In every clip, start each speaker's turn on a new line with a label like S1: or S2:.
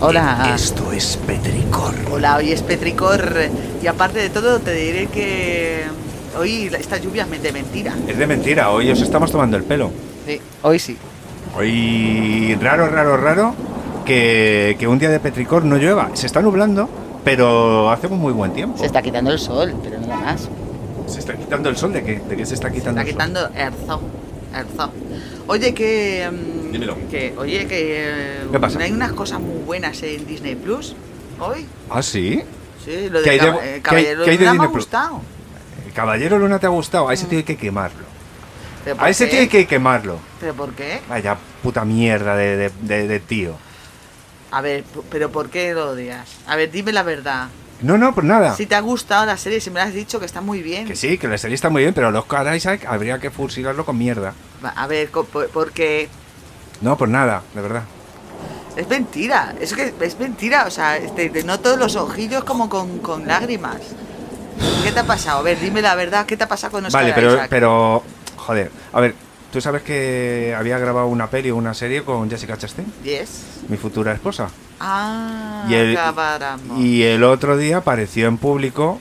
S1: Hola.
S2: Esto es Petricor.
S1: Hola, hoy es Petricor. Y aparte de todo, te diré que hoy esta lluvia es de mentira.
S2: Es de mentira, hoy os estamos tomando el pelo.
S1: Sí, hoy sí.
S2: Hoy raro, raro, raro que, que un día de Petricor no llueva. Se está nublando, pero hace un muy buen tiempo.
S1: Se está quitando el sol, pero nada más.
S2: ¿Se está quitando el sol? ¿De qué, ¿De qué se está quitando
S1: Está
S2: el sol?
S1: quitando erzo. Erzo. Oye, que. mm,
S2: Dímelo.
S1: que- oye, que. eh,
S2: ¿Qué pasa?
S1: ¿No hay unas cosas muy buenas en Disney Plus hoy?
S2: ¿Ah, sí?
S1: Sí, lo de,
S2: ¿Qué hay de-
S1: Cab- eh,
S2: qué hay-
S1: Caballero
S2: qué hay de
S1: Luna me ha
S2: Disney Plus?
S1: gustado.
S2: El Caballero Luna te ha gustado, a ese tiene que quemarlo.
S1: ¿Pero por
S2: A ese
S1: qué?
S2: tiene que quemarlo.
S1: ¿Pero por qué?
S2: Vaya puta mierda de, de- de- de tío.
S1: A ver, p- ¿pero por qué lo odias? A ver, dime la verdad.
S2: No, no, pues nada.
S1: Si te ha gustado la serie, si me la has dicho que está muy bien.
S2: Que sí, que la serie está muy bien, pero los Oscar Isaac habría que fusilarlo con mierda.
S1: Va, A ver, co- po- porque
S2: No, pues nada, de verdad.
S1: es mentira. Es que es mentira. O sea, te, te noto los ojillos como con, con lágrimas. ¿Qué te ha pasado? A ver, dime la verdad. ¿Qué te ha pasado con Oscar
S2: vale, pero,
S1: Isaac?
S2: pero. Joder, a ver, ¿tú sabes que había grabado una peli o una serie con Jessica Chastain,
S1: Yes.
S2: mi futura esposa?
S1: Ah,
S2: Y el-
S1: acabáramos.
S2: Y el otro día apareció en público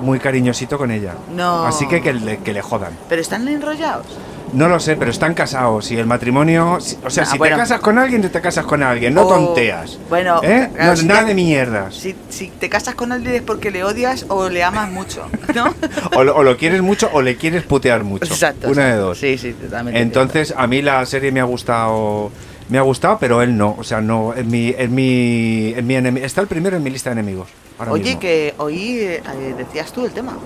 S2: muy cariñosito con ella.
S1: No.
S2: Así que que le, que le jodan.
S1: ¿Pero están enrollados?
S2: No lo sé, pero están casados y el matrimonio. si- O sea,
S1: Ah,
S2: si
S1: bueno.
S2: te casas con alguien, te casas con alguien, no
S1: O-
S2: tonteas.
S1: bueno,
S2: ¿Eh?
S1: claro,
S2: No es
S1: si
S2: nada
S1: te-
S2: de mierdas.
S1: Si, si te casas con alguien es porque le odias o le amas mucho, ¿no?
S2: O lo, o lo quieres mucho o le quieres putear mucho. Una de dos.
S1: Sí, sí, totalmente.
S2: Entonces, a mí la serie me ha gustado. Me ha gustado, pero él no. O sea, no. Es mi, es mi, es mi enemi- Está el primero en mi lista de enemigos. ahora
S1: Oye,
S2: mismo.
S1: que hoy eh, eh, decías tú el tema.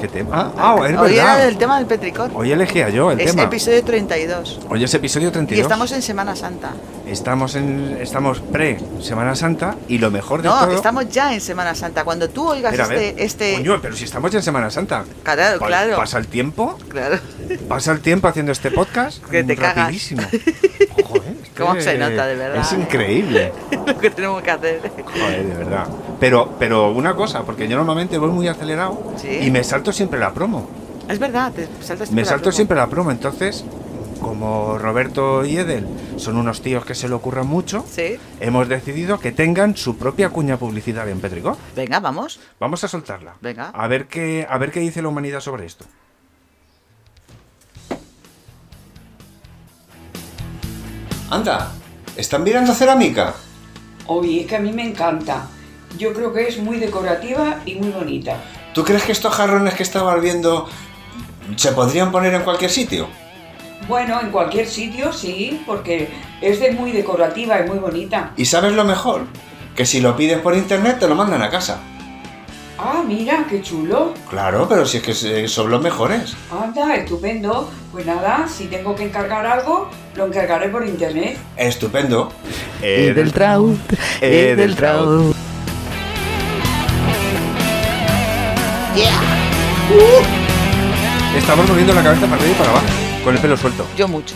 S2: ¿Qué tema? Ah, ah, es
S1: hoy era
S2: verdad.
S1: el tema del Petricor.
S2: Hoy elegía yo el
S1: es
S2: tema.
S1: episodio 32.
S2: Hoy es episodio
S1: Y
S2: 32.
S1: estamos en Semana Santa.
S2: Estamos en estamos pre Semana Santa y lo mejor de
S1: No,
S2: todo.
S1: estamos ya en Semana Santa. Cuando tú oigas
S2: Espera, a ver.
S1: este, este...
S2: Coño, pero si estamos ya en Semana Santa.
S1: Claro,
S2: Pa-
S1: claro.
S2: Pasa el tiempo,
S1: Claro.
S2: pasa el tiempo haciendo este podcast.
S1: Que te
S2: mm,
S1: cagas.
S2: rapidísimo. Joder, es
S1: Cómo
S2: que
S1: se nota, de verdad,
S2: Es
S1: eh.
S2: increíble.
S1: Lo que tenemos que hacer.
S2: Joder, de verdad. Pero, pero una cosa, porque yo normalmente voy muy acelerado
S1: Sí.
S2: y me salto siempre la promo.
S1: Es verdad, te saltas
S2: Me
S1: la
S2: salto
S1: promo.
S2: siempre la promo. Entonces, como Roberto y Edel son unos tíos que se le ocurran mucho,
S1: Sí.
S2: hemos decidido que tengan su propia cuña publicitaria en Petricor.
S1: Venga, vamos.
S2: Vamos a soltarla.
S1: Venga.
S2: A ver qué, a ver qué dice la humanidad sobre esto. Anda, ¿están mirando cerámica?
S3: Oye, es que a mí me encanta. Yo creo que es muy decorativa y muy bonita.
S2: ¿Tú crees que estos jarrones que estabas viendo se podrían poner en cualquier sitio?
S3: Bueno, en cualquier sitio sí, porque es de muy decorativa y muy bonita.
S2: Y sabes lo mejor, que si lo pides por internet te lo mandan a casa.
S3: Ah, mira, qué chulo.
S2: Claro, pero si es que se- son los mejores.
S3: Anda, estupendo. Pues nada, si tengo que encargar algo, lo encargaré por internet.
S2: Estupendo.
S1: Traut.
S4: E
S2: eh, del Traut.
S1: Yeah.
S2: Estamos moviendo la cabeza para arriba y para abajo, con el pelo suelto.
S1: Yo mucho.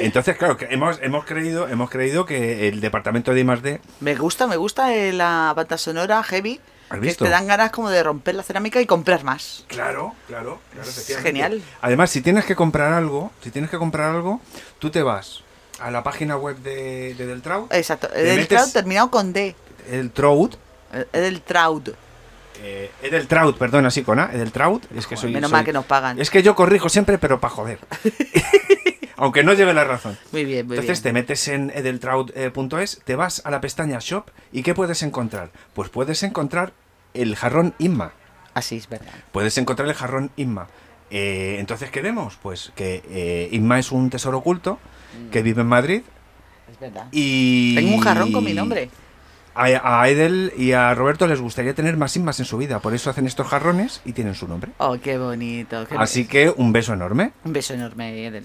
S2: Entonces, claro, que hemos, hemos, creído, hemos creído que el departamento de I+.D.
S1: Me gusta, me gusta eh, la banda sonora heavy.
S2: ¿Has
S1: que
S2: visto?
S1: te dan ganas como de romper la cerámica y comprar más.
S2: Claro, claro, claro.
S1: Es
S2: efectivamente.
S1: genial.
S2: Además, si tienes que comprar algo, si tienes que comprar algo, tú te vas a la página web de, de Del Traut,
S1: Exacto.
S2: Te
S1: Del
S2: metes-
S1: Traut terminado con D.
S2: el Trout,
S1: Del Traut.
S2: eh, Edel Traut, perdón, así con A, Edel Traut, es que
S1: Joder,
S2: soy...
S1: menos
S2: soy-
S1: mal que nos pagan.
S2: Es que yo corrijo siempre, pero para joder. Aunque no lleve la razón.
S1: Muy bien, muy
S2: Entonces
S1: bien.
S2: te metes en edeltraut.es, te vas a la pestaña Shop y ¿qué puedes encontrar? Pues puedes encontrar el jarrón Inma.
S1: Así Ah, es verdad.
S2: Puedes encontrar el jarrón Inma. Eh, entonces, ¿qué vemos? Pues que eh, Inma es un tesoro oculto que vive en Madrid
S1: Es verdad.
S2: y...
S1: Tengo un jarrón con mi nombre.
S2: A, a Edel y a Roberto les gustaría tener más Inmas en su vida, por eso hacen estos jarrones y tienen su nombre.
S1: Oh, qué bonito. qué
S2: Así que un beso enorme.
S1: Un beso enorme, Eden.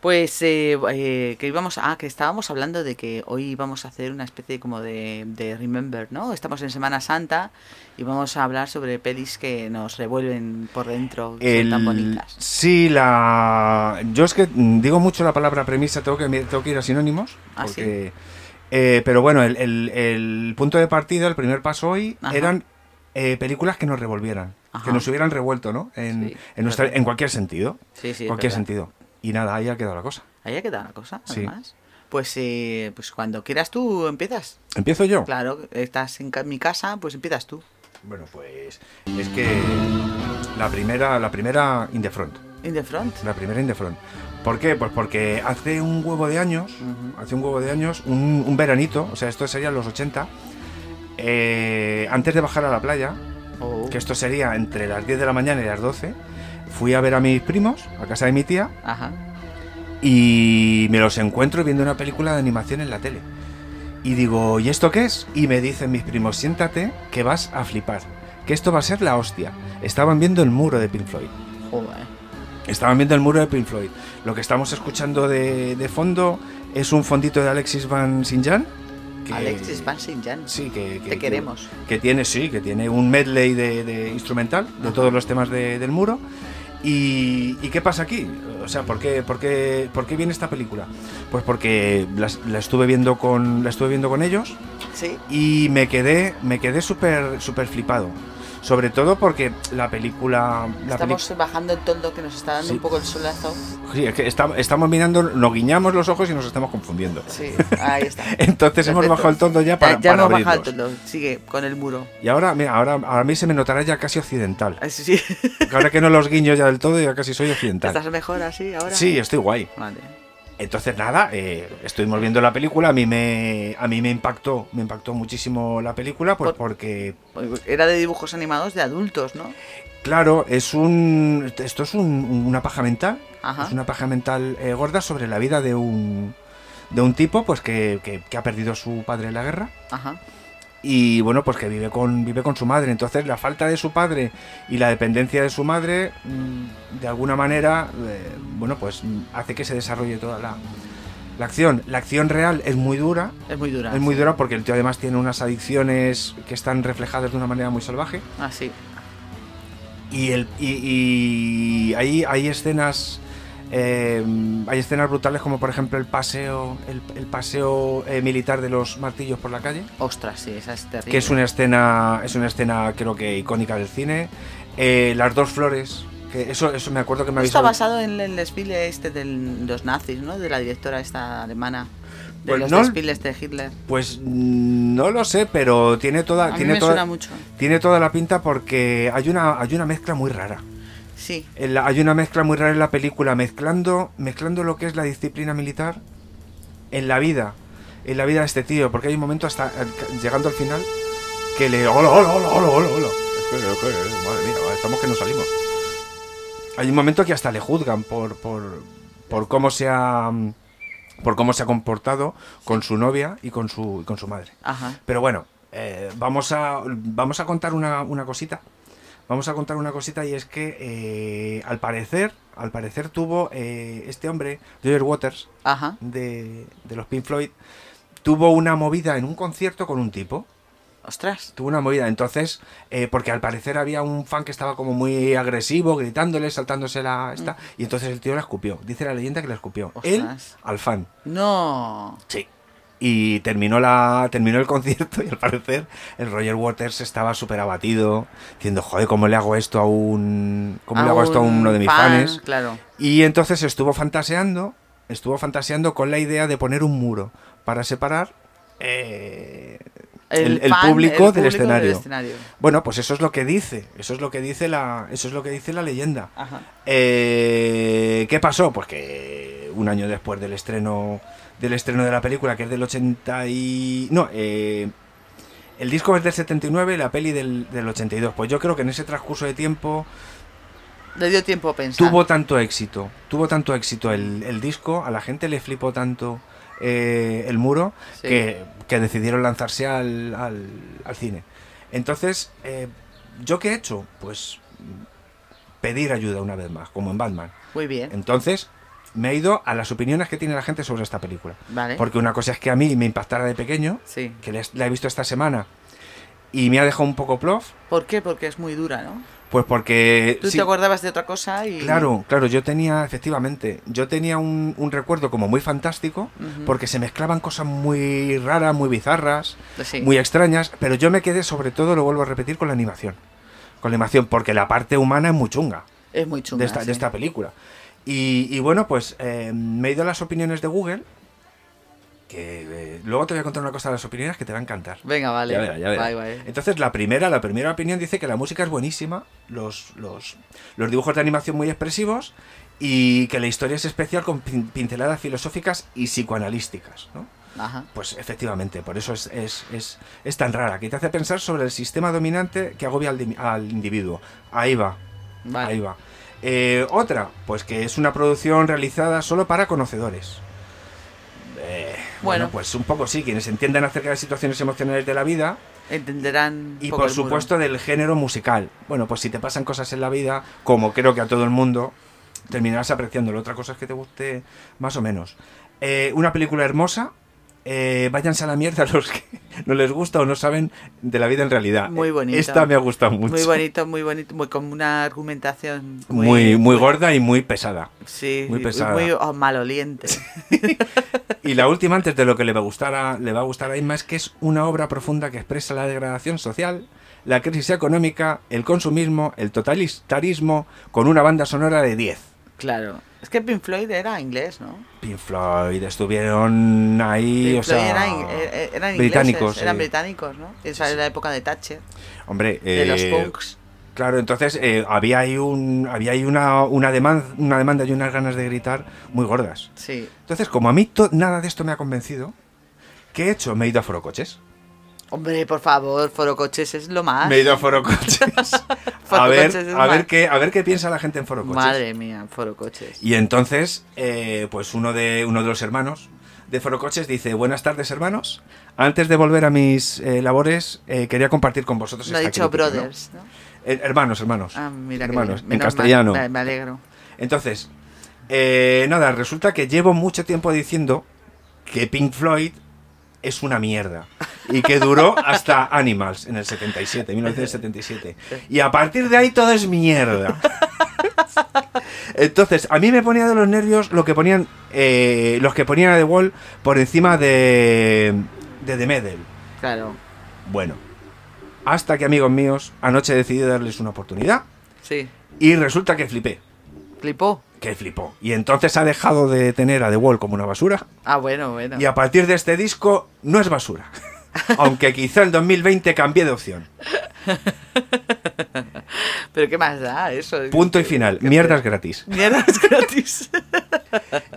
S1: Pues eh, eh, que íbamos ah, que estábamos hablando de que hoy vamos a hacer una especie como de, de remember, ¿no? Estamos en Semana Santa y vamos a hablar sobre pelis que nos revuelven por dentro, que son tan
S2: El-
S1: bonitas.
S2: Sí, la. Yo es que mm, digo mucho la palabra premisa, tengo que, tengo que ir a sinónimos.
S1: Ah,
S2: porque- eh, pero bueno, el, el- el punto de partida, el primer paso hoy,
S1: Ajá.
S2: eran eh, películas que nos revolvieran,
S1: Ajá.
S2: que nos hubieran revuelto, ¿no? En,
S1: Sí,
S2: en, nuestra-
S1: verdad.
S2: en cualquier sentido.
S1: Sí, sí, es
S2: cualquier
S1: verdad.
S2: sentido. Y nada, ahí ha quedado la cosa.
S1: Ahí ha quedado la cosa,
S2: Sí.
S1: además. Pues, eh, pues cuando quieras tú empiezas.
S2: ¿Empiezo yo?
S1: Claro, estás en ca- mi casa, pues empiezas tú.
S2: Bueno, pues es que la primera, la primera in the front.
S1: In the front.
S2: La primera in the front. ¿Por qué? Pues porque hace un huevo de años,
S1: Ujú.
S2: hace un huevo de años, un, un veranito, o sea, esto sería los 80, eh, antes de bajar a la playa,
S1: Oh.
S2: que esto sería entre las 10 de la mañana y las 12, fui a ver a mis primos, a casa de mi tía,
S1: Ajá.
S2: y me los encuentro viendo una película de animación en la tele. Y digo, ¿y esto qué es? Y me dicen mis primos, siéntate, que vas a flipar, que esto va a ser la hostia. Estaban viendo el muro de Pink Floyd.
S1: Joder.
S2: Estaban viendo el muro de Pink Floyd. Lo que estamos escuchando de, de fondo es un fondito de Alexis Van Sinjan. que-
S1: Alexis Van Sinjan.
S2: Sí, que, que-
S1: Te queremos.
S2: Que tiene, sí, que tiene un medley de, de instrumental de todos los temas de- del muro. Y, y qué pasa aquí? O sea, ¿por qué, por qué- por qué viene esta película? Pues porque la, la estuve, viendo con, la estuve viendo con ellos
S1: Sí.
S2: y me quedé, me quedé súper súper flipado. Sobre todo porque la película... La peli-
S1: Estamos bajando el toldo que nos está dando
S2: Sí.
S1: un poco el solazo.
S2: Sí, es que está- estamos mirando, nos guiñamos los ojos y nos estamos confundiendo.
S1: Sí, ahí está.
S2: Entonces hemos
S1: Perfecto.
S2: bajado el tono ya para,
S1: ya ya
S2: para
S1: hemos bajado el
S2: abrirnos.
S1: toldo. Sigue con el muro.
S2: Y ahora, mira, ahora, ahora a mí se me notará ya casi occidental.
S1: Así sí.
S2: Porque Ahora que no los guiño ya del todo, ya casi soy
S1: ¿Estás
S2: occidental.
S1: mejor así ahora?
S2: Sí, estoy guay.
S1: Vale.
S2: Entonces nada, eh, estuvimos viendo la película, a mí me, a mí me impactó, me impactó muchísimo la película, pues
S1: Por-
S2: porque
S1: Pues Era de dibujos animados de adultos, ¿no?
S2: Claro, es un. Esto es un- una paja mental.
S1: Ajá.
S2: Es una paja mental eh, gorda sobre la vida de un. De un tipo, pues que, que- que ha perdido su padre en la guerra.
S1: Ajá.
S2: Y bueno, pues que vive con, vive con su madre. Entonces, la falta de su padre y la dependencia de su madre, mm, de alguna manera, eh, bueno, pues mm, hace que se desarrolle toda la, la acción. La acción real es muy dura.
S1: Es muy dura.
S2: Es muy dura porque el tío además tiene unas adicciones que están reflejadas de una manera muy salvaje.
S1: Así.
S2: Y, el, y, y hay, hay escenas. eh, hay escenas brutales como por ejemplo el paseo. El, el paseo eh, militar de los martillos por la calle.
S1: Ostras, sí, esa es terrible.
S2: Que es una escena. Es una escena creo que icónica del cine. Eh, las dos flores. Que eso, eso me acuerdo que me
S1: Está
S2: avisaron.
S1: basado en el desfile este de los nazis, ¿no? De la directora esta alemana. De
S2: Pues
S1: los
S2: no-
S1: desfiles de Hitler.
S2: Pues mm, no lo sé, pero tiene toda.
S1: A mí
S2: Ah, tiene
S1: me
S2: toda,
S1: suena mucho.
S2: Tiene toda la pinta porque hay una, hay una mezcla muy rara.
S1: Sí.
S2: En la- hay una mezcla muy rara en la película, mezclando, mezclando lo que es la disciplina militar en la vida, en la vida de este tío, porque hay un momento hasta eh, ca- llegando al final que le hola, hola, hola, hola, hola, hola. Es que- es que- Madre mía, estamos que no salimos. Hay un momento que hasta le juzgan por, por, por cómo se ha mm, por cómo se ha comportado con su novia y con su, y con su madre.
S1: Ajá.
S2: Pero bueno, eh, vamos, a, vamos a contar una, una cosita. Vamos a contar una cosita y es que eh, al parecer, al parecer tuvo eh, este hombre, Roger Waters,
S1: Ajá.
S2: de, de los Pink Floyd, tuvo una movida en un concierto con un tipo.
S1: Ostras.
S2: Tuvo una movida, entonces, eh, porque al parecer había un fan que estaba como muy agresivo, gritándole, saltándose la... Esta, y entonces el tío la escupió. Dice la leyenda que la escupió. Él
S1: Ostras.
S2: al fan.
S1: No.
S2: Sí. Y terminó, la, terminó el concierto y al parecer el Roger Waters estaba súper abatido, diciendo, joder, ¿cómo le hago esto a un... ¿Cómo le hago esto a
S1: un
S2: uno de mis
S1: fan,
S2: fans?
S1: Claro.
S2: Y entonces estuvo fantaseando, estuvo fantaseando con la idea de poner un muro para separar eh, el, el
S1: fan-
S2: público,
S1: el
S2: del, escenario.
S1: escenario.
S2: Bueno, pues eso es lo que dice, eso es lo que dice la, eso es lo que dice la leyenda.
S1: Ajá.
S2: Eh, ¿Qué pasó? Pues que un año después del estreno del estreno de la película, que es del 80 y... No, eh, el disco es del 79 y la peli del, del 82. Pues yo creo que en ese transcurso de tiempo
S1: Le dio tiempo a pensar.
S2: tuvo tanto éxito, tuvo tanto éxito el, el disco, a la gente le flipó tanto eh, el muro,
S1: Sí.
S2: que, que decidieron lanzarse al, al, al cine. Entonces, eh, ¿yo qué he hecho? Pues pedir ayuda una vez más, como en Batman.
S1: Muy bien.
S2: Entonces, me he ido a las opiniones que tiene la gente sobre esta película.
S1: Vale.
S2: Porque una cosa es que a mí me impactara de pequeño,
S1: Sí.
S2: que la he- la he visto esta semana, y me ha dejado un poco plof,
S1: ¿Por qué? Porque es muy dura, ¿no?
S2: pues porque...
S1: Tú
S2: sí,
S1: te acordabas de otra cosa y.
S2: Claro, claro, yo tenía, efectivamente, yo tenía un, un recuerdo como muy fantástico,
S1: Ujú.
S2: porque se mezclaban cosas muy raras, muy bizarras,
S1: pues Sí.
S2: muy extrañas, pero yo me quedé sobre todo, lo vuelvo a repetir, con la animación. Con la animación, porque la parte humana es muy chunga
S1: Es muy chunga.
S2: de, esta,
S1: sí.
S2: de esta película. Y, y bueno, pues eh, me he ido a las opiniones de Google que eh, luego te voy a contar una cosa de las opiniones que te va a encantar.
S1: Venga, vale.
S2: Ya verás, ya verás.
S1: Bye, bye.
S2: Entonces, la primera, la primera opinión dice que la música es buenísima, los, los, los dibujos de animación muy expresivos y que la historia es especial con pin- pinceladas filosóficas y psicoanalísticas, ¿no?
S1: Ajá.
S2: Pues efectivamente, por eso es, es, es, es tan rara, que te hace pensar sobre el sistema dominante que agobia al, di- al individuo. Ahí va,
S1: Vale.
S2: ahí va. Eh, otra, pues que es una producción realizada solo para conocedores. Eh, bueno.
S1: Bueno.
S2: pues un poco sí, quienes entiendan acerca de las situaciones emocionales de la vida
S1: Entenderán.
S2: y
S1: poco
S2: por
S1: el muro.
S2: supuesto del género musical. Bueno, pues si te pasan cosas en la vida, como creo que a todo el mundo, terminarás apreciándolo. Otra cosa es que te guste más o menos. Eh, una película hermosa. Eh, váyanse a la mierda los que no les gusta o no saben de la vida en realidad. Eh,
S1: Muy bonita.
S2: Esta me ha gustado mucho.
S1: Muy bonito, muy bonito, muy, con una argumentación
S2: muy, muy gorda y muy pesada.
S1: sí,
S2: muy
S1: y- y
S2: pesada.
S1: muy oh, maloliente.
S2: Y la última, antes de lo que le va a gustar a, le va a, gustar a Inma, es que es una obra profunda que expresa la degradación social, la crisis económica, el consumismo, el totalitarismo, con una banda sonora de 10.
S1: claro. Es que Pink Floyd era inglés, ¿no?
S2: Pink Floyd estuvieron ahí,
S1: Pink
S2: o
S1: Floyd
S2: sea,
S1: era in- er- er- eran
S2: británicos,
S1: ingleses, eran
S2: sí.
S1: británicos, ¿no? Esa
S2: Sí,
S1: era la época de Thatcher,
S2: hombre,
S1: de los
S2: eh,
S1: punks.
S2: Claro, entonces eh, había ahí un, había ahí una, una demanda, una demanda y unas ganas de gritar muy gordas.
S1: Sí.
S2: Entonces, como a mí to- nada de esto me ha convencido, ¿qué he hecho? Me he ido a Forocoches.
S1: Hombre, por favor, Forocoches es lo más.
S2: Me he ido a Forocoches. a
S1: Forocoches
S2: ver,
S1: es
S2: a ver
S1: mal.
S2: qué, a ver qué piensa la gente en Forocoches.
S1: Madre mía, Forocoches.
S2: Y entonces, eh, pues uno de, uno de los hermanos de Forocoches dice, buenas tardes hermanos, antes de volver a mis eh, labores, eh, quería compartir con vosotros
S1: Lo ha
S2: esta
S1: dicho
S2: crítica, ¿no?".
S1: brothers, ¿no?
S2: Eh, hermanos, hermanos.
S1: Ah, mira qué
S2: hermanos,
S1: bien.
S2: en
S1: Menos mal,
S2: castellano.
S1: Me, me alegro.
S2: Entonces, eh, nada, resulta que llevo mucho tiempo diciendo que Pink Floyd es una mierda. Y que duró hasta Animals en el 77, 1977. Y a partir de ahí todo es mierda. Entonces, a mí me ponía de los nervios lo que ponían eh, los que ponían a The Wall por encima de, de The Medal.
S1: Claro.
S2: Bueno, hasta que amigos míos, anoche decidí darles una oportunidad
S1: Sí.
S2: y resulta que flipé
S1: Flipó.
S2: que flipó. Y entonces ha dejado de tener a The Wall como una basura.
S1: Ah, bueno, bueno.
S2: Y a partir de este disco no es basura. Aunque quizá en 2020 cambié de opción.
S1: Pero qué más da eso.
S2: Punto y final.
S1: ¿Qué-
S2: Mierdas gratis.
S1: Mierdas gratis.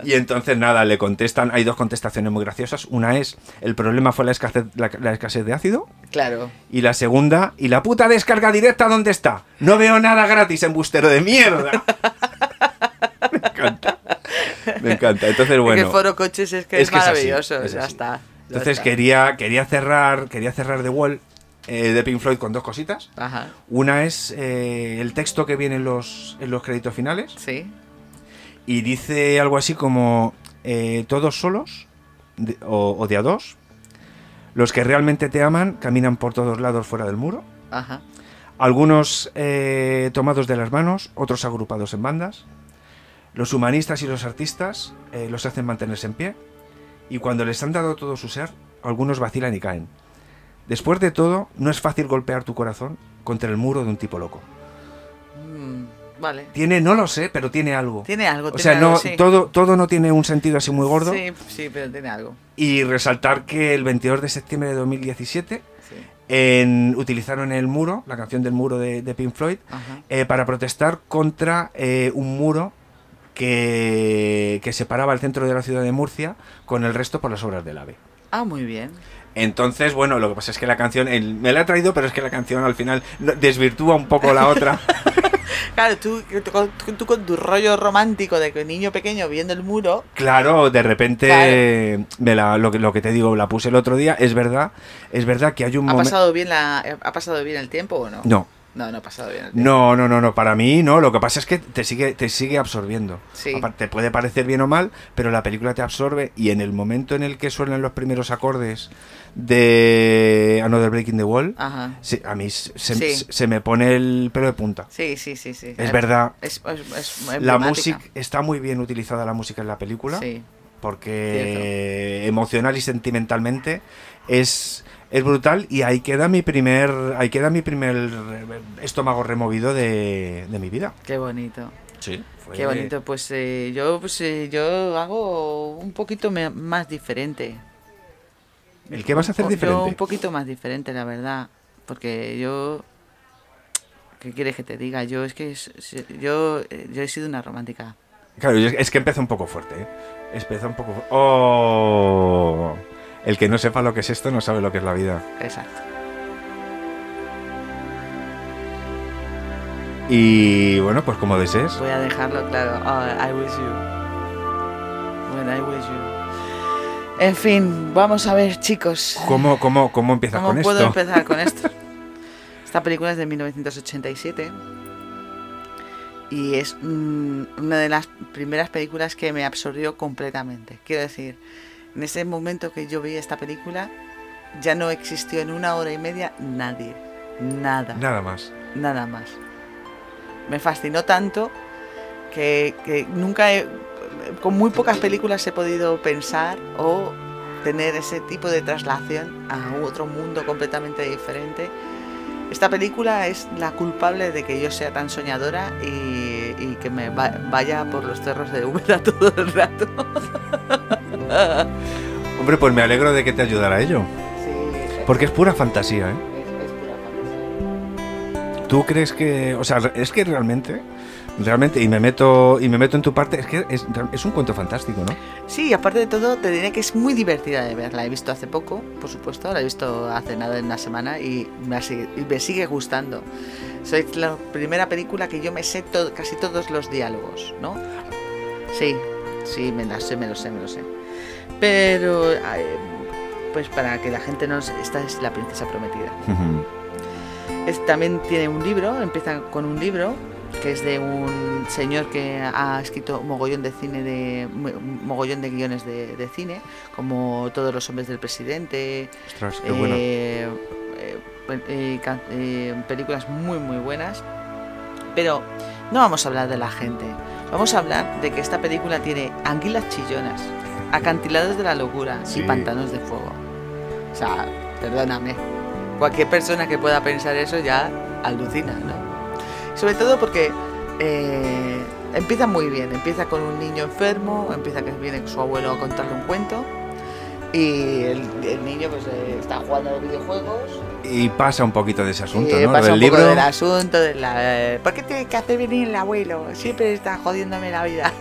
S2: Y entonces nada, le contestan. Hay dos contestaciones muy graciosas. Una es, el problema fue la escasez, la- la escasez de ácido.
S1: claro.
S2: Y la segunda, ¿y la puta descarga directa dónde está? No veo nada gratis, embustero de mierda. Me encanta. Me encanta. Entonces,
S1: Porque
S2: bueno.
S1: el foro coches es que es,
S2: que así,
S1: maravilloso.
S2: es
S1: ya
S2: así.
S1: está. ya
S2: Entonces
S1: está.
S2: quería quería cerrar quería cerrar The Wall eh, de Pink Floyd con dos cositas.
S1: Ajá.
S2: Una es eh, el texto que viene en los, en los créditos finales
S1: Sí.
S2: y dice algo así como eh, todos solos de- o, o de a dos. Los que realmente te aman caminan por todos lados fuera del muro.
S1: Ajá.
S2: Algunos eh, tomados de las manos, otros agrupados en bandas. Los humanistas y los artistas eh, los hacen mantenerse en pie. Y cuando les han dado todo su ser, algunos vacilan y caen. Después de todo, no es fácil golpear tu corazón contra el muro de un tipo loco.
S1: Mm, vale.
S2: Tiene, no lo sé, pero tiene algo.
S1: Tiene algo.
S2: o
S1: tiene
S2: sea,
S1: algo,
S2: no,
S1: sí.
S2: todo, todo no tiene un sentido así muy gordo.
S1: Sí, sí, pero tiene algo.
S2: Y resaltar que el 22 de septiembre de 2017
S1: Sí.
S2: en- utilizaron el muro, la canción del muro de- de Pink Floyd,
S1: Ajá.
S2: eh, para protestar contra eh, un muro que, que separaba el centro de la ciudad de Murcia con el resto por las obras del AVE.
S1: Ah, muy bien.
S2: Entonces, bueno, lo que pasa es que la canción, el- me la ha traído, pero es que la canción al final no- desvirtúa un poco la otra.
S1: Claro, tú, tú con- tú con tu rollo romántico de que niño pequeño viendo el muro.
S2: claro, de repente,
S1: Claro.
S2: me la- lo, que- lo que te digo, la puse el otro día, es verdad, es verdad que hay un
S1: ¿Ha
S2: momen-
S1: pasado, bien la, ¿Ha pasado bien el tiempo o no?
S2: No,
S1: No, no ha pasado bien el tiempo.
S2: No, no, no, no, para mí no, lo que pasa es que te sigue, te sigue absorbiendo.
S1: Sí.
S2: Apar- Te puede parecer bien o mal, pero la película te absorbe y en el momento en el que suenan los primeros acordes de Another Breaking the Wall,
S1: Ajá.
S2: se- a mí se, se-
S1: Ah. Sí.
S2: se me pone el pelo de punta.
S1: Sí, sí, sí, sí.
S2: Es verdad.
S1: Es, es- es
S2: La
S1: emblemática.
S2: música está muy bien utilizada la música en la película
S1: Sí.
S2: porque emocional y sentimentalmente es, es brutal y ahí queda mi primer ahí queda mi primer eh, estómago removido de, de mi vida.
S1: Qué bonito.
S2: Sí.
S1: Qué bonito, pues eh, yo pues eh, yo hago un poquito me- más diferente.
S2: ¿El qué vas a hacer
S1: O-
S2: diferente?
S1: Oh, Yo un poquito más diferente, la verdad. Porque yo. ¿Qué quieres que te diga? Yo es que. es- es- Yo, eh, yo he sido una romántica.
S2: Claro, yo- es que empezó un poco fuerte, ¿eh? Empezó un poco fu- ¡Oh! El que no sepa lo que es esto no sabe lo que es la vida.
S1: Exacto.
S2: Y bueno, pues como desees.
S1: Voy a dejarlo claro. Oh, I wish you. Bueno, I wish you. En fin, vamos a ver, chicos.
S2: ¿Cómo, cómo, cómo empiezas
S1: ¿Cómo
S2: con
S1: puedo
S2: esto?
S1: empezar con esto? Esta película es de 1987 y es mm, una de las primeras películas que me absorbió completamente. Quiero decir, en ese momento que yo vi esta película, ya no existió en una hora y media nadie, nada,
S2: Nada más.
S1: nada más. Me fascinó tanto que, que nunca, he- con muy pocas películas he podido pensar o tener ese tipo de traslación a otro mundo completamente diferente. Esta película es la culpable de que yo sea tan soñadora y, y que me va- vaya por los cerros de Úbeda todo el rato.
S2: Hombre, pues me alegro de que te ayudara a ello. Porque es pura fantasía, ¿eh? ¿Tú crees que.? O sea, es que realmente. Realmente, y me meto, y me meto en tu parte, es que es, es un cuento fantástico, ¿no?
S1: Sí, aparte de todo, te diré que es muy divertida de ver. La he visto hace poco, por supuesto, la he visto hace nada en una semana y me, ha sigue- y me sigue gustando. Soy la primera película que yo me sé to- casi todos los diálogos, ¿no? Sí, sí, me la sé, me lo sé, me lo sé. Pero, eh, pues para que la gente no... se- Esta es la princesa prometida. Es- también tiene un libro, empieza con un libro que es de un señor que ha escrito mogollón de cine de mo- mogollón de guiones de, de cine, como todos los hombres del presidente,
S2: Ostras, qué bueno.
S1: eh, eh, pe- eh, can- eh, películas muy muy buenas. Pero no vamos a hablar de la gente, vamos a hablar de que esta película tiene anguilas chillonas, acantilados de la locura
S2: Sí.
S1: y pantanos de fuego. O sea, perdóname, cualquier persona que pueda pensar eso ya alucina, ¿no? Sobre todo porque eh, empieza muy bien, empieza con un niño enfermo, empieza que viene su abuelo a contarle un cuento y el, el niño pues eh, está jugando a los videojuegos
S2: Y pasa un poquito de ese asunto,
S1: y
S2: ¿no?
S1: eh, pasa
S2: Lo del
S1: un poco
S2: libro.
S1: del asunto de la, eh, ¿por qué tiene que hacer venir el abuelo? Siempre está jodiéndome la vida.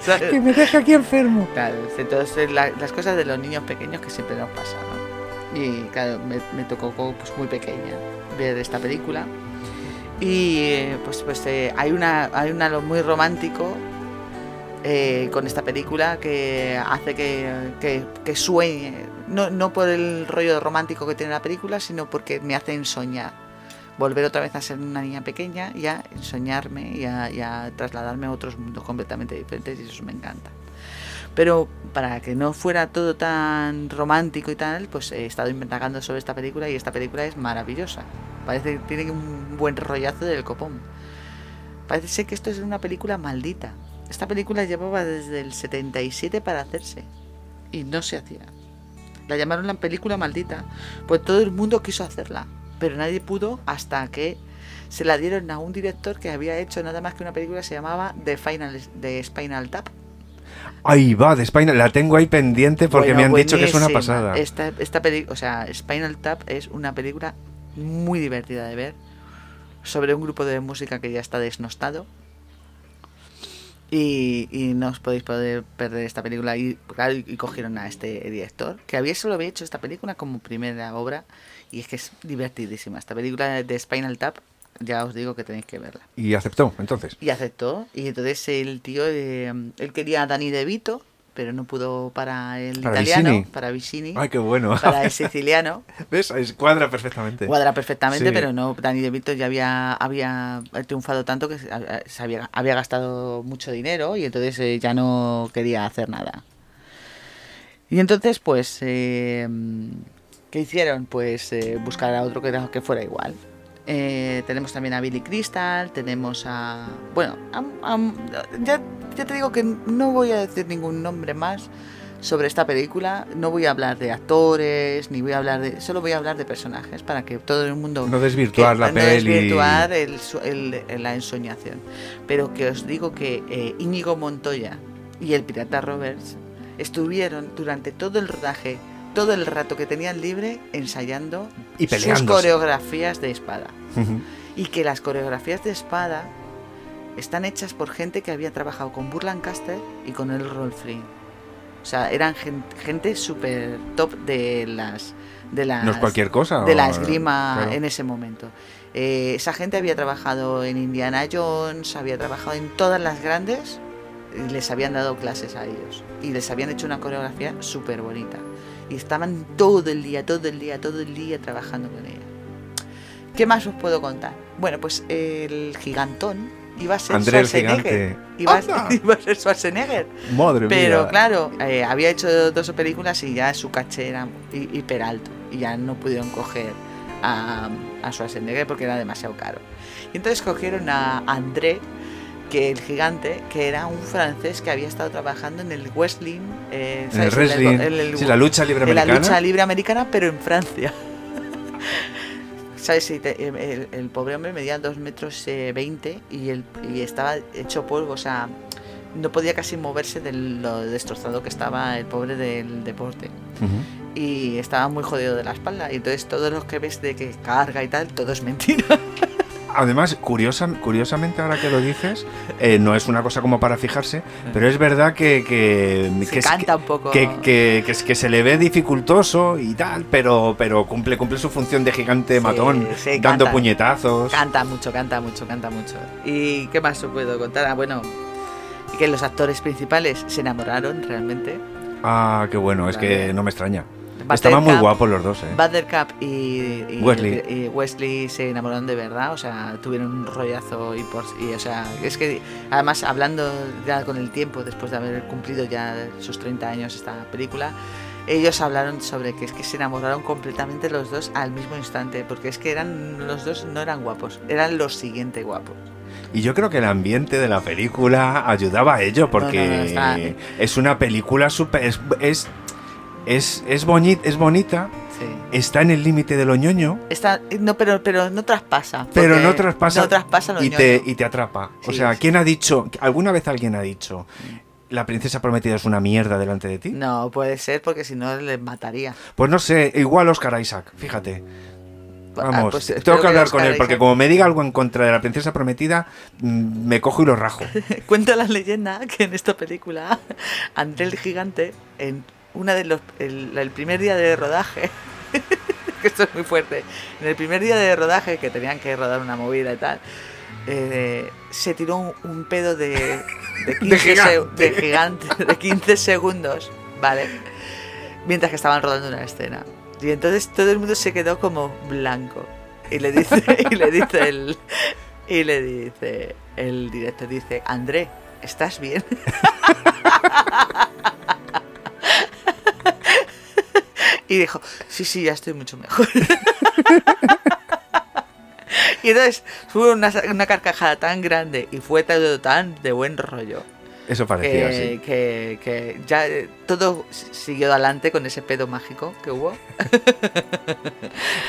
S1: ¿Sabes?
S2: me deja aquí enfermo.
S1: Claro, entonces la- las cosas de los niños pequeños que siempre nos pasan. ¿no? Y claro, me, me tocó co- pues, muy pequeña ver esta película. Y eh, pues, pues eh, hay, una, hay un halo muy romántico eh, con esta película que hace que, que- que sueñe. No, no por el rollo romántico que tiene la película, sino porque me hacen soñar. Volver otra vez a ser una niña pequeña y a soñarme y a- y a trasladarme a otros mundos completamente diferentes y eso me encanta. Pero para que no fuera todo tan romántico y tal, pues he estado investigando sobre esta película y esta película es maravillosa. Parece que tiene un buen rollazo del copón. Parece ser que esto es una película maldita. Esta película llevaba desde el 77 para hacerse y no se hacía. La llamaron la película maldita, pues todo el mundo quiso hacerla, pero nadie pudo hasta que se la dieron a un director que había hecho nada más que una película que se llamaba The Final de Spinal Tap.
S2: Ahí va, de Spinal. La tengo ahí pendiente porque
S1: Bueno,
S2: me han dicho que es una
S1: buenísima.
S2: pasada.
S1: Esta, esta peli- o sea, Spinal Tap es una película muy divertida de ver sobre un grupo de música que ya está desnostado. Y, y no os podéis poder perder esta película. Y, claro, y cogieron a este director, que había solo había hecho esta película como primera obra. Y es que es divertidísima. Esta película de Spinal Tap, ya os digo que tenéis que verla.
S2: Y aceptó, entonces.
S1: Y aceptó. Y entonces el tío, eh, él quería a Dani De Vito, pero no pudo para el
S2: Para
S1: italiano,
S2: Vicini.
S1: para Vicini,
S2: Ay, qué bueno.
S1: para el siciliano.
S2: ¿Ves? Ahí se Cuadra perfectamente.
S1: Cuadra perfectamente,
S2: Sí.
S1: pero no, Dani De Vito ya había, había triunfado tanto que se ha- se había, había gastado mucho dinero y entonces eh, ya no quería hacer nada. Y entonces, pues, eh, ¿qué hicieron? Pues eh, buscar a otro que, era- que fuera igual. Eh, tenemos también a Billy Crystal, tenemos a... Bueno, a- a- ya, ya te digo que no voy a decir ningún nombre más sobre esta película. No voy a hablar de actores, ni voy a hablar de... Solo voy a hablar de personajes para que todo el mundo...
S2: No desvirtuar
S1: que-
S2: la
S1: no
S2: peli.
S1: desvirtuar el su- el- el- la ensoñación. Pero que os digo que eh, Íñigo Montoya y el pirata Roberts estuvieron durante todo el rodaje todo el rato que tenían libre ensayando
S2: Y
S1: sus
S2: peleándose.
S1: coreografías de espada.
S2: Ujú.
S1: Y que las coreografías de espada están hechas por gente que había trabajado con Burl Lancaster y con el Rolf Flynn. O sea, eran gen- gente súper top de las... De las
S2: No es cualquier cosa.
S1: de la
S2: o-
S1: esgrima
S2: Ah, claro.
S1: en ese momento. Eh, esa gente había trabajado en Indiana Jones, había trabajado en todas las grandes y les habían dado clases a ellos. Y les habían hecho una coreografía súper bonita. Y estaban todo el día, todo el día, todo el día trabajando con ella. ¿Qué más os puedo contar? Bueno, pues el gigantón iba a ser
S2: André el
S1: Schwarzenegger.
S2: gigante.
S1: Iba a-
S2: ¡Anda!
S1: iba a ser Schwarzenegger.
S2: Madre
S1: Pero
S2: mía.
S1: claro, eh, había hecho dos películas y ya su caché era hi- hiper alto y ya no pudieron coger a, a Schwarzenegger porque era demasiado caro. Y entonces cogieron a André, que el gigante, que era un francés que había estado trabajando en el wrestling, eh,
S2: En
S1: ¿sabes?
S2: el
S1: En
S2: wrestling.
S1: el- en el-
S2: sí, la lucha libre
S1: en la
S2: americana.
S1: lucha libre americana, pero en Francia. ¿Sabes? Y te- em, el, el pobre hombre medía 2 metros eh, 20 y, el, y estaba hecho polvo, o sea, no podía casi moverse de lo destrozado que estaba el pobre del deporte.
S2: Ujú.
S1: Y estaba muy jodido de la espalda. Y entonces todo lo que ves de que carga y tal, todo es mentira.
S2: Además, curiosa, curiosamente, ahora que lo dices, eh, no es una cosa como para fijarse, pero es verdad que. que,
S1: Eh.
S2: que
S1: Se
S2: es-
S1: canta un poco.
S2: que, que- que es- que se le ve dificultoso y tal, pero, pero cumple, cumple su función de gigante
S1: Sí,
S2: matón,
S1: sí,
S2: dando
S1: canta.
S2: puñetazos.
S1: Canta mucho, canta mucho, canta mucho. ¿Y qué más os puedo contar? Ah, bueno, que los actores principales se enamoraron realmente.
S2: Ah, qué bueno, es que
S1: Vale.
S2: no me extraña. Estaban muy
S1: Buttercup-
S2: guapos los dos, eh.
S1: Buttercup y, y-
S2: Wesley.
S1: y Wesley se enamoraron de verdad, o sea, tuvieron un rollazo y, por, y, o sea, es que además hablando ya con el tiempo, después de haber cumplido ya sus 30 años esta película, ellos hablaron sobre que es que se enamoraron completamente los dos al mismo instante, porque es que eran los dos no eran guapos, eran los siguiente guapos.
S2: Y yo creo que el ambiente de la película ayudaba a ello, porque
S1: no, no, está-
S2: es una película súper. Es, es, es, es, boñi- es bonita,
S1: Sí.
S2: está en el límite de lo ñoño,
S1: Está, no, pero, pero no traspasa.
S2: pero
S1: porque
S2: no traspasa,
S1: No traspasa lo
S2: y, te,
S1: ñoño.
S2: y te atrapa. o
S1: Sí,
S2: sea,
S1: sí.
S2: ¿quién ha dicho, alguna vez alguien ha dicho, la princesa prometida es una mierda delante de ti?
S1: No, puede ser porque si no les mataría.
S2: Pues no sé, igual Oscar Isaac, fíjate.
S1: Ah,
S2: Vamos,
S1: pues espero
S2: tengo que hablar
S1: los
S2: con él,
S1: caréis
S2: porque
S1: a-
S2: como me diga algo en contra de la princesa prometida, mm, me cojo y lo rajo.
S1: Cuenta la leyenda que en esta película, André el Gigante, en una de los, el, el primer día de rodaje, que esto es muy fuerte, en el primer día de rodaje, que tenían que rodar una movida y tal, eh, se tiró un, un pedo de, de, 15 se-
S2: gigante.
S1: de gigante, de 15 segundos, ¿vale? Mientras que estaban rodando una escena. Y entonces todo el mundo se quedó como blanco. Y le dice, y le dice el, y le dice el director, dice, André, ¿estás bien? Y dijo, sí, sí, ya estoy mucho mejor. Y entonces fue una, una carcajada tan grande y fue todo tan de buen rollo
S2: Eso parecía
S1: que,
S2: así.
S1: que, que ya eh, todo s- siguió adelante con ese pedo mágico que hubo.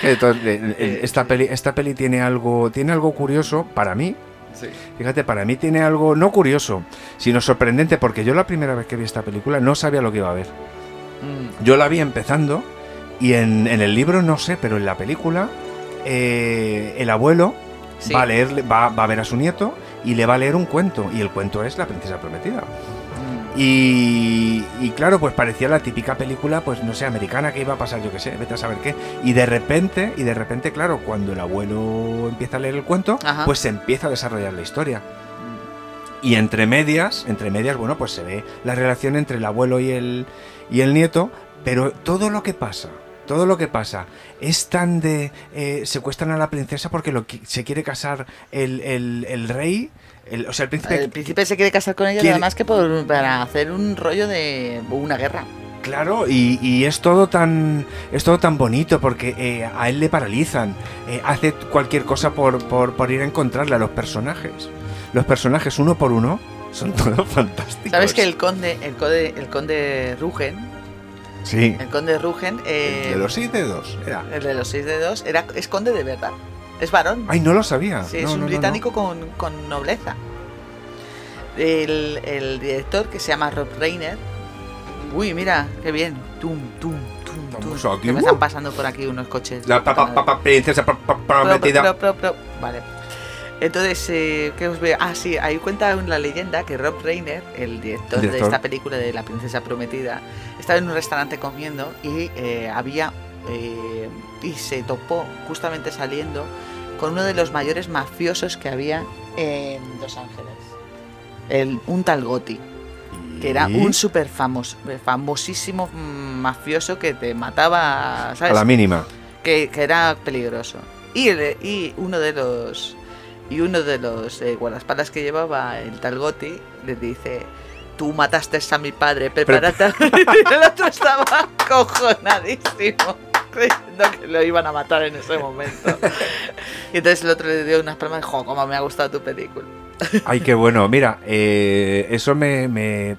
S2: Entonces, eh, eh, esta, peli, esta peli tiene algo, tiene algo curioso para mí. Fíjate, para mí tiene algo no curioso, sino sorprendente, porque yo la primera vez que vi esta película no sabía lo que iba a ver.
S1: Mm.
S2: Yo la vi empezando y en, en el libro no sé, pero en la película eh, el abuelo
S1: Sí.
S2: va, a leerle- va, va a ver a su nieto y le va a leer un cuento. Y el cuento es La princesa prometida.
S1: Mm.
S2: Y, y claro, pues parecía la típica película, pues no sé, americana que iba a pasar, yo qué sé, vete a saber qué. Y de repente, y de repente, claro, cuando el abuelo empieza a leer el cuento,
S1: Ajá.
S2: pues se empieza a desarrollar la historia. Y entre medias, entre medias, bueno, pues se ve la relación entre el abuelo y el, y el nieto, pero todo lo que pasa, todo lo que pasa, es tan de... eh, secuestran a la princesa porque lo, qui- se quiere casar el, el- el rey, el- o sea, el príncipe...
S1: El príncipe se quiere casar con ella
S2: Quiere-
S1: nada más que por- para hacer un rollo de una guerra.
S2: Claro, y, y es todo tan es todo tan bonito porque eh, a él le paralizan, eh, hace cualquier cosa por, por, por ir a encontrarla. Los personajes, los personajes uno por uno son todos fantásticos.
S1: ¿Sabes que el conde, el conde, el conde Rugen,
S2: sí,
S1: el conde Rugen, eh,
S2: el de los seis dedos era.
S1: el de los seis dedos, era, es conde de verdad? Es varón.
S2: Ay, no lo sabía.
S1: Sí,
S2: Ah, No,
S1: es un
S2: no, no, no.
S1: británico Con, con nobleza. El, el director que se llama Rob Reiner. Uy, mira, qué bien. Tum, tum, tum,
S2: Estamos
S1: tú,
S2: aquí,
S1: que me
S2: uh.
S1: están pasando por aquí unos coches.
S2: La pa- pa- pa- pa- princesa pa- pa-
S1: Pro, pro,
S2: prometida.
S1: pro, pro, pro. Vale. Entonces, eh, ¿qué os veo? Ah, sí, ahí cuenta la leyenda que Rob Reiner, el director, de
S2: Director.
S1: esta película de La Princesa Prometida, estaba en un restaurante comiendo y eh, había. eh, y se topó justamente saliendo con uno de los mayores mafiosos que había en Los Ángeles. El, un tal Gotti que era
S2: Y
S1: un súper famoso, famosísimo mm, mafioso que te mataba,
S2: A
S1: ¿sabes?
S2: la mínima.
S1: que, que era peligroso. Y, el- y uno de los y uno de los eh, guardaespaldas que llevaba el tal Gotti le dice tú mataste a mi padre, prepárate. y el otro estaba cojonadísimo creyendo que lo iban a matar en ese momento. y entonces el otro le dio unas palmas y dijo, "Cómo me ha gustado tu película."
S2: Ay, qué bueno. Mira, eh, eso me, me-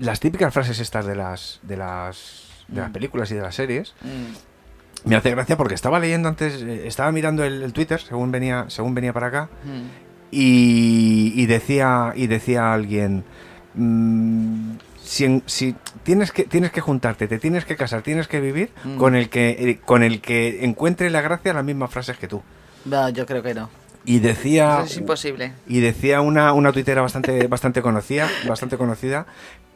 S2: Las típicas frases estas de las, de las, de las
S1: Mm.
S2: películas y de las series
S1: Mm.
S2: me hace gracia porque estaba leyendo antes, eh, estaba mirando el, el Twitter según venía, según venía para acá
S1: Mm.
S2: y, y decía y decía alguien mm, si, en- si tienes que tienes que juntarte, te tienes que casar, tienes que vivir
S1: Mm.
S2: con el que eh, con el que encuentre la gracia las mismas frases que tú.
S1: No, yo creo que no.
S2: Y decía
S1: Eso es imposible.
S2: y decía una, una tuitera bastante, bastante conocida, bastante conocida,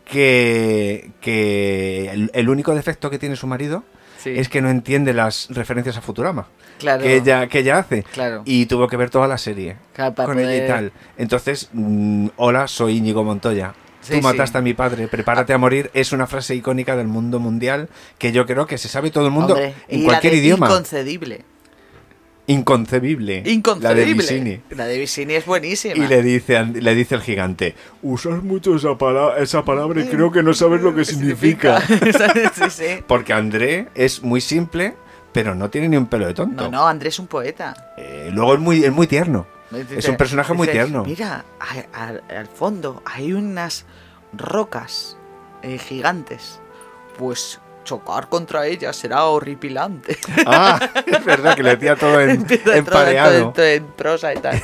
S2: que, que el, el único defecto que tiene su marido
S1: Sí,
S2: es que no entiende las referencias a Futurama
S1: claro,
S2: que ella, que ella hace.
S1: claro.
S2: Y tuvo que ver toda la serie
S1: Claro, para
S2: con ella y
S1: poder-
S2: tal. Entonces, mm, hola, soy Íñigo Montoya.
S1: Sí,
S2: Tú
S1: sí.
S2: mataste a mi padre, prepárate a morir. Es una frase icónica del mundo mundial que yo creo que se sabe todo el mundo
S1: Hombre, y
S2: en
S1: la
S2: cualquier
S1: de
S2: idioma.
S1: Inconcebible.
S2: Inconcebible. La de Vicini.
S1: Inconcebible. La de Vicini es buenísima.
S2: Y le dice, and- le dice el gigante, usas mucho esa, pala- esa palabra y creo que no sabes lo que significa.
S1: sí, sí.
S2: Porque André es muy simple, pero no tiene ni un pelo de tonto.
S1: No, no, Andrés es un poeta.
S2: Eh, luego es muy, es muy tierno.
S1: Dice-
S2: Es un personaje muy
S1: dice,
S2: tierno.
S1: Mira, a- a- al fondo hay unas rocas eh, gigantes. Pues chocar contra ellas será horripilante.
S2: Ah, es verdad que le tía todo en-
S1: Empieza todo
S2: empareado.
S1: esto- esto en prosa y tal.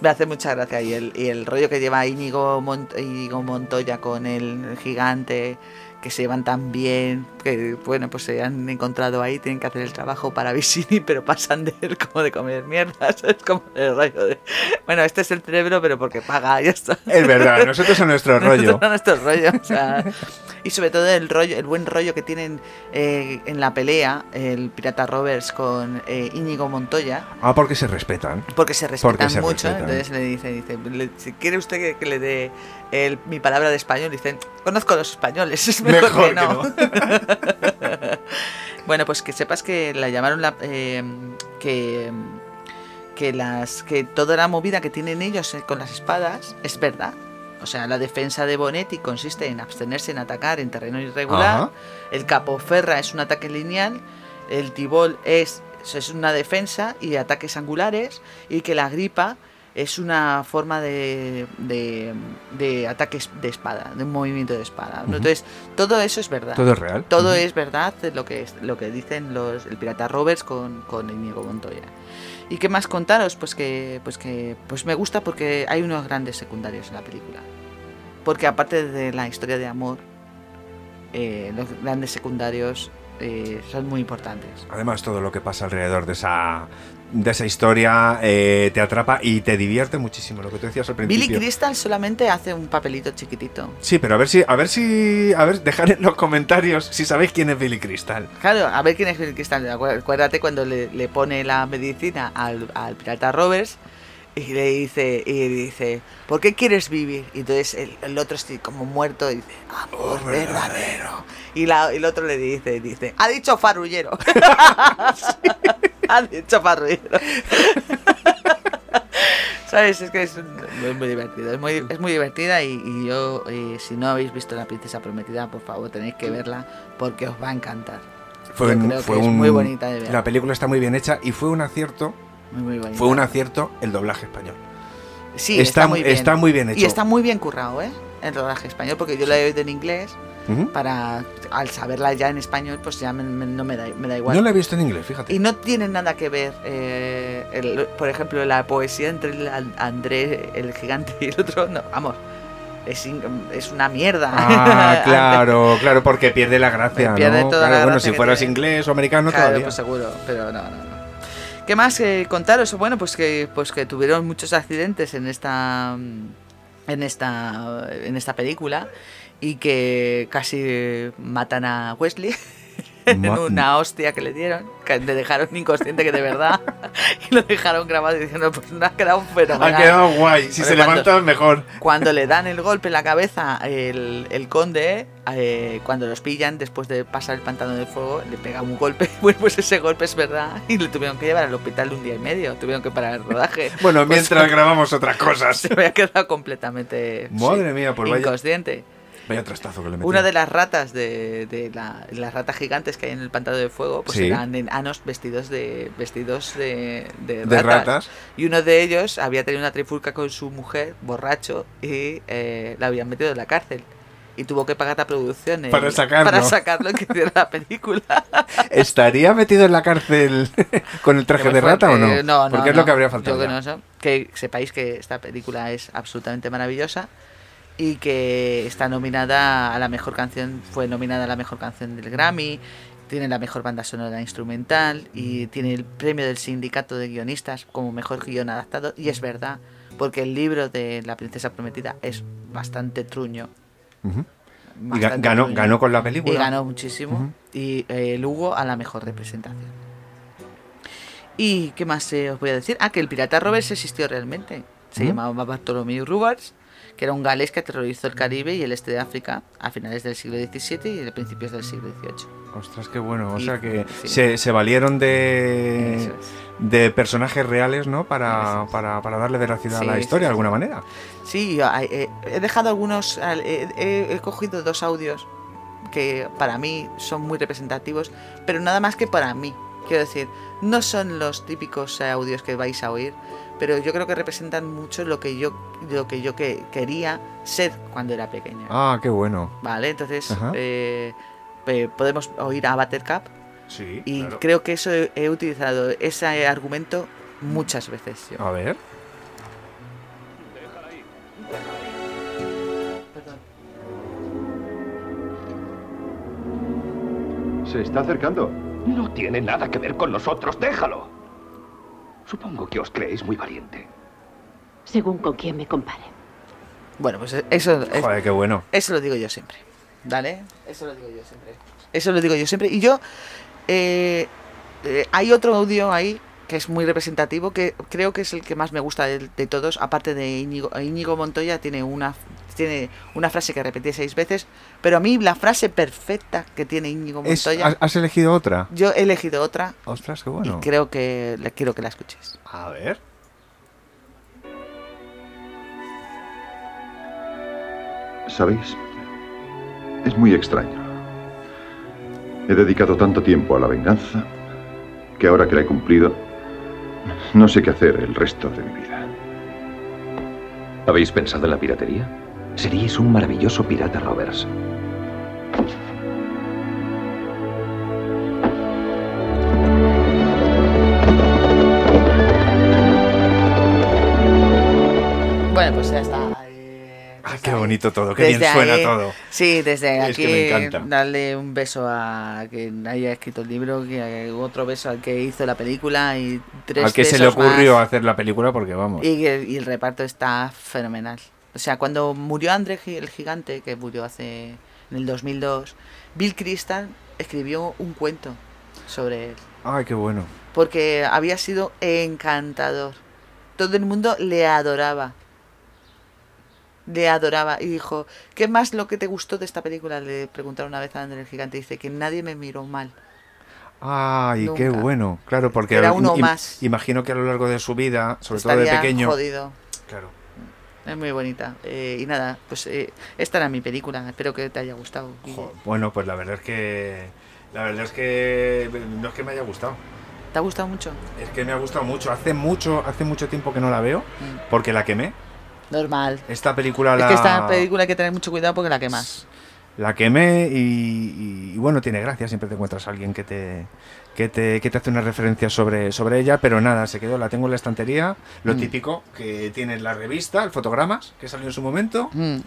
S1: Me hace mucha gracia. Y el, y el rollo que lleva Íñigo, Mont- Íñigo Montoya con el gigante, que se llevan tan bien, que bueno, pues se han encontrado ahí, tienen que hacer el trabajo para Vicini, pero pasan de él como de comer mierdas. Es como el rollo de. Bueno, este es el cerebro, pero porque paga, ya está.
S2: Es verdad, nosotros a nuestro rollo.
S1: No, no, esto es rollo, o sea, y sobre todo el rollo, el buen rollo que tienen eh, en la pelea el Pirata Roberts con eh, Íñigo Montoya,
S2: Ah, porque se respetan.
S1: porque se respetan
S2: Porque se
S1: mucho, ¿eh?
S2: respetan.
S1: entonces le dice, dice "Le- si quiere usted que, que le dé el- mi palabra de español, dicen, conozco a los españoles, es mejor, que no. bueno, pues que sepas que la llamaron la, eh, que em, que las que toda la movida que tienen ellos eh, con las espadas es verdad. O sea, la defensa de Bonetti consiste en abstenerse en atacar en terreno irregular.
S2: Ajá.
S1: El capoferra es un ataque lineal. El tibol es, es una defensa y ataques angulares. Y que la gripa es una forma de, de, de ataques de espada, de un movimiento de espada.
S2: Ujú.
S1: Entonces, todo eso es verdad.
S2: Todo es real.
S1: Todo es verdad de lo que, es, lo que dicen los, el pirata Roberts con, con Íñigo Montoya. ¿Y qué más contaros? Pues que, pues que pues me gusta porque hay unos grandes secundarios en la película. Porque aparte de la historia de amor, eh, los grandes secundarios eh, son muy importantes.
S2: Además, todo lo que pasa alrededor de esa, de esa historia eh, te atrapa y te divierte muchísimo, lo que tú decías al principio.
S1: Billy Crystal solamente hace un papelito chiquitito.
S2: Sí, pero a ver si, a ver si, a ver, dejad en los comentarios si sabéis quién es Billy Crystal.
S1: Claro, a ver quién es Billy Crystal. Acu- Acuérdate cuando le, le pone la medicina al, al pirata Roberts y le dice, y dice, ¿por qué quieres vivir? Y entonces el, el otro está como muerto y dice, amor verdadero. Y la- el otro le dice, dice, ha dicho farrullero. ha dicho farrullero. ¿Sabes? Es que es, un- es muy divertido. Es muy, es muy divertida y, y yo, eh, si no habéis visto La Princesa Prometida, por favor tenéis que verla porque os va a encantar.
S2: Fue,
S1: Yo
S2: un-
S1: creo
S2: fue
S1: que es
S2: un-
S1: muy bonita de ver.
S2: La película está muy bien hecha y fue un acierto,
S1: Muy, muy bonita.
S2: fue un acierto el doblaje español.
S1: Sí, está, muy bien.
S2: está muy bien hecho.
S1: Y está muy bien currado, ¿eh? El rodaje español, porque yo la he oído en inglés,
S2: Ujú.
S1: para al saberla ya en español, pues ya me- me- no me da, me da igual.
S2: No la he visto en inglés, fíjate.
S1: Y no tiene nada que ver, eh, el- por ejemplo, la poesía entre el An- Andrés, el gigante y el otro, no, vamos, es, in- es una mierda.
S2: Ah,
S1: Antes-
S2: claro, claro, porque pierde la gracia,
S1: Pierde
S2: ¿no?
S1: toda la
S2: Claro, bueno,
S1: gracia
S2: si
S1: que
S2: fueras
S1: tiene.
S2: inglés o americano
S1: Claro,
S2: todavía.
S1: pues seguro, pero no, no, no. ¿Qué más eh, contaros? Bueno, pues que, pues que tuvieron muchos accidentes en esta, mm, en esta, en esta película y que casi eh, matan a Wesley. En
S2: Ma-
S1: una hostia que le dieron, que le dejaron inconsciente que de verdad, y lo dejaron grabado diciendo, pues no ha quedado fenomenal.
S2: Ha quedado guay. Si
S1: Hombre,
S2: se levanta, mejor.
S1: Cuando le dan el golpe en la cabeza el, el conde, eh, cuando los pillan después de pasar el pantano de fuego, le pega un golpe. Bueno, pues ese golpe es verdad. Y le tuvieron que llevar al hospital un día y medio. Tuvieron que parar el rodaje.
S2: Bueno,
S1: Pues,
S2: mientras grabamos otras cosas.
S1: se había quedado completamente sí,
S2: Madre mía, pues vaya,
S1: inconsciente.
S2: vaya trastazo que le metí.
S1: Una de las ratas de, de la- las ratas gigantes que hay en el pantano de fuego, pues
S2: Sí.
S1: eran enanos vestidos de vestidos de, de
S2: de
S1: ratas.
S2: ratas.
S1: Y uno de ellos había tenido una trifulca con su mujer, borracho, y eh, la habían metido en la cárcel. Y tuvo que pagar la producción. el-
S2: Para sacarlo.
S1: Para sacarlo que hiciera la película.
S2: ¿Estaría metido en la cárcel con el traje de rata o no?
S1: Eh, No, no.
S2: Porque es
S1: no.
S2: lo que habría faltado.
S1: Yo que,
S2: ya.
S1: no, eso. que sepáis que esta película es absolutamente maravillosa y que está nominada a la mejor canción, fue nominada a la mejor canción del Grammy, tiene la mejor banda sonora instrumental y
S2: Mm.
S1: tiene el premio del sindicato de guionistas como mejor guion adaptado y
S2: Mm.
S1: es verdad, porque el libro de La princesa prometida es bastante truño.
S2: Ujú. Y ga-
S1: bastante
S2: ganó,
S1: truño.
S2: ganó con la
S1: Y
S2: película.
S1: ganó muchísimo.
S2: Ujú.
S1: Y eh, el Hugo a la mejor representación. ¿Y qué más eh, os voy a decir? Ah, que el pirata Roberts existió realmente. Se
S2: Ujú.
S1: llamaba Bartholomew Roberts, que era un galés que aterrorizó el Caribe y el este de África a finales del siglo XVII y de principios del siglo XVIII.
S2: Ostras, qué bueno. O
S1: Y-
S2: sea que
S1: sí.
S2: se, se valieron de,
S1: Eso es.
S2: de personajes reales, ¿no?
S1: Eso
S2: Para,
S1: es.
S2: para, para darle veracidad
S1: Sí,
S2: a la
S1: sí,
S2: historia de
S1: sí.
S2: alguna manera.
S1: Sí, yo, ay, eh, he dejado algunos, al- eh, eh, he cogido dos audios que para mí son muy representativos, pero nada más que para mí. Quiero decir, no son los típicos eh, audios que vais a oír, pero yo creo que representan mucho lo que yo, lo que yo que quería ser cuando era pequeña.
S2: Ah, qué bueno.
S1: Vale, entonces
S2: Ajá.
S1: eh, eh, podemos oír a Buttercup
S2: Sí.
S1: y creo que eso he, he utilizado ese argumento muchas veces. yo.
S2: A ver.
S5: Se está acercando.
S4: No tiene nada que ver con nosotros, déjalo. Supongo que os creéis muy valiente.
S6: según con quién me compare.
S1: Bueno, pues eso es,
S2: Joder, qué bueno.
S1: Eso lo digo yo siempre. ¿Vale? Eso lo digo yo siempre. Eso lo digo yo siempre. Y yo. eh, eh, hay otro audio ahí que es muy representativo, que creo que es el que más me gusta de, de todos, aparte de Íñigo, Íñigo Montoya, tiene una, tiene una frase que repetí seis veces, pero a mí la frase perfecta que tiene Íñigo
S2: Es-
S1: Montoya,
S2: ¿has- ¿Has elegido otra?
S1: yo he elegido otra
S2: Ostras, qué bueno.
S1: y creo que la- quiero que la escuches.
S2: A ver.
S5: ¿Sabéis? Es muy extraño. He dedicado tanto tiempo a la venganza que ahora que la he cumplido, no sé qué hacer el resto de mi vida.
S4: ¿Habéis pensado en la piratería? Seríais un maravilloso pirata, Roberts.
S1: Bueno, pues ya está. eh,
S2: Ah,
S1: pues
S2: qué
S1: ahí.
S2: bonito todo, qué
S1: Desde
S2: bien suena
S1: ahí-
S2: todo.
S1: Sí, desde
S2: Es
S1: aquí
S2: que me encanta.
S1: darle un beso a quien haya escrito el libro, que otro beso al que hizo la película y tres
S2: Al que se le
S1: besos
S2: ocurrió
S1: más.
S2: hacer la película porque vamos.
S1: Y, el- y el reparto está fenomenal. O sea, cuando murió André Gi- el Gigante, que murió hace en el 2002, Bill Crystal escribió un cuento sobre él,
S2: Ay, qué bueno.
S1: porque había sido encantador. Todo el mundo le adoraba. le adoraba y dijo, ¿qué más lo que te gustó de esta película? Le preguntaron una vez a André el Gigante y dice que nadie me miró mal.
S2: Ay, qué
S1: Nunca.
S2: bueno. Claro, porque
S1: Era uno
S2: im-
S1: más.
S2: imagino que a lo largo de su vida, sobre todo de
S1: Estaría
S2: pequeño,
S1: jodido.
S2: claro.
S1: Es muy bonita. Eh, y nada, pues eh, esta era mi película. Espero que te haya gustado. Guille.
S2: Jo, bueno, pues la verdad es que la verdad es que no es que me haya gustado,
S1: ¿Te ha gustado mucho?
S2: es que me ha gustado mucho. Hace mucho, hace mucho tiempo que no la veo
S1: Mm.
S2: porque la quemé.
S1: Normal.
S2: Esta película la
S1: Es que esta película hay que tener mucho cuidado porque la quemas.
S2: la quemé y, y- y bueno, tiene gracia, siempre te encuentras a alguien que te, que te, que te hace una referencia sobre, sobre ella, pero nada, se quedó, la tengo en la estantería, lo
S1: Mm.
S2: típico que tiene en la revista, el fotogramas, que salió en su momento,
S1: Mm.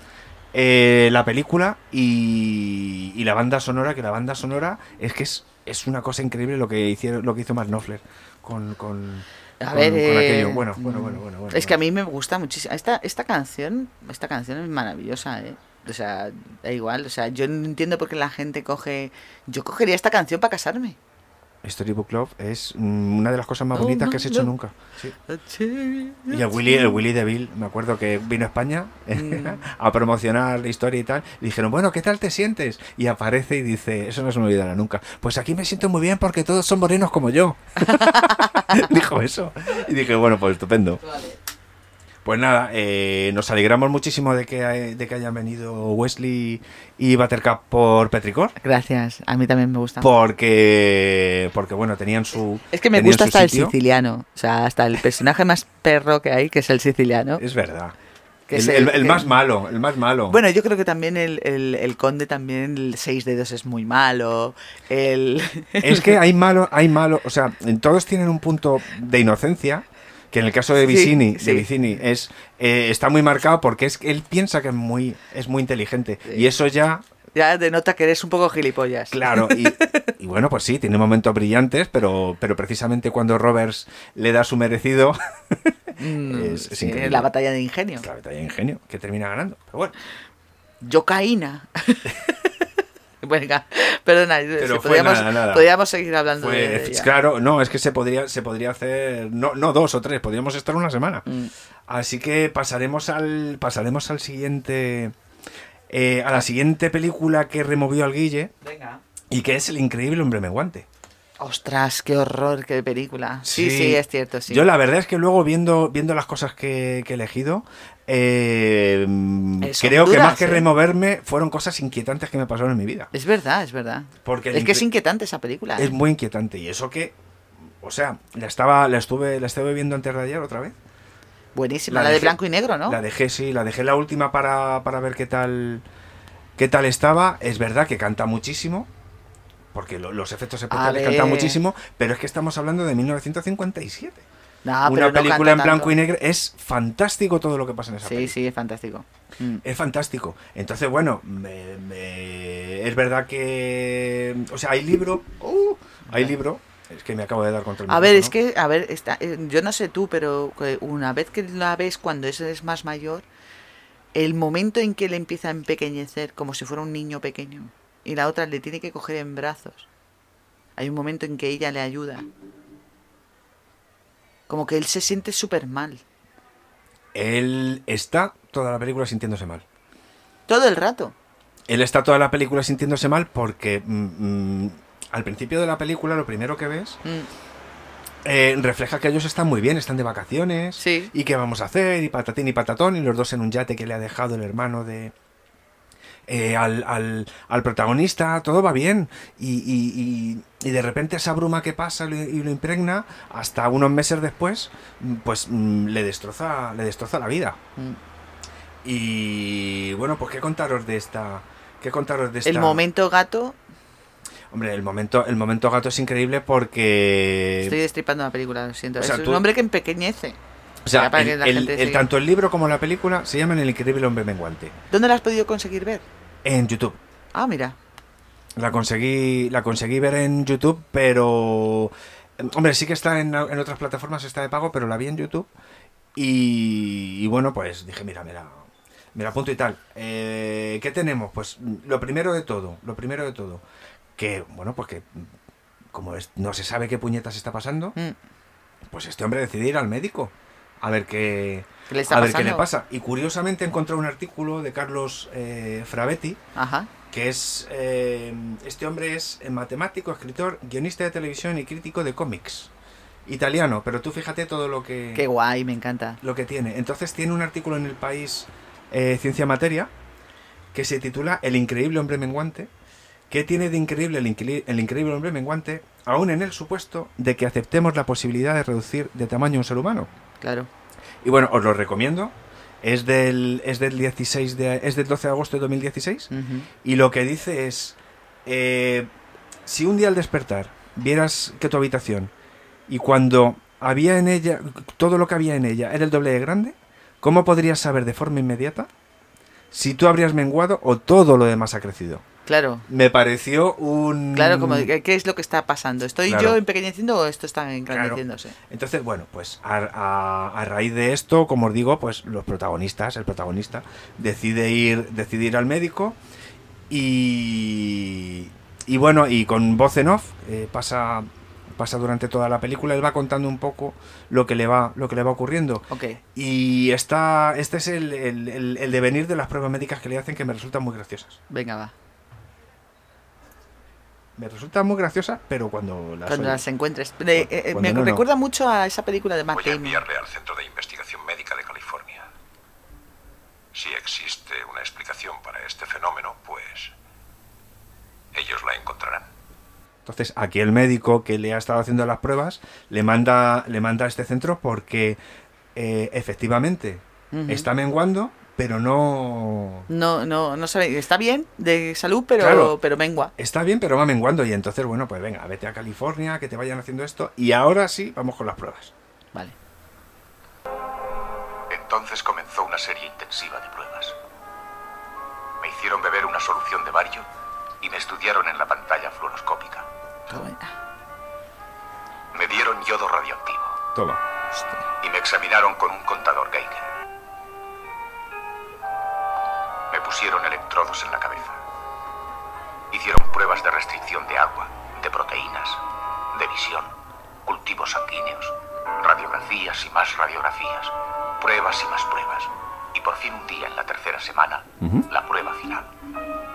S2: eh, la película y, y la banda sonora, que la banda sonora es que es, es una cosa increíble lo que, hicieron, lo que hizo Mark Knopfler con... con
S1: A
S2: con-
S1: ver,
S2: con
S1: eh,
S2: aquello. Bueno, bueno,
S1: mm,
S2: bueno, bueno, bueno,
S1: Es que a mí
S2: bueno.
S1: me gusta muchísimo. Esta, esta canción, esta canción es maravillosa, ¿eh? O sea, da igual. O sea, yo no entiendo por qué la gente coge. Yo cogería esta canción para casarme.
S2: Storybook Love es mm, una de las cosas más
S1: Oh,
S2: bonitas que
S1: my
S2: has hecho
S1: love.
S2: nunca. Y el Willy, el Willy Deville, me acuerdo que vino a España
S1: Mm.
S2: a promocionar la historia y tal. Y dijeron, bueno, ¿qué tal te sientes? Y aparece y dice, eso no se me olvidará nunca. Pues aquí me siento muy bien porque todos son morenos como yo. Dijo eso. Y dije, bueno, pues estupendo. Pues nada, eh, nos alegramos muchísimo de que, hay- de que hayan venido Wesley y Buttercup por Petricor.
S1: Gracias, a mí también me gusta.
S2: Porque, porque bueno, tenían su.
S1: Ah. es que me
S2: tenían
S1: gusta
S2: su
S1: hasta el
S2: sitio.
S1: siciliano. O sea, hasta el personaje más perro que hay, que es el siciliano.
S2: Es verdad.
S1: Que
S2: el,
S1: es el-
S2: el- el
S1: que-
S2: más malo, el más malo.
S1: Bueno, yo creo que también el, el, el conde, también el seis dedos es muy malo. El.
S2: Es que hay malo, hay malo. O sea, todos tienen un punto de inocencia. Que en el caso
S1: Sí,
S2: de Vicini, de
S1: sí.
S2: Vicini es, eh, está muy marcado porque es, él piensa que es muy, es muy inteligente. Y eso ya,
S1: Ya denota que eres un poco gilipollas.
S2: claro. Y, y bueno, pues sí, tiene momentos brillantes, pero, pero precisamente cuando Roberts le da su merecido,
S1: Mm,
S2: Es- es
S1: sí,
S2: increíble.
S1: la batalla de ingenio.
S2: es la batalla de ingenio, que termina ganando. Pero bueno,
S1: Yo caína. Venga, perdona, eh,
S2: Pero
S1: si
S2: fue
S1: podíamos,
S2: nada, nada.
S1: podíamos seguir hablando
S2: fue-
S1: de ella.
S2: Pues, claro, no, es que se podría, se podría hacer, no, no dos o tres, podríamos estar una semana.
S1: Mm.
S2: Así que pasaremos al. Pasaremos al siguiente. eh, a la siguiente película que removió al Guille. Y que es el increíble hombre menguante.
S1: Ostras, qué horror, qué película. Sí, sí, es cierto, sí.
S2: Yo la verdad es que luego viendo, viendo las cosas que, que he elegido, eh, mm,
S1: Eh, son
S2: creo que
S1: duras,
S2: más que
S1: ¿eh?
S2: removerme fueron cosas inquietantes que me pasaron en mi vida.
S1: Es verdad, es verdad.
S2: Porque el
S1: es que es
S2: incre-
S1: inquietante esa película.
S2: Es muy inquietante. Y eso que. O sea, la estaba, la estuve, la estuve viendo antes de ayer otra vez.
S1: Buenísima,
S2: la
S1: la, de
S2: dejé-
S1: blanco y negro, ¿no?
S2: La dejé, sí, la dejé la última para, para ver qué tal qué tal estaba. Es verdad que canta muchísimo, porque lo- los efectos especiales
S1: ver.
S2: cantan muchísimo, pero es que estamos hablando de 1957.
S1: No, Ah, pero no
S2: Una película en
S1: canta
S2: blanco y
S1: tanto.
S2: negro. Es fantástico todo lo que pasa en esa
S1: Sí,
S2: película.
S1: sí, es fantástico. Mm.
S2: Es fantástico. Entonces, bueno, me- me- es verdad que... O sea, hay libro... ¡uh! hay libro... Es que me acabo de dar contra el
S1: A ver, es
S2: micrófono.
S1: que, a ver, está, eh, yo no sé tú, pero que una vez que la ves cuando es, es más mayor, el momento en que le empieza a empequeñecer como si fuera un niño pequeño y la otra le tiene que coger en brazos, hay un momento en que ella le ayuda. Como que él se siente súper mal.
S2: Él está toda la película sintiéndose mal.
S1: Todo el rato.
S2: él está toda la película sintiéndose mal porque mm, mm, al principio de la película lo primero que ves
S1: Mm,
S2: eh, refleja que ellos están muy bien, están de vacaciones
S1: Sí.
S2: y qué vamos a hacer y patatín y patatón y los dos en un yate que le ha dejado el hermano de... eh, al, al- al protagonista, todo va bien y, y- y- y de repente esa bruma que pasa lo- y lo impregna hasta unos meses después mm, pues mm, le destroza, le destroza la vida
S1: Mm.
S2: y bueno pues qué contaros de esta qué contaros de esta
S1: El momento gato,
S2: Hombre, el momento, el momento gato es increíble porque.
S1: estoy destripando la película, lo siento.
S2: em o sea,
S1: es
S2: tú-
S1: un hombre que empequeñece.
S2: o sea,
S1: ya para
S2: el-
S1: que la
S2: el-
S1: gente
S2: el-
S1: siga.
S2: tanto el libro como la película se llaman El Increíble Hombre Menguante.
S1: ¿Dónde la has podido conseguir ver?
S2: En YouTube.
S1: Ah, mira.
S2: La conseguí, la conseguí ver en YouTube, pero. Hombre, sí que está en, en otras plataformas, está de pago, pero la vi en YouTube. Y, y bueno, pues dije, mira, mira. Mira, punto y tal. Eh, ¿Qué tenemos? Pues lo primero de todo, lo primero de todo. Que, bueno, pues que. Como es- no se sabe qué puñetas está pasando,
S1: Mm,
S2: pues este hombre decidió ir al médico a ver qué,
S1: ¿Qué le está
S2: a ver qué
S1: pasando?
S2: le pasa. Y curiosamente encontré un artículo de Carlos eh, Frabetti,
S1: Ajá.
S2: que es eh, este hombre es eh, matemático, escritor, guionista de televisión y crítico de cómics italiano. Pero tú fíjate todo lo que
S1: Qué guay, me encanta.
S2: lo que tiene. Entonces tiene un artículo en el país eh, Ciencia Materia que se titula El increíble hombre menguante. ¿Qué tiene de increíble el, incre- el increíble hombre menguante? Aún en el supuesto de que aceptemos la posibilidad de reducir de tamaño a un ser humano.
S1: Claro.
S2: Y bueno, os lo recomiendo. es del, es del 16 de, es del 12 de agosto de 2016
S1: Ujú.
S2: y lo que dice es, eh, si un día al despertar vieras que tu habitación y cuando había en ella, todo lo que había en ella era el doble de grande, ¿cómo podrías saber de forma inmediata si tú habrías menguado o todo lo demás ha crecido?
S1: Claro.
S2: Me pareció un...
S1: Claro, como de que- qué es lo que está pasando. ¿Estoy
S2: Mm. Claro.
S1: yo empequeñeciendo o esto está engrandeciéndose?
S2: Entonces, bueno, pues a, a- a raíz de esto, como os digo, pues los protagonistas, el protagonista, decide ir, decide ir al médico y, y bueno, y con voz en off eh, pasa, pasa durante toda la película, él va contando un poco lo que le va, lo que le va ocurriendo.
S1: Ok.
S2: Y está, este es el, el- el- el devenir de las pruebas médicas que le hacen que me resultan muy graciosas.
S1: Venga, va.
S2: Me resultan muy graciosas, pero cuando las...
S1: Cuando
S2: oigo-
S1: las encuentres. Eh, eh,
S2: Cuando
S1: me
S2: no, no.
S1: recuerda mucho a esa película de Matt
S7: Voy a
S1: Damon.
S7: enviarle al Centro de Investigación Médica de California. Si existe una explicación para este fenómeno, pues ellos la encontrarán.
S2: Entonces, aquí el médico que le ha estado haciendo las pruebas le manda, le manda a este centro porque eh, efectivamente
S1: Ujú.
S2: está menguando, pero no.
S1: No, no, no sabe. Está bien de salud, pero,
S2: Claro.
S1: pero mengua.
S2: Está bien, pero va menguando. Y entonces, bueno, pues venga, vete a California, que te vayan haciendo esto. Y ahora sí, vamos con las pruebas.
S1: Vale.
S7: Entonces comenzó una serie intensiva de pruebas. Me hicieron beber una solución de bario y me estudiaron en la pantalla fluoroscópica.
S1: Toma.
S7: Me dieron yodo radioactivo
S2: Toma.
S1: Hostia.
S7: y me examinaron con un contador Geiger. Me pusieron electrodos en la cabeza. Hicieron pruebas de restricción de agua, de proteínas, de visión, cultivos sanguíneos, radiografías y más radiografías, pruebas y más pruebas. Y por fin un día en la tercera semana, la prueba final.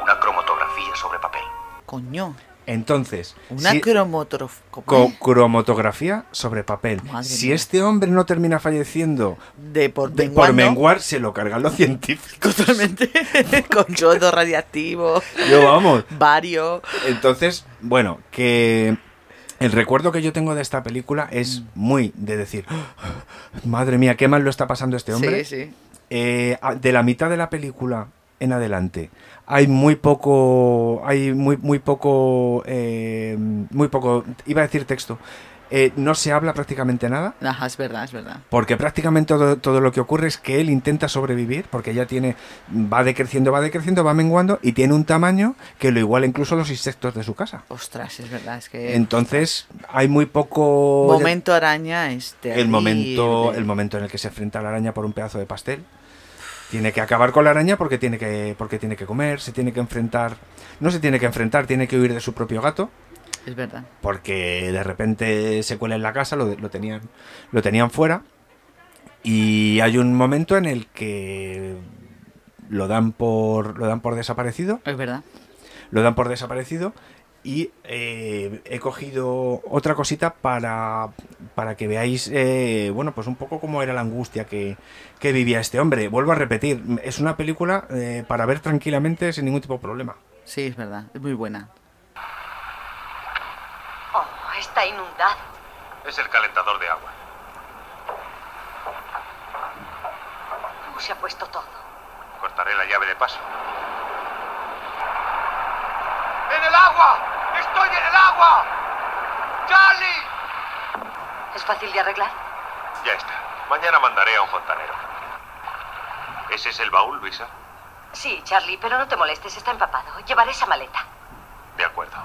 S7: Una cromatografía sobre papel.
S1: Coño.
S2: Entonces,
S1: Una
S2: si-
S1: cromotrof.
S2: co- cromotografía sobre papel.
S1: Madre
S2: si
S1: mía.
S2: este hombre no termina falleciendo
S1: De por
S2: de-
S1: menguando.
S2: por menguar, se lo cargan los científicos.
S1: Totalmente. Con yodo radiactivo.
S2: Yo vamos.
S1: Vario.
S2: Entonces, bueno, que el recuerdo que yo tengo de esta película
S1: Mm.
S2: es muy de decir, "Ah, madre mía, qué mal lo está pasando este hombre.
S1: Sí, sí.
S2: Eh, a- de la mitad de la película en adelante hay muy poco, hay muy muy poco, eh, muy poco, iba a decir texto, Eh, no se habla prácticamente nada.
S1: Ajá, es verdad, es verdad.
S2: Porque prácticamente todo, todo lo que ocurre es que él intenta sobrevivir, porque ya tiene, va decreciendo, va decreciendo, va menguando y tiene un tamaño que lo iguala incluso a los insectos de su casa.
S1: Ostras, es verdad, es que
S2: Entonces hay muy poco
S1: momento araña este
S2: el momento el momento en el que se enfrenta a la araña por un pedazo de pastel. Tiene que acabar con la araña porque tiene que porque tiene que comer, se tiene que enfrentar, no se tiene que enfrentar, tiene que huir de su propio gato
S1: es verdad.
S2: porque de repente se cuela en la casa, lo, lo tenían lo tenían fuera y hay un momento en el que lo dan por lo dan por desaparecido
S1: Es verdad.
S2: lo dan por desaparecido y eh, he cogido otra cosita para, para que veáis, eh, bueno, pues un poco cómo era la angustia que, que vivía este hombre. Vuelvo a repetir, es una película eh, para ver tranquilamente sin ningún tipo de problema.
S1: Sí, es verdad. Es muy buena.
S6: Oh, está inundado.
S7: Es el calentador de agua.
S6: ¿Cómo Uh, se ha puesto todo?
S7: Cortaré la llave de paso. ¡En el agua! ¡Estoy en el agua! ¡Charlie!
S6: ¿Es fácil de arreglar?
S7: Ya está. Mañana mandaré a un fontanero. ¿Ese es el baúl, Luisa?
S6: Sí, Charlie, pero no te molestes, está empapado. Llevaré esa maleta.
S7: De acuerdo.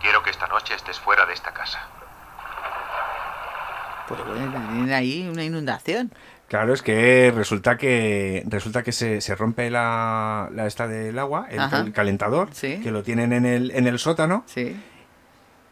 S7: Quiero que esta noche estés fuera de esta casa.
S1: Pues bueno, tiene ahí una inundación.
S2: Claro, es que resulta que resulta que se, se rompe la, la esta del agua, el,
S1: Ajá.
S2: el calentador,
S1: Sí.
S2: que lo tienen en el, en el sótano,
S1: Sí.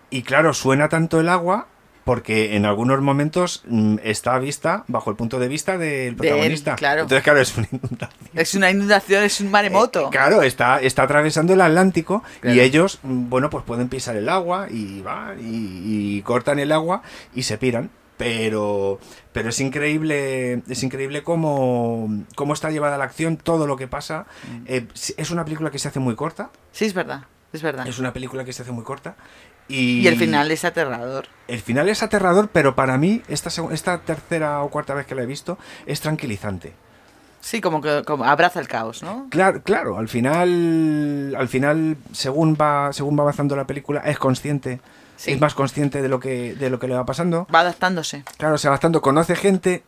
S2: y claro, suena tanto el agua porque en algunos momentos mm, está vista bajo el punto de vista del
S1: De él,
S2: protagonista.
S1: claro.
S2: Entonces, claro, es una inundación.
S1: Es una inundación, es un maremoto.
S2: Eh, claro, está, está atravesando el Atlántico
S1: Claro.
S2: y ellos, mm, bueno, pues pueden pisar el agua y va, y, y cortan el agua y se piran. Pero, pero es increíble, es increíble cómo, cómo está llevada la acción, todo lo que pasa.
S1: Mm.
S2: Eh, es una película que se hace muy corta.
S1: Sí, es verdad. Es verdad.
S2: Es una película que se hace muy corta. Y,
S1: Ah. Y el final es aterrador.
S2: El final es aterrador, pero para mí, esta, seg- esta tercera o cuarta vez que la he visto, es tranquilizante.
S1: Sí, como que como abraza el caos, ¿no?
S2: Claro, claro, al final, al final, según va, según va avanzando la película, es consciente,
S1: Sí.
S2: es más consciente de lo que, de lo que le va pasando.
S1: Va adaptándose.
S2: Claro, se va adaptando, conoce gente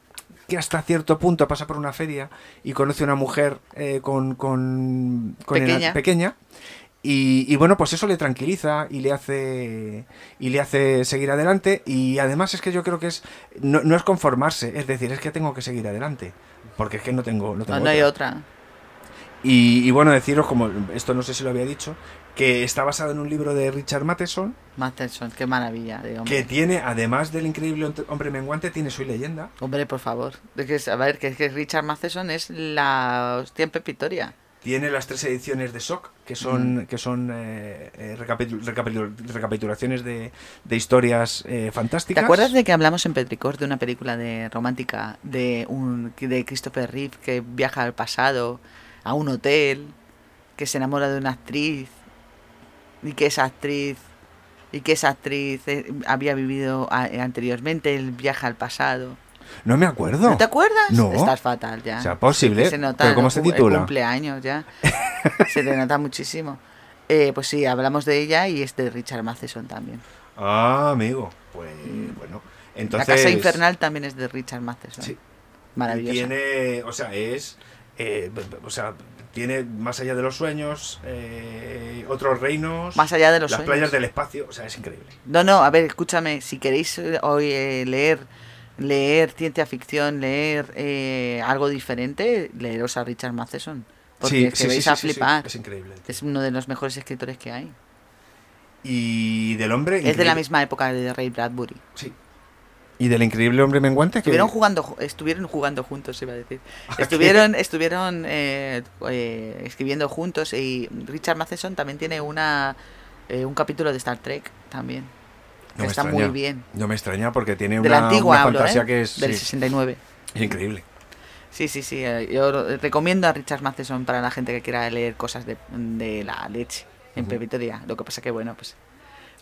S2: que hasta cierto punto pasa por una feria y conoce una mujer eh, con, con, con ena-
S1: Pequeña.
S2: pequeña. Y, y bueno, pues eso le tranquiliza y le hace y le hace seguir adelante. Y además es que yo creo que es no, no es conformarse, es decir, es que tengo que seguir adelante. Porque es que no tengo, no
S1: No,
S2: tengo
S1: Ah, no hay
S2: otra.
S1: otra.
S2: Y, y bueno, deciros, como esto no sé si lo había dicho, que está basado en un libro de Richard Matheson,
S1: Masterson, qué maravilla de
S2: que
S1: hombre.
S2: tiene, además del increíble hom- hombre menguante, tiene su leyenda.
S1: Hombre, por favor. Es que, es- a ver, que, es que Richard Matheson es la hostia en Pepitoria.
S2: Tiene las tres ediciones de Shock, que
S1: Mm.
S2: son, que son eh, eh, recapitu- recapitu- recapitulaciones de, de historias eh,
S1: ¿Te
S2: fantásticas.
S1: acuerdas de que hablamos en Petricor de una película de romántica de un de Christopher Reeve que viaja al pasado a un hotel, que se enamora de una actriz y que esa actriz y que esa actriz eh, había vivido a- eh, anteriormente, él viaja al pasado.
S2: No me acuerdo.
S1: ¿No, te acuerdas?
S2: No.
S1: Estás fatal ya.
S2: O sea, posible.
S1: Que se nota
S2: ¿Pero cómo
S1: el
S2: se
S1: cu- el
S2: titula?
S1: cumpleaños ya. se te nota muchísimo. Eh, pues sí, hablamos de ella y es de Richard Matheson también.
S2: Ah, amigo. Pues bueno. Entonces,
S1: la Casa Infernal también es de Richard Matheson.
S2: Sí. Y
S1: Maravillosa.
S2: Tiene, o sea, es, eh, b- b- o sea, tiene más allá de los sueños, eh, otros reinos,
S1: Más allá de los
S2: las
S1: sueños.
S2: playas del espacio, o sea, es increíble.
S1: No, no, a ver, escúchame, si queréis eh, hoy eh, leer leer ciencia ficción, leer eh, algo diferente, leeros a Richard Matheson. Porque es que vais a flipar.
S2: es increíble.
S1: es uno de los mejores escritores que hay.
S2: Y del hombre,
S1: Es de la
S2: increíble-
S1: misma época de Ray Bradbury.
S2: sí. Y del increíble hombre menguante que
S1: Estuvieron jugando, ju- estuvieron jugando juntos, iba a decir. Estuvieron, estuvieron eh, eh, escribiendo juntos y Richard Matheson también tiene una eh, un capítulo de Star Trek también.
S2: No me
S1: está
S2: extraña.
S1: muy bien.
S2: No me extraña porque tiene
S1: de la
S2: una,
S1: antigua
S2: una
S1: hablo,
S2: fantasía
S1: ¿eh?
S2: que es
S1: del
S2: sí,
S1: 69.
S2: increíble.
S1: Sí, sí, sí. eh, Yo lo- recomiendo a Richard Matheson para la gente que quiera leer cosas de, de la leche en Pepitoria. Lo que pasa que, bueno, pues...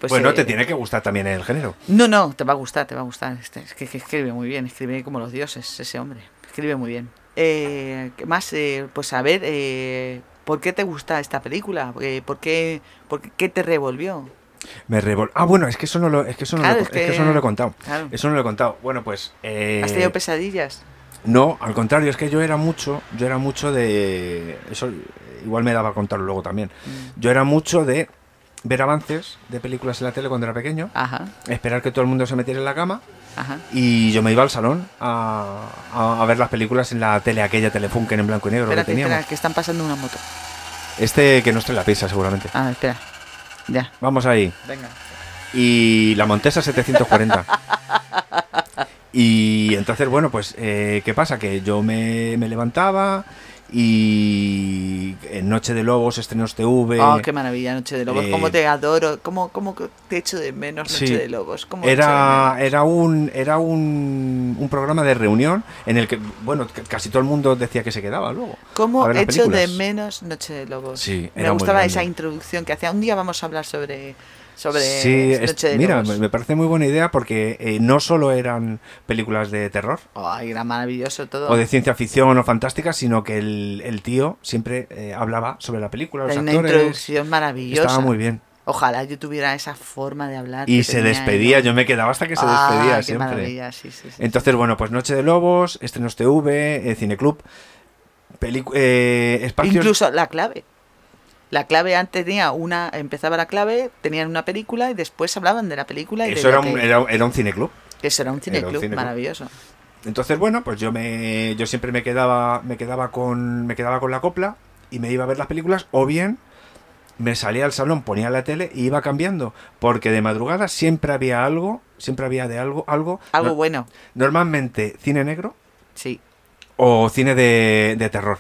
S1: pues,
S2: bueno,
S1: eh,
S2: te tiene que gustar también el género.
S1: No, no, te va a gustar, te va a gustar. Este, Es que, que escribe muy bien, escribe como los dioses ese hombre. Escribe muy bien. Eh, ¿Qué más? Eh, pues a ver, eh, ¿por qué te gusta esta película? Eh, ¿Por qué, por qué- qué te revolvió?
S2: Me revol... Ah, bueno, es que eso no lo, es que eso no
S1: Claro,
S2: lo,
S1: es
S2: es que
S1: que-
S2: eso no lo he contado.
S1: Claro.
S2: Eso no lo he contado. Bueno, pues eh,
S1: ¿Has tenido pesadillas?
S2: No, al contrario, es que yo era mucho, yo era mucho de. Eso eh, igual me daba a contarlo luego también.
S1: Mm.
S2: Yo era mucho de ver avances de películas en la tele cuando era pequeño,
S1: Ajá,
S2: esperar que todo el mundo se metiera en la cama
S1: ajá.
S2: y yo me iba al salón a, a- a ver las películas en la tele, aquella Telefunken en blanco y negro que
S1: Espérate,
S2: teníamos.
S1: espera, que están pasando una moto.
S2: Este que nos trae la pizza seguramente.
S1: Ah, espera. Ya.
S2: Vamos ahí.
S1: Venga.
S2: y la Montesa 740. y entonces, bueno, pues, eh, ¿qué pasa? Que yo me, me levantaba y en Noche de Lobos, Estrenos TV...
S1: Oh, qué maravilla, Noche de Lobos.
S2: eh,
S1: cómo te adoro, cómo, cómo te echo de menos Noche
S2: Sí.
S1: de Lobos. cómo
S2: Era,
S1: echo
S2: era, un, era un, un programa de reunión en el que, bueno, c- casi todo el mundo decía que se quedaba luego.
S1: de, cómo
S2: a ver las
S1: echo de
S2: películas.
S1: menos Noche de Lobos.
S2: Sí,
S1: me
S2: era muy
S1: gustaba
S2: grande.
S1: esa introducción que hacía. Un día vamos a hablar sobre, sobre
S2: Sí, es-
S1: Noche de
S2: mira, me
S1: Lobos.
S2: me parece muy buena idea porque eh, no solo eran películas de terror,
S1: Ay, era maravilloso todo.
S2: o de ciencia ficción o fantástica, sino que el, el tío siempre eh, hablaba sobre la película, los
S1: Era una
S2: actores.
S1: introducción maravillosa.
S2: Estaba muy bien.
S1: Ojalá yo tuviera esa forma de hablar.
S2: Y
S1: que
S2: se
S1: tenía él.
S2: despedía, yo me quedaba hasta que se
S1: Ah,
S2: despedía
S1: qué
S2: siempre.
S1: maravilla, sí, sí, sí, sí.
S2: Entonces, bueno, pues Noche de Lobos, Estrenos TV, eh, Cineclub, pelicu- eh, espacios...
S1: Incluso la clave. La clave antes tenía una, empezaba la clave, tenían una película y después hablaban de la película y de
S2: Eso
S1: lo
S2: era un,
S1: que-
S2: era, era un cineclub.
S1: eso era un
S2: era un
S1: cineclub
S2: cineclub.
S1: maravilloso.
S2: Entonces, bueno, pues yo me yo siempre me quedaba me quedaba con me quedaba con la copla y me iba a ver las películas o bien me salía al salón, ponía la tele y iba cambiando, porque de madrugada siempre había algo, siempre había de algo, algo,
S1: Algo
S2: no-
S1: bueno,
S2: normalmente cine negro
S1: sí.
S2: o cine de, de terror,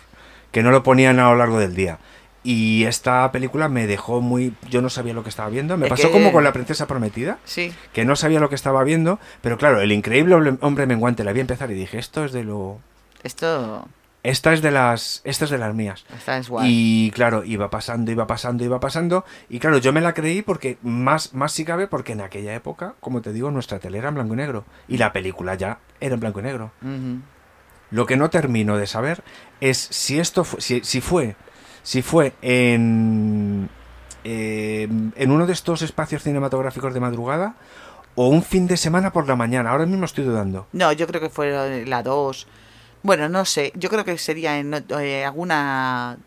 S2: que no lo ponían a lo largo del día. Y esta película me dejó muy yo no sabía lo que estaba viendo, me
S1: Es
S2: pasó
S1: que-
S2: como con la princesa prometida
S1: Sí,
S2: que no sabía lo que estaba viendo, pero claro, el increíble hombre- hombre menguante la vi empezar y dije, esto es de lo
S1: esto
S2: esta es de las esta es de las mías.
S1: esta es guay.
S2: Y claro, iba pasando, iba pasando, iba pasando y claro, yo me la creí porque más más si cabe porque en aquella época, como te digo, nuestra tele era en blanco y negro y la película ya era en blanco y negro.
S1: Ujú.
S2: Lo que no termino de saber es si esto fu- si, si fue si fue en eh, en uno de estos espacios cinematográficos de madrugada o un fin de semana por la mañana. Ahora mismo estoy dudando.
S1: No, yo creo que fue la 2. Bueno, no sé. Yo creo que sería en eh, alguna.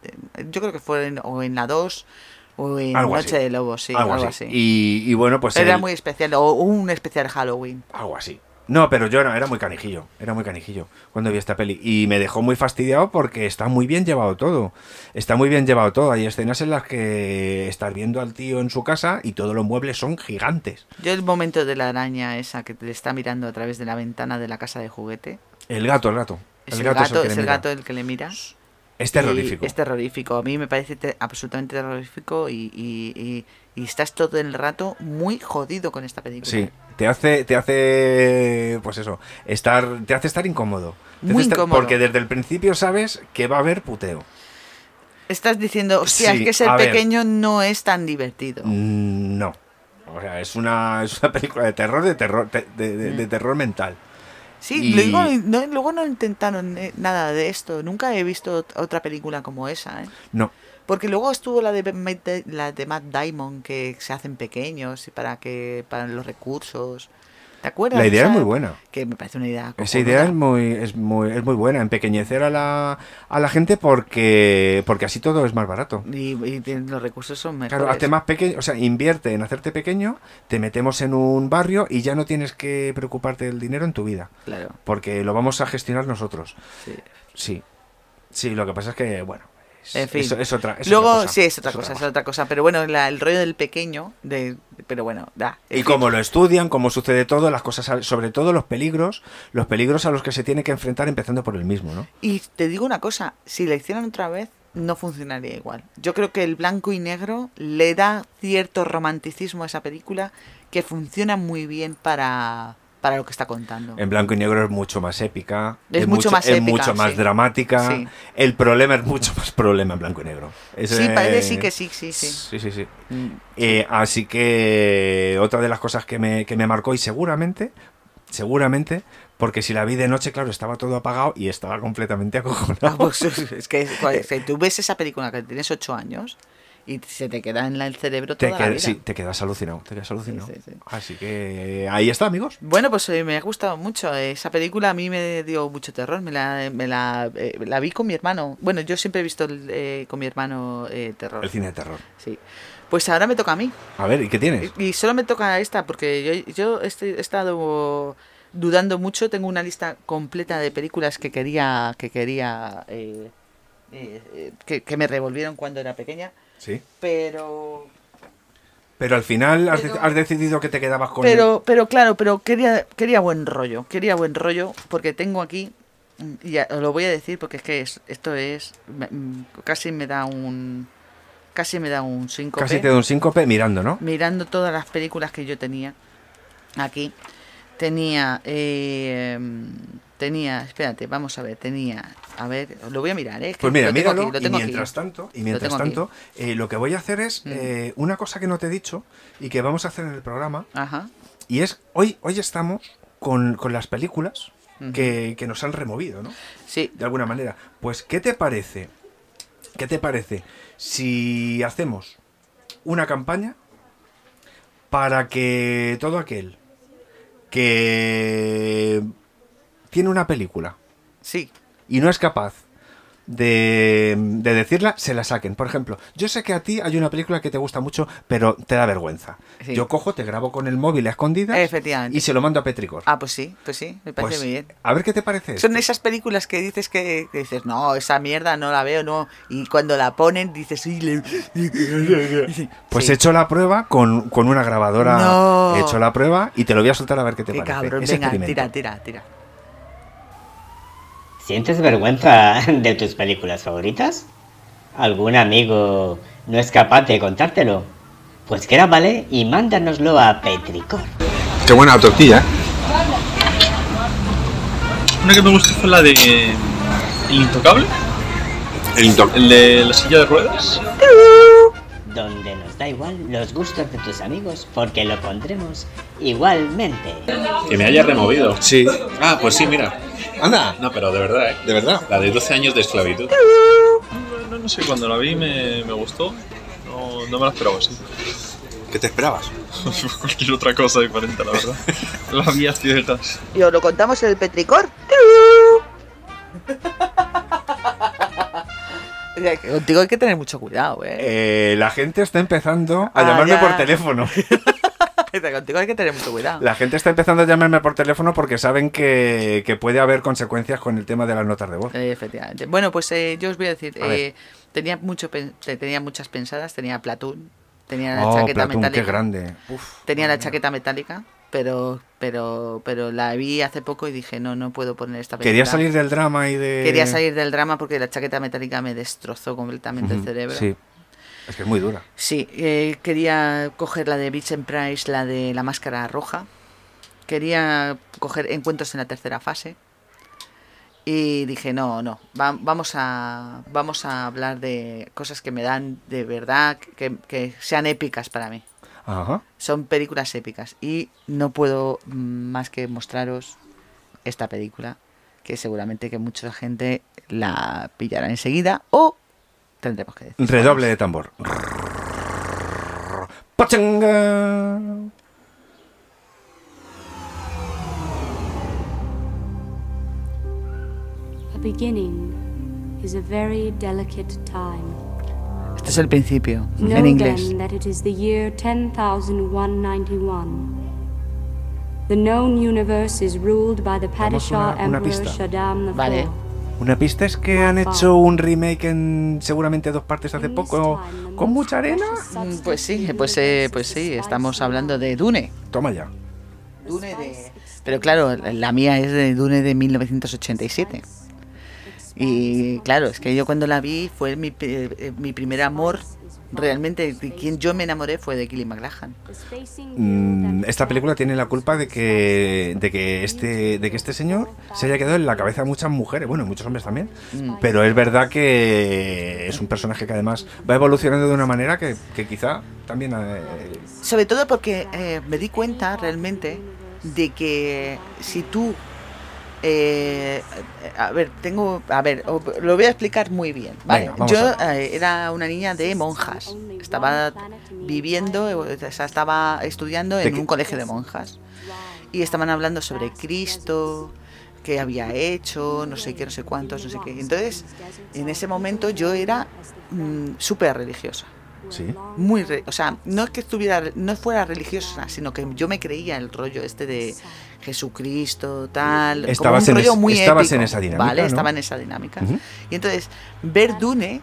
S1: Yo creo que fue en, o en la 2 o en
S2: Algo
S1: Noche
S2: así.
S1: de Lobos, sí,
S2: algo, así. Y, y bueno, pues
S1: Era
S2: el-
S1: muy especial, o un especial Halloween.
S2: algo así. No, pero yo era, era muy canijillo, era muy canijillo cuando vi esta peli. Y me dejó muy fastidiado porque está muy bien llevado todo. Está muy bien llevado todo. Hay escenas en las que estás viendo al tío en su casa y todos los muebles son gigantes.
S1: Yo el momento de la araña esa que te está mirando a través de la ventana de la casa de juguete.
S2: El gato, el gato.
S1: Es el gato,
S2: es el que le
S1: es el
S2: mira.
S1: gato el que le mira.
S2: Es
S1: Y
S2: terrorífico.
S1: Es terrorífico. A mí me parece te- absolutamente terrorífico y, y- y- y estás todo el rato muy jodido con esta película.
S2: Sí, te hace, te hace, pues eso, estar, te hace estar incómodo. Te hace
S1: Muy
S2: estar-
S1: incómodo.
S2: Porque desde el principio sabes que va a haber puteo.
S1: Estás diciendo, hostia,
S2: Sí,
S1: es que ser
S2: a ver.
S1: pequeño no es tan divertido.
S2: Mm, No. O sea, es una, es una película de terror, de terror, te- de, de-
S1: Mm.
S2: de terror mental.
S1: Sí,
S2: y-
S1: luego, no, luego no intentaron eh, nada de esto. Nunca he visto ot- otra película como esa. ¿eh?
S2: No.
S1: Porque luego estuvo la de, Matt Da- la de Matt Damon, que se hacen pequeños y para que para los recursos. ¿Te acuerdas?
S2: La
S1: de
S2: idea es
S1: esa?
S2: muy buena.
S1: Que me parece una idea.
S2: Esa idea es
S1: cojonuda.
S2: muy, es muy, es muy buena, empequeñecer a la, a la gente porque, porque así todo es más barato.
S1: Y, y tiene- los recursos son mejores.
S2: Claro, hazte más pequeño, o sea, invierte en hacerte pequeño, te metemos en un barrio y ya no tienes que preocuparte del dinero en tu vida,
S1: Claro,
S2: porque lo vamos a gestionar nosotros.
S1: sí.
S2: Sí, sí, lo que pasa es que, bueno, es,
S1: En fin.
S2: es- es otra es
S1: Luego,
S2: otra cosa,
S1: sí, es otra cosa, es otra cosa. Pero bueno, la- el rollo del pequeño, de, pero bueno, da. en
S2: Y
S1: fin.
S2: cómo lo estudian, cómo sucede todo, las cosas, a- sobre todo los peligros, los peligros a los que se tiene que enfrentar empezando por el mismo, ¿no?
S1: Y te digo una cosa, si la hicieran otra vez, no funcionaría igual. Yo creo que el blanco y negro le da cierto romanticismo a esa película que funciona muy bien para, para lo que está contando.
S2: En blanco y negro es mucho más épica,
S1: Es mucho más
S2: es
S1: épica,
S2: mucho más
S1: sí.
S2: dramática,
S1: Sí.
S2: el problema es mucho más problema en blanco y negro. Ese-
S1: Sí, parece sí que sí, sí, sí.
S2: Sí, sí, sí.
S1: Mm.
S2: Eh, así que otra de las cosas que me, que me marcó y seguramente, seguramente, porque si la vi de noche, claro, estaba todo apagado y estaba completamente
S1: Ah,
S2: acojonado.
S1: pues, es que
S2: eh,
S1: joder, si tú ves esa película que tienes ocho años y se te queda en la- el cerebro
S2: Te,
S1: toda
S2: qued-
S1: la vida.
S2: sí, te quedas alucinado, te quedas alucinado.
S1: sí, sí.
S2: Así que eh, ahí está, amigos.
S1: Bueno, pues eh, me ha gustado mucho. Esa película a mí me dio mucho terror. Me la, me la, eh, la vi con mi hermano. Bueno, yo siempre he visto el, eh, con mi hermano eh, terror.
S2: El cine de terror.
S1: Sí. Pues ahora me toca a mí.
S2: A ver, ¿y qué tienes?
S1: Y y solo me toca esta, porque yo, yo estoy- he estado dudando mucho. Tengo una lista completa de películas que quería. que quería. eh, eh, eh, que, que me revolvieron cuando era pequeña.
S2: Sí.
S1: Pero.
S2: Pero al final has,
S1: Pero-
S2: de- has decidido que te quedabas con
S1: Pero, pero claro, pero quería, quería buen rollo. Quería buen rollo, porque tengo aquí. mm, Y a- lo voy a decir porque es que es- esto es. me- mm, casi me da un. Casi me da un 5
S2: casi te doy un síncope mirando, ¿no?
S1: mirando todas las películas que yo tenía aquí. Tenía, eh, tenía, espérate, vamos a ver, tenía, a ver, lo voy a mirar, ¿eh? que
S2: Pues mira,
S1: lo tengo
S2: míralo
S1: aquí, lo
S2: y
S1: tengo aquí.
S2: mientras tanto, y mientras
S1: tengo aquí.
S2: tanto, eh, lo que voy a hacer es
S1: Mm.
S2: eh, una cosa que no te he dicho y que vamos a hacer en el programa
S1: Ajá.
S2: Y es, hoy, hoy estamos con, con las películas que, que nos han removido, ¿no?
S1: Sí,
S2: De alguna manera. Pues, ¿qué te parece? ¿Qué te parece si hacemos una campaña para que todo aquel que tiene una película
S1: sí,
S2: y no es capaz de, de decirla, se la saquen. Por ejemplo, yo sé que a ti hay una película que te gusta mucho, pero te da vergüenza.
S1: Sí.
S2: Yo cojo, te grabo con el móvil a escondidas
S1: Efectivamente.
S2: y se lo mando a Petricor.
S1: ah, pues sí, pues sí, me parece
S2: Pues,
S1: muy bien.
S2: A ver qué te parece.
S1: Son esas películas que dices que, que dices, no, esa mierda no la veo, no. Y cuando la ponen, dices, sí, le-
S2: Pues
S1: Sí.
S2: he hecho la prueba con, con una grabadora.
S1: No.
S2: He hecho la prueba y te lo voy a soltar a ver qué te
S1: qué
S2: parece.
S1: cabrón,
S2: Es
S1: venga,
S2: experimento.
S1: tira, tira, tira.
S8: ¿Sientes vergüenza de tus películas favoritas? ¿Algún amigo no es capaz de contártelo? Pues grábale y mándanoslo a Petricor.
S9: Qué buena tortilla. ¿eh?
S10: Una que me gustó fue la de. El Intocable,
S9: El Intoc-
S10: el de la silla de ruedas.
S8: donde nos da igual los gustos de tus amigos porque lo pondremos igualmente.
S10: Que me haya removido.
S9: Sí. Ah, pues sí, mira. Anda.
S10: No, pero de verdad, ¿eh?
S9: De verdad.
S10: La de 12 años de esclavitud. No, no, no sé, cuando la vi me, me gustó. No, no me la esperaba así.
S9: ¿Qué te esperabas?
S10: Cualquier otra cosa diferente, la verdad. Las vías ciertas.
S11: Y os lo contamos en el Petricor.
S1: Contigo hay que tener mucho cuidado, ¿eh?
S2: Eh, la gente está empezando a
S1: Ah,
S2: llamarme
S1: ya.
S2: por teléfono.
S1: Contigo hay que tener mucho cuidado.
S2: La gente está empezando a llamarme por teléfono porque saben que, que puede haber consecuencias con el tema de las notas de voz.
S1: Eh, efectivamente. Bueno, pues eh, yo os voy a decir,
S2: A ver.
S1: eh, tenía mucho pen- te- tenía muchas pensadas, tenía Platoon, tenía la
S2: Oh,
S1: chaqueta
S2: Platoon,
S1: metálica.
S2: qué grande. Uf.
S1: Tenía la chaqueta metálica, pero pero pero la vi hace poco y dije, "No, no puedo poner esta
S2: Quería
S1: película".
S2: salir del drama y de...
S1: Quería salir del drama porque la chaqueta metálica me destrozó completamente el
S2: Ujú,
S1: cerebro.
S2: Sí. Es que es muy dura.
S1: Sí, eh, quería coger la de Beach and Price, la de la máscara roja. Quería coger encuentros en la tercera fase. Y dije, no, no, va- vamos, a, vamos a hablar de cosas que me dan de verdad, que, que sean épicas para mí.
S2: Ajá.
S1: Son películas épicas. Y no puedo mm, más que mostraros esta película, que seguramente que mucha gente la pillará enseguida o tendremos que decir.
S2: Redoble de tambor. ¡Pachanga!
S12: A beginning is a very delicate time.
S1: Este es el principio,
S12: Know
S1: en inglés.
S12: then that it is the year 10,191. The known universe is ruled by the Padishah
S2: una- una
S12: Emperor
S2: pista.
S12: Shaddam IV.
S1: Vale.
S2: Una pista es que han hecho un remake en seguramente dos partes hace poco. ¿Con mucha arena?
S1: Mm, Pues sí, pues, eh, pues sí, estamos hablando de Dune.
S2: Toma ya.
S1: Dune de... Pero claro, la mía es de Dune de 1987. Y claro, es que yo cuando la vi fue mi, pri- eh, mi primer amor. Realmente, de quien yo me enamoré fue de Killy McLachlan.
S2: Mm, Esta película tiene la culpa de que, de que este de que este señor se haya quedado en la cabeza de muchas mujeres, bueno, muchos hombres también,
S1: Mm.
S2: pero es verdad que es un personaje que además va evolucionando de una manera que, que quizá también eh,
S1: Sobre todo porque eh, me di cuenta realmente de que si tú... eh, a ver, tengo... A ver, o- lo voy a explicar muy bien. Vale,
S6: Venga, vamos
S1: yo
S6: a
S1: eh, era una niña de monjas. Estaba viviendo, eh, o sea, estaba estudiando
S6: ¿De
S1: en
S6: qué?
S1: un colegio de monjas. Y estaban hablando sobre Cristo, qué había hecho, no sé qué, no sé cuántos, no sé qué. Entonces, en ese momento yo era mm, súper religiosa
S2: sí.
S1: muy re- o sea no es que estuviera no fuera religiosa sino que yo me creía el rollo este de Jesucristo tal
S2: Estabas
S1: como
S2: en
S1: un rollo
S2: es-
S1: muy
S2: estabas
S1: épico,
S2: en esa dinámica,
S1: vale
S2: ¿no?
S1: estaba en esa dinámica
S2: Ujú.
S1: y entonces ver Dune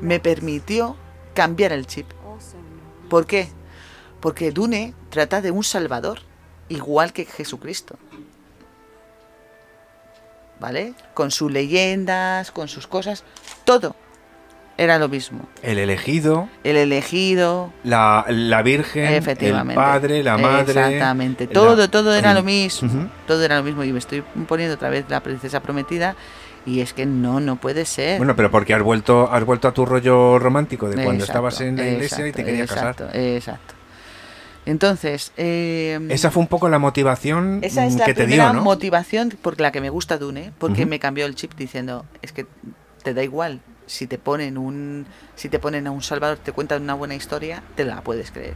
S1: me permitió cambiar el chip ¿por qué? porque Dune trata de un Salvador igual que Jesucristo vale con sus leyendas con sus cosas todo era lo mismo
S2: el elegido,
S1: el elegido
S2: la, la Virgen, el
S1: Efectivamente.
S2: padre, la madre.
S1: Exactamente.
S2: la-
S1: Todo, todo era lo mismo.
S2: Ujú.
S1: Todo era lo mismo. Y me estoy poniendo otra vez la princesa prometida. Y es que no, no puede ser.
S2: Bueno, pero porque has vuelto, has vuelto a tu rollo romántico de cuando
S1: Exacto,
S2: estabas en la iglesia y te
S1: exacto,
S2: querías
S1: exacto,
S2: casar.
S1: Exacto. Entonces, eh,
S2: Esa fue un poco la motivación
S1: esa es
S2: mm,
S1: la
S2: que te
S1: primera
S2: dio, ¿no?
S1: motivación por la que me gusta Dune, ¿eh? porque
S2: Ujú.
S1: me cambió el chip diciendo, es que te da igual si te ponen un si te ponen a un salvador, te cuentan una buena historia, te la puedes creer.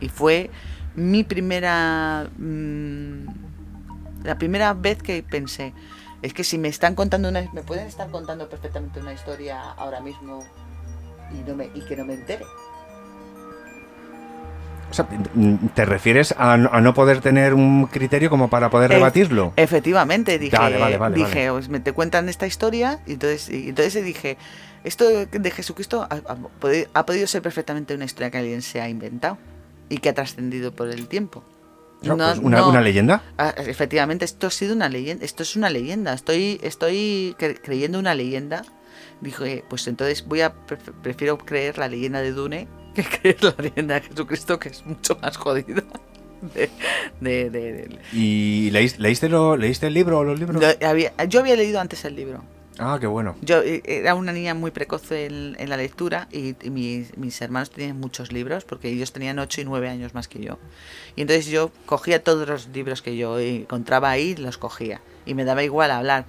S1: Y fue mi primera mm, la primera vez que pensé, es que si me están contando una me pueden estar contando perfectamente una historia ahora mismo y no me y que no me entere.
S2: O sea, mm, ¿te refieres a, no- a no poder tener un criterio como para poder
S1: Eh,
S2: rebatirlo?
S1: Efectivamente, dije,
S2: Vale, vale, vale,
S1: dije
S2: vale.
S1: "Pues me te cuentan esta historia y entonces, y entonces dije, esto de Jesucristo ha, ha podi- ha podido ser perfectamente una historia que alguien se ha inventado y que ha trascendido por el tiempo.
S2: No,
S1: No,
S2: pues una,
S1: no.
S2: una leyenda?
S1: Ah, Efectivamente, esto ha sido una leyenda, esto es una leyenda, estoy, estoy cre- creyendo una leyenda. Dije, pues entonces voy a pref- prefiero creer la leyenda de Dune que creer la leyenda de Jesucristo, que es mucho más jodida. de- de- de, de,
S2: ¿Y leís- leíste, lo- leíste el libro o los libros?
S1: lo- había- yo había leído antes el libro.
S2: Ah, qué bueno.
S1: Yo eh, era una niña muy precoz en, en la lectura y, y mis, mis hermanos tenían muchos libros porque ellos tenían 8 y 9 años más que yo. Y entonces yo cogía todos los libros que yo encontraba ahí, los cogía. Y me daba igual hablar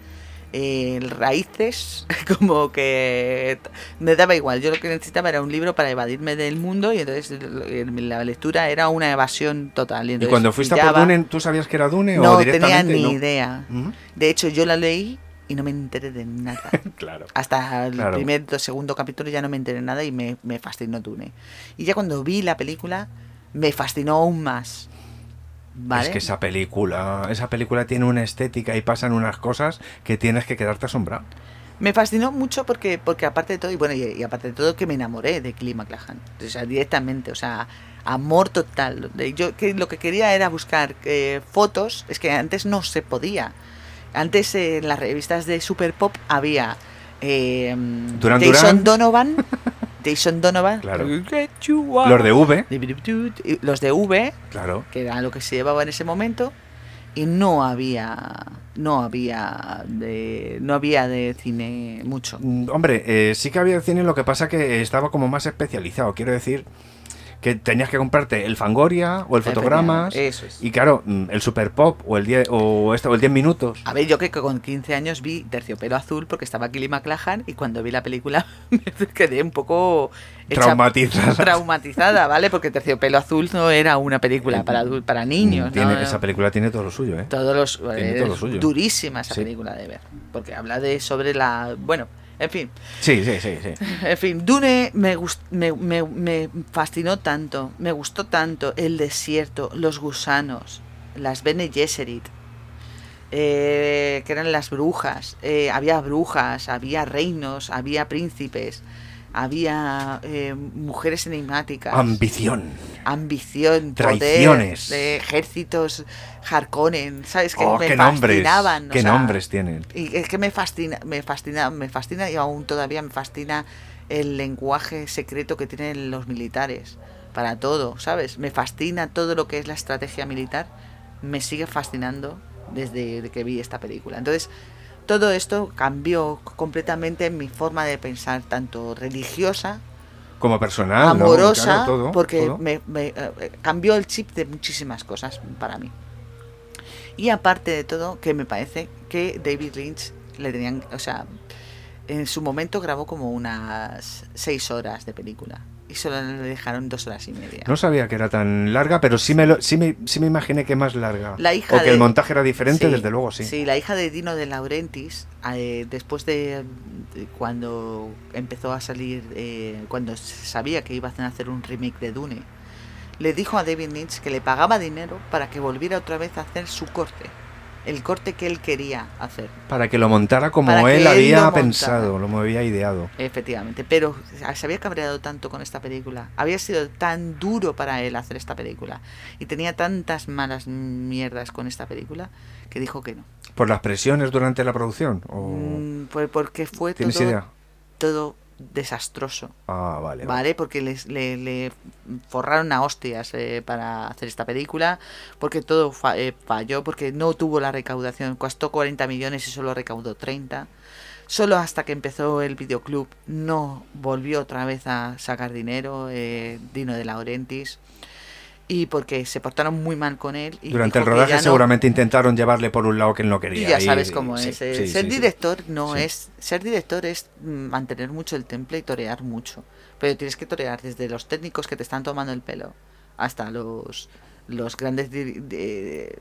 S1: eh, raíces, como que me daba igual. Yo lo que necesitaba era un libro para evadirme del mundo y entonces eh, la lectura era una evasión total. Y,
S2: ¿Y
S1: entonces
S2: cuando fuiste a por
S1: pillaba-
S2: Dune, tú sabías que era Dune
S1: no
S2: o
S1: tenía
S2: directamente?
S1: ni
S2: no?
S1: idea.
S2: Ujú.
S1: De hecho, yo la leí y no me enteré de nada.
S2: Claro.
S1: Hasta el
S2: Claro.
S1: primer o segundo capítulo ya no me enteré de nada y me, me fascinó Dune. Y ya cuando vi la película, me fascinó aún más. ¿Vale?
S2: Es que esa película, esa película tiene una estética y pasan unas cosas que tienes que quedarte asombrado.
S1: Me fascinó mucho porque, porque aparte de todo, y bueno, y, y aparte de todo que me enamoré de Kelly MacLachlan. O sea, directamente, o sea, amor total. De- Yo que lo que quería era buscar eh, fotos, es que antes no se podía. Antes eh, en las revistas de Super Pop había eh,
S2: Duran
S1: Jason
S2: Duran.
S1: Donovan. Jason Donovan.
S2: Claro.
S1: Get you out.
S2: Los de V.
S1: Y Los de V,
S2: Claro.
S1: que era lo que se llevaba en ese momento. Y no había, no había de, no había de cine mucho.
S2: Mm, Hombre, eh, sí que había cine, lo que pasa que estaba como más especializado. Quiero decir que tenías que comprarte el Fangoria o el Fotogramas.
S1: Eso es.
S2: Y claro, mm, el Super Pop o el 10 o esto, o el 10 minutos. mm,
S1: A ver, yo que con 15 años vi Terciopelo Azul porque estaba Kelly MacLachlan y cuando vi la película me quedé un poco hecha-
S2: Traumatizada.
S1: traumatizada, ¿vale? Porque Terciopelo Azul no era una película para adul- para niños, ¿no?
S2: Eh, Tiene- Esa película tiene todo lo suyo, ¿eh?
S1: Todos los
S2: Tiene
S1: eh,
S2: todo lo
S1: es
S2: suyo.
S1: durísima esa
S2: Sí.
S1: película de ver, porque habla de sobre la, bueno, en fin,
S2: Sí, sí, sí, sí.
S1: en fin, Dune me, gust- me, me- me fascinó tanto, me gustó tanto el desierto, los gusanos, las Bene Gesserit, eh, que eran las brujas. eh, había brujas, había reinos, había príncipes, había eh, mujeres enigmáticas.
S2: Ambición.
S1: Ambición, poder,
S2: Traiciones.
S1: eh, ejércitos, Harkonnen, ¿sabes? Que
S2: Oh,
S1: me
S2: qué nombres.
S1: fascinaban. o
S2: Qué
S1: sea,
S2: nombres tienen.
S1: y es que me fascina, me fascina, me fascina y aún todavía me fascina el lenguaje secreto que tienen los militares para todo, ¿sabes? Me fascina todo lo que es la estrategia militar, me sigue fascinando desde que vi esta película. Entonces, todo esto cambió completamente mi forma de pensar, tanto religiosa,
S2: Como personal. ¿no?
S1: amorosa,
S2: Claro, todo,
S1: porque
S2: todo.
S1: me, me, eh, cambió el chip de muchísimas cosas para mí. Y aparte de todo, que me parece que David Lynch le tenían, o sea, en su momento grabó como unas seis horas de película y solo le dejaron dos horas y media.
S2: No sabía que era tan larga, pero sí me, lo- sí me, sí me imaginé que más larga.
S1: La hija
S2: o que
S1: de-
S2: el montaje era diferente,
S1: Sí,
S2: desde luego, sí.
S1: Sí, la hija de Dino de Laurentiis, eh, después de, de cuando empezó a salir, eh, cuando se sabía que iban a hacer un remake de Dune, le dijo a David Lynch que le pagaba dinero para que volviera otra vez a hacer su corte, el corte que él quería hacer.
S2: Para que lo montara como
S1: Para que
S2: él
S1: él lo
S2: había
S1: montara.
S2: pensado, lo había ideado.
S1: Efectivamente, pero se había cabreado tanto con esta película, había sido tan duro para él hacer esta película y tenía tantas malas mierdas con esta película que dijo que no.
S2: ¿Por las presiones durante la producción? ¿O
S1: Mm, pues porque fue
S2: Oh. ¿Tienes
S1: todo,
S2: idea?
S1: todo desastroso,
S2: Ah, vale.
S1: ¿vale? Porque les, le, le forraron a hostias eh, para hacer esta película, porque todo fa- eh, falló, porque no tuvo la recaudación, costó 40 millones y solo recaudó 30. Solo hasta que empezó el videoclub no volvió otra vez a sacar dinero, eh, Dino de Laurentiis, y porque se portaron muy mal con él. y
S2: Durante el
S1: dijo que
S2: rodaje
S1: ya no-
S2: seguramente intentaron llevarle por un lado que él no
S1: y
S2: quería.
S1: ya
S2: y-
S1: sabes cómo
S2: sí,
S1: es. eh,
S2: sí,
S1: ser
S2: sí, sí.
S1: director no
S2: Sí.
S1: es. Ser director es mm, mantener mucho el temple y torear mucho. Pero tienes que torear desde los técnicos que te están tomando el pelo hasta los, los grandes diri- de-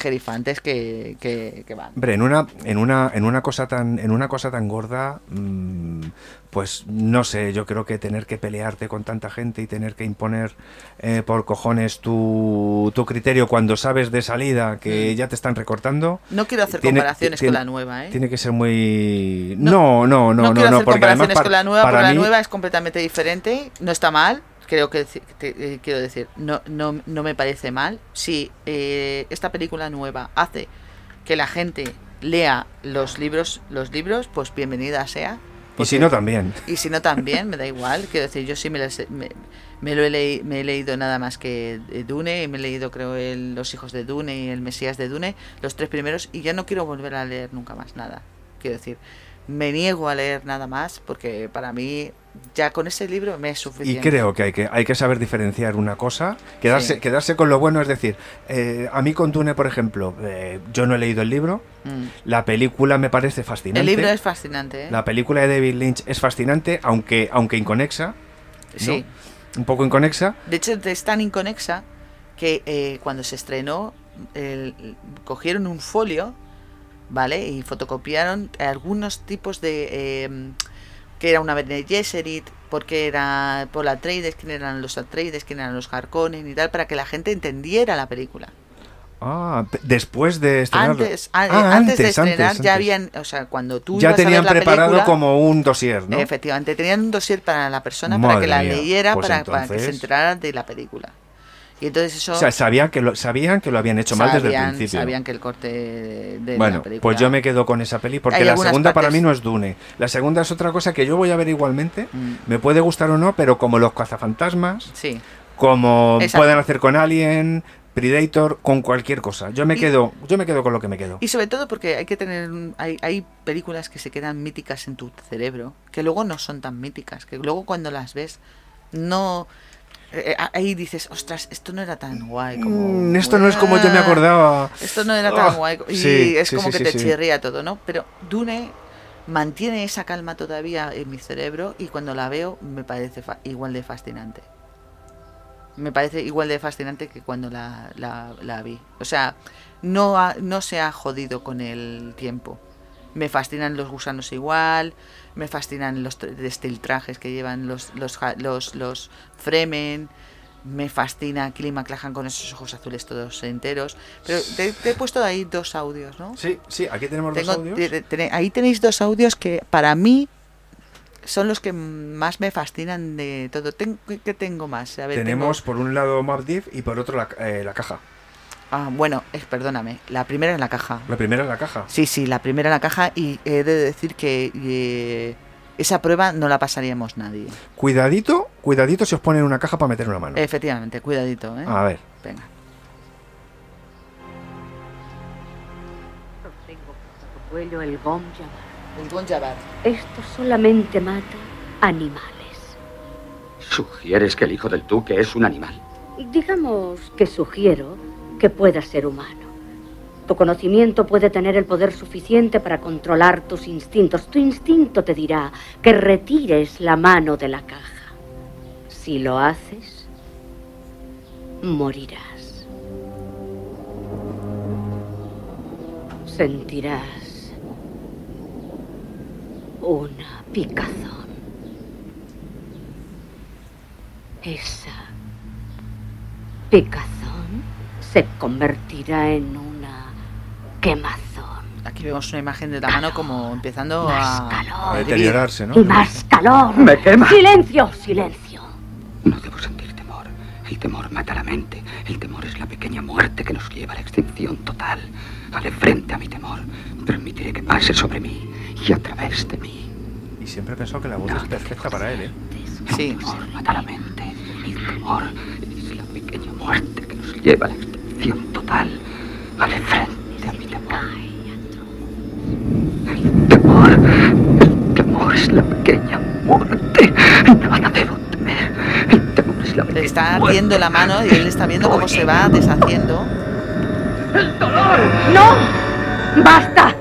S1: jerifantes que, que, que van.
S2: Hombre, en una, en una, en una cosa tan, en una cosa tan gorda, mm, pues no sé, yo creo que tener que pelearte con tanta gente y tener que imponer eh, por cojones tu, tu criterio cuando sabes de salida que ya te están recortando.
S1: No quiero hacer
S2: tiene-
S1: comparaciones
S2: tiene-
S1: con la nueva, Mm. ¿eh?
S2: Tiene que ser muy. No, no, no, no,
S1: no, quiero hacer
S2: porque además
S1: comparaciones
S2: para-
S1: con la nueva,
S2: para
S1: porque la
S2: mí-
S1: nueva es completamente diferente, no está mal, creo que deci- te- eh, quiero decir, no, no, no me parece mal. Si eh, esta película nueva hace que la gente lea los libros, los libros, pues bienvenida sea.
S2: Y si no, también.
S1: Y si no también, me da igual, quiero decir, yo sí me, las- me, me lo he, leí- me he leído nada más que eh, Dune, y me he leído creo el Los hijos de Dune y el Mesías de Dune, los tres primeros, y ya no quiero volver a leer nunca más nada. Quiero decir, Me niego a leer nada más porque para mí ya con ese libro me es
S2: Y
S1: suficiente.
S2: creo que hay que, hay que saber diferenciar una cosa, quedarse, quedarse con lo bueno, es decir, eh, a mí con Dune, por ejemplo, eh, yo no he leído el libro,
S1: Mm.
S2: la película me parece fascinante.
S1: El libro es fascinante. ¿eh?
S2: La película de David Lynch es fascinante, aunque, aunque inconexa. ¿no?
S1: Sí.
S2: Un poco inconexa.
S1: De hecho, es tan inconexa que eh, cuando se estrenó, el- cogieron un folio, ¿vale? Y fotocopiaron algunos tipos de. eh, que era una Bene Gesserit, porque era Paul Atreides, quién eran los Atreides, quién eran los Harkonnen y tal, para que la gente entendiera la película.
S2: Ah, pe- después de estrenarlo.
S1: Antes, a- eh,
S2: Ah,
S1: antes de
S2: antes,
S1: estrenar
S2: antes.
S1: ya habían, o sea, cuando tú
S2: Ya
S1: ibas a ver
S2: tenían
S1: la
S2: preparado
S1: película,
S2: como un dossier, ¿no?
S1: Efectivamente, tenían un dossier para la persona para
S2: Madre
S1: que la
S2: mía,
S1: leyera,
S2: pues
S1: para, para que se
S2: entonces-
S1: enterara de la película. Y entonces eso
S2: O sea, sabían que lo, sabían que lo habían hecho mal desde el
S1: sabían-
S2: principio.
S1: sabían que el corte de, de la
S2: Bueno,
S1: película.
S2: pues yo me quedo con esa peli porque
S1: Hay
S2: la
S1: algunas
S2: segunda para
S1: partes-
S2: mí no es Dune. La segunda es otra cosa que yo voy a ver igualmente.
S1: Mm.
S2: Me puede gustar o no, pero como los cazafantasmas,
S1: Sí.
S2: como
S1: Exacto.
S2: pueden hacer con Alien, Predator, con cualquier cosa. Yo me
S1: Y-
S2: quedo, yo me quedo con lo que me quedo.
S1: Y sobre todo porque hay que tener un- hay, hay películas que se quedan míticas en tu cerebro, que luego no son tan míticas, que luego cuando las ves no eh, eh, ahí dices, "Ostras, esto no era tan guay como Ah,
S2: Mm, esto no es como yo me acordaba.
S1: Esto no era
S2: Ah,
S1: tan guay y
S2: sí,
S1: es
S2: sí,
S1: como que
S2: sí, sí,
S1: te
S2: sí.
S1: chirría todo, ¿no? Pero Dune mantiene esa calma todavía en mi cerebro y cuando la veo me parece fa- igual de fascinante. me parece igual de fascinante que cuando la, la- la vi. O sea, no, ha- no se ha jodido con el tiempo. Me fascinan los gusanos igual, me fascinan los tr- destiltrajes que llevan los, los, ja- los, los Fremen, me fascina Kelly MacLachlan con esos ojos azules todos enteros. Pero te, te he puesto ahí dos audios, ¿no?
S2: Sí, sí, aquí tenemos
S1: Tengo-
S2: dos audios.
S1: te- te- tené- ahí tenéis dos audios que para mí son los que más me fascinan de todo. Ten- ¿Qué qué tengo más? A ver, tengo-
S2: Tenemos por un lado MapDiv y por otro la, eh, la caja.
S1: Ah, bueno, es, perdóname. La primera en la caja.
S2: La primera es la caja.
S1: Sí, sí, la primera en la caja y he de decir que eh, esa prueba no la pasaríamos nadie.
S2: Cuidadito, cuidadito si os ponen una caja para meter una mano.
S1: Efectivamente, cuidadito, ¿eh?
S2: A ver.
S1: Venga.
S13: Vuelo el Gom Jabbar.
S1: El Gon Jabbar.
S13: Esto solamente mata animales.
S4: ¿Sugieres que el hijo del duque es un animal?
S13: Digamos que sugiero que pueda ser humano. Tu conocimiento puede tener el poder suficiente para controlar tus instintos. Tu instinto te dirá que retires la mano de la caja. Si lo haces, morirás. Sentirás una picazón. Esa picazón se convertirá en una quemazón.
S1: Aquí vemos una imagen de la mano como empezando a...
S2: A deteriorarse, ¿no?
S13: Y más calor.
S4: Me quema.
S13: Silencio, silencio.
S4: No debo sentir temor. El temor mata la mente. El temor es la pequeña muerte que nos lleva a la extinción total. Haré frente a mi temor. Permitiré que pase sobre mí y a través de mí.
S2: Y siempre he pensado que la voz es perfecta para él, ¿eh?
S1: Sí.
S4: El temor es la pequeña muerte que nos lleva a la extinción total. Haré frente a mi temor. El temor. El temor es la pequeña muerte. Nada debo temer. El temor es la
S1: Le está ardiendo la mano y él está viendo cómo se va deshaciendo.
S13: ¡El dolor! ¡No! ¡Basta!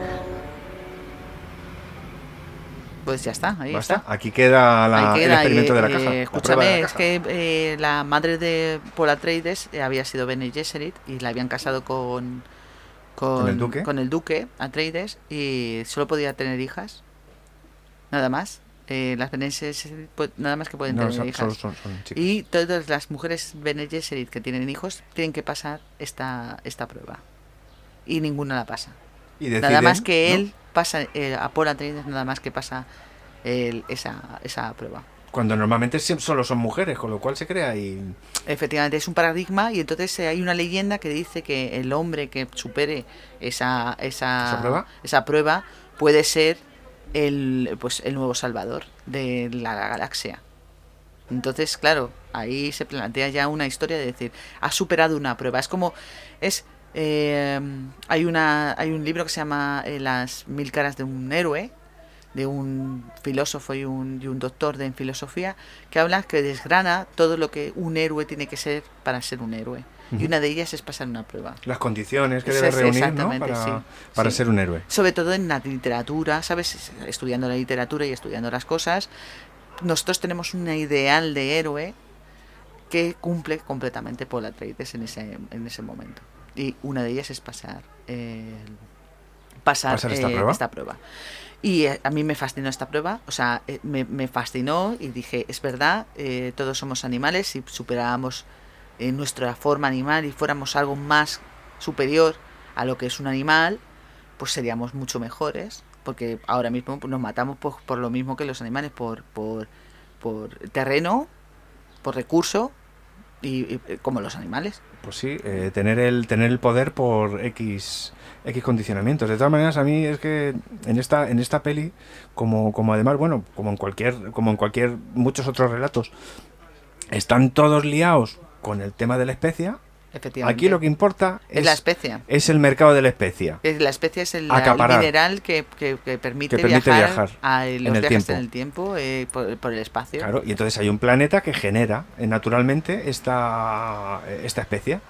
S1: Pues ya está, ahí
S2: Basta.
S1: está.
S2: Aquí queda, la-
S1: Ahí
S2: el
S1: queda,
S2: experimento
S1: eh,
S2: de la
S1: eh,
S2: caja. la prueba
S1: escúchame,
S2: de la
S1: es
S2: caja.
S1: que eh, la madre de Paul Atreides eh, había sido Bene Gesserit y la habían casado con con,
S2: ¿Con el duque?
S1: con el duque Atreides y solo podía tener hijas, nada más. Eh, las Bene Gesserit pu- nada más que pueden
S2: No,
S1: tener
S2: son-
S1: hijas.
S2: son- son- son chicas.
S1: y todas las mujeres Bene Gesserit que tienen hijos tienen que pasar esta esta prueba y ninguna la pasa.
S2: Y
S1: nada
S2: deciden,
S1: más que
S2: ¿no?
S1: él pasa eh, a Paul Atreides nada más que pasa el- esa, esa prueba.
S2: Cuando normalmente sie- solo son mujeres, con lo cual se crea y...
S1: Efectivamente, es un paradigma y entonces eh, hay una leyenda que dice que el hombre que supere esa, esa,
S2: ¿Esa prueba?
S1: esa prueba puede ser el, pues, el nuevo salvador de la galaxia. Entonces, claro, ahí se plantea ya una historia de decir, ha superado una prueba. Es como, es, em, eh, hay, una, hay un libro que se llama eh, Las mil caras de un héroe, de un filósofo y un, y un doctor de, en filosofía que habla que desgrana todo lo que un héroe tiene que ser para ser un héroe. Y una de ellas es pasar una prueba.
S2: Las condiciones que
S1: Eso
S2: debe
S1: Pues es,
S2: reunir ¿no?
S1: exactamente,
S2: para,
S1: sí,
S2: para
S1: sí.
S2: ser un héroe.
S1: Sobre todo en la literatura, ¿sabes? Estudiando la literatura y estudiando las cosas, nosotros tenemos un ideal de héroe que cumple completamente Paul Atreides en ese, en ese momento. Y una de ellas es pasar, eh, pasar,
S2: ¿Pasar esta
S1: eh,
S2: prueba?
S1: Y eh, a mí me fascinó esta prueba, o sea, eh, me, me fascinó y dije, es verdad, eh, todos somos animales, si superáramos eh, nuestra forma animal y fuéramos algo más superior a lo que es un animal, pues seríamos mucho mejores, porque ahora mismo pues, nos matamos por, por lo mismo que los animales, por, por, por terreno, por recurso, y, y, eh, como los animales.
S2: Pues sí, eh, tener el tener el poder por X X condicionamientos. De todas maneras, a mí es que en esta en esta peli como como además, bueno, como en cualquier como en cualquier muchos otros relatos están todos liados con el tema de la especia.
S1: Efectivamente.
S2: Aquí lo que importa
S1: Es la especia.
S2: Es el mercado de la especia.
S1: Es- La especie es el,
S2: Acaparar.
S1: mineral que, que- que permite,
S2: Que permite
S1: viajar,
S2: viajar
S1: a
S2: en
S1: los
S2: el
S1: viajes
S2: tiempo.
S1: en el tiempo, eh, por, por el espacio.
S2: Claro, y entonces hay un planeta que genera eh, naturalmente esta, eh, esta especie.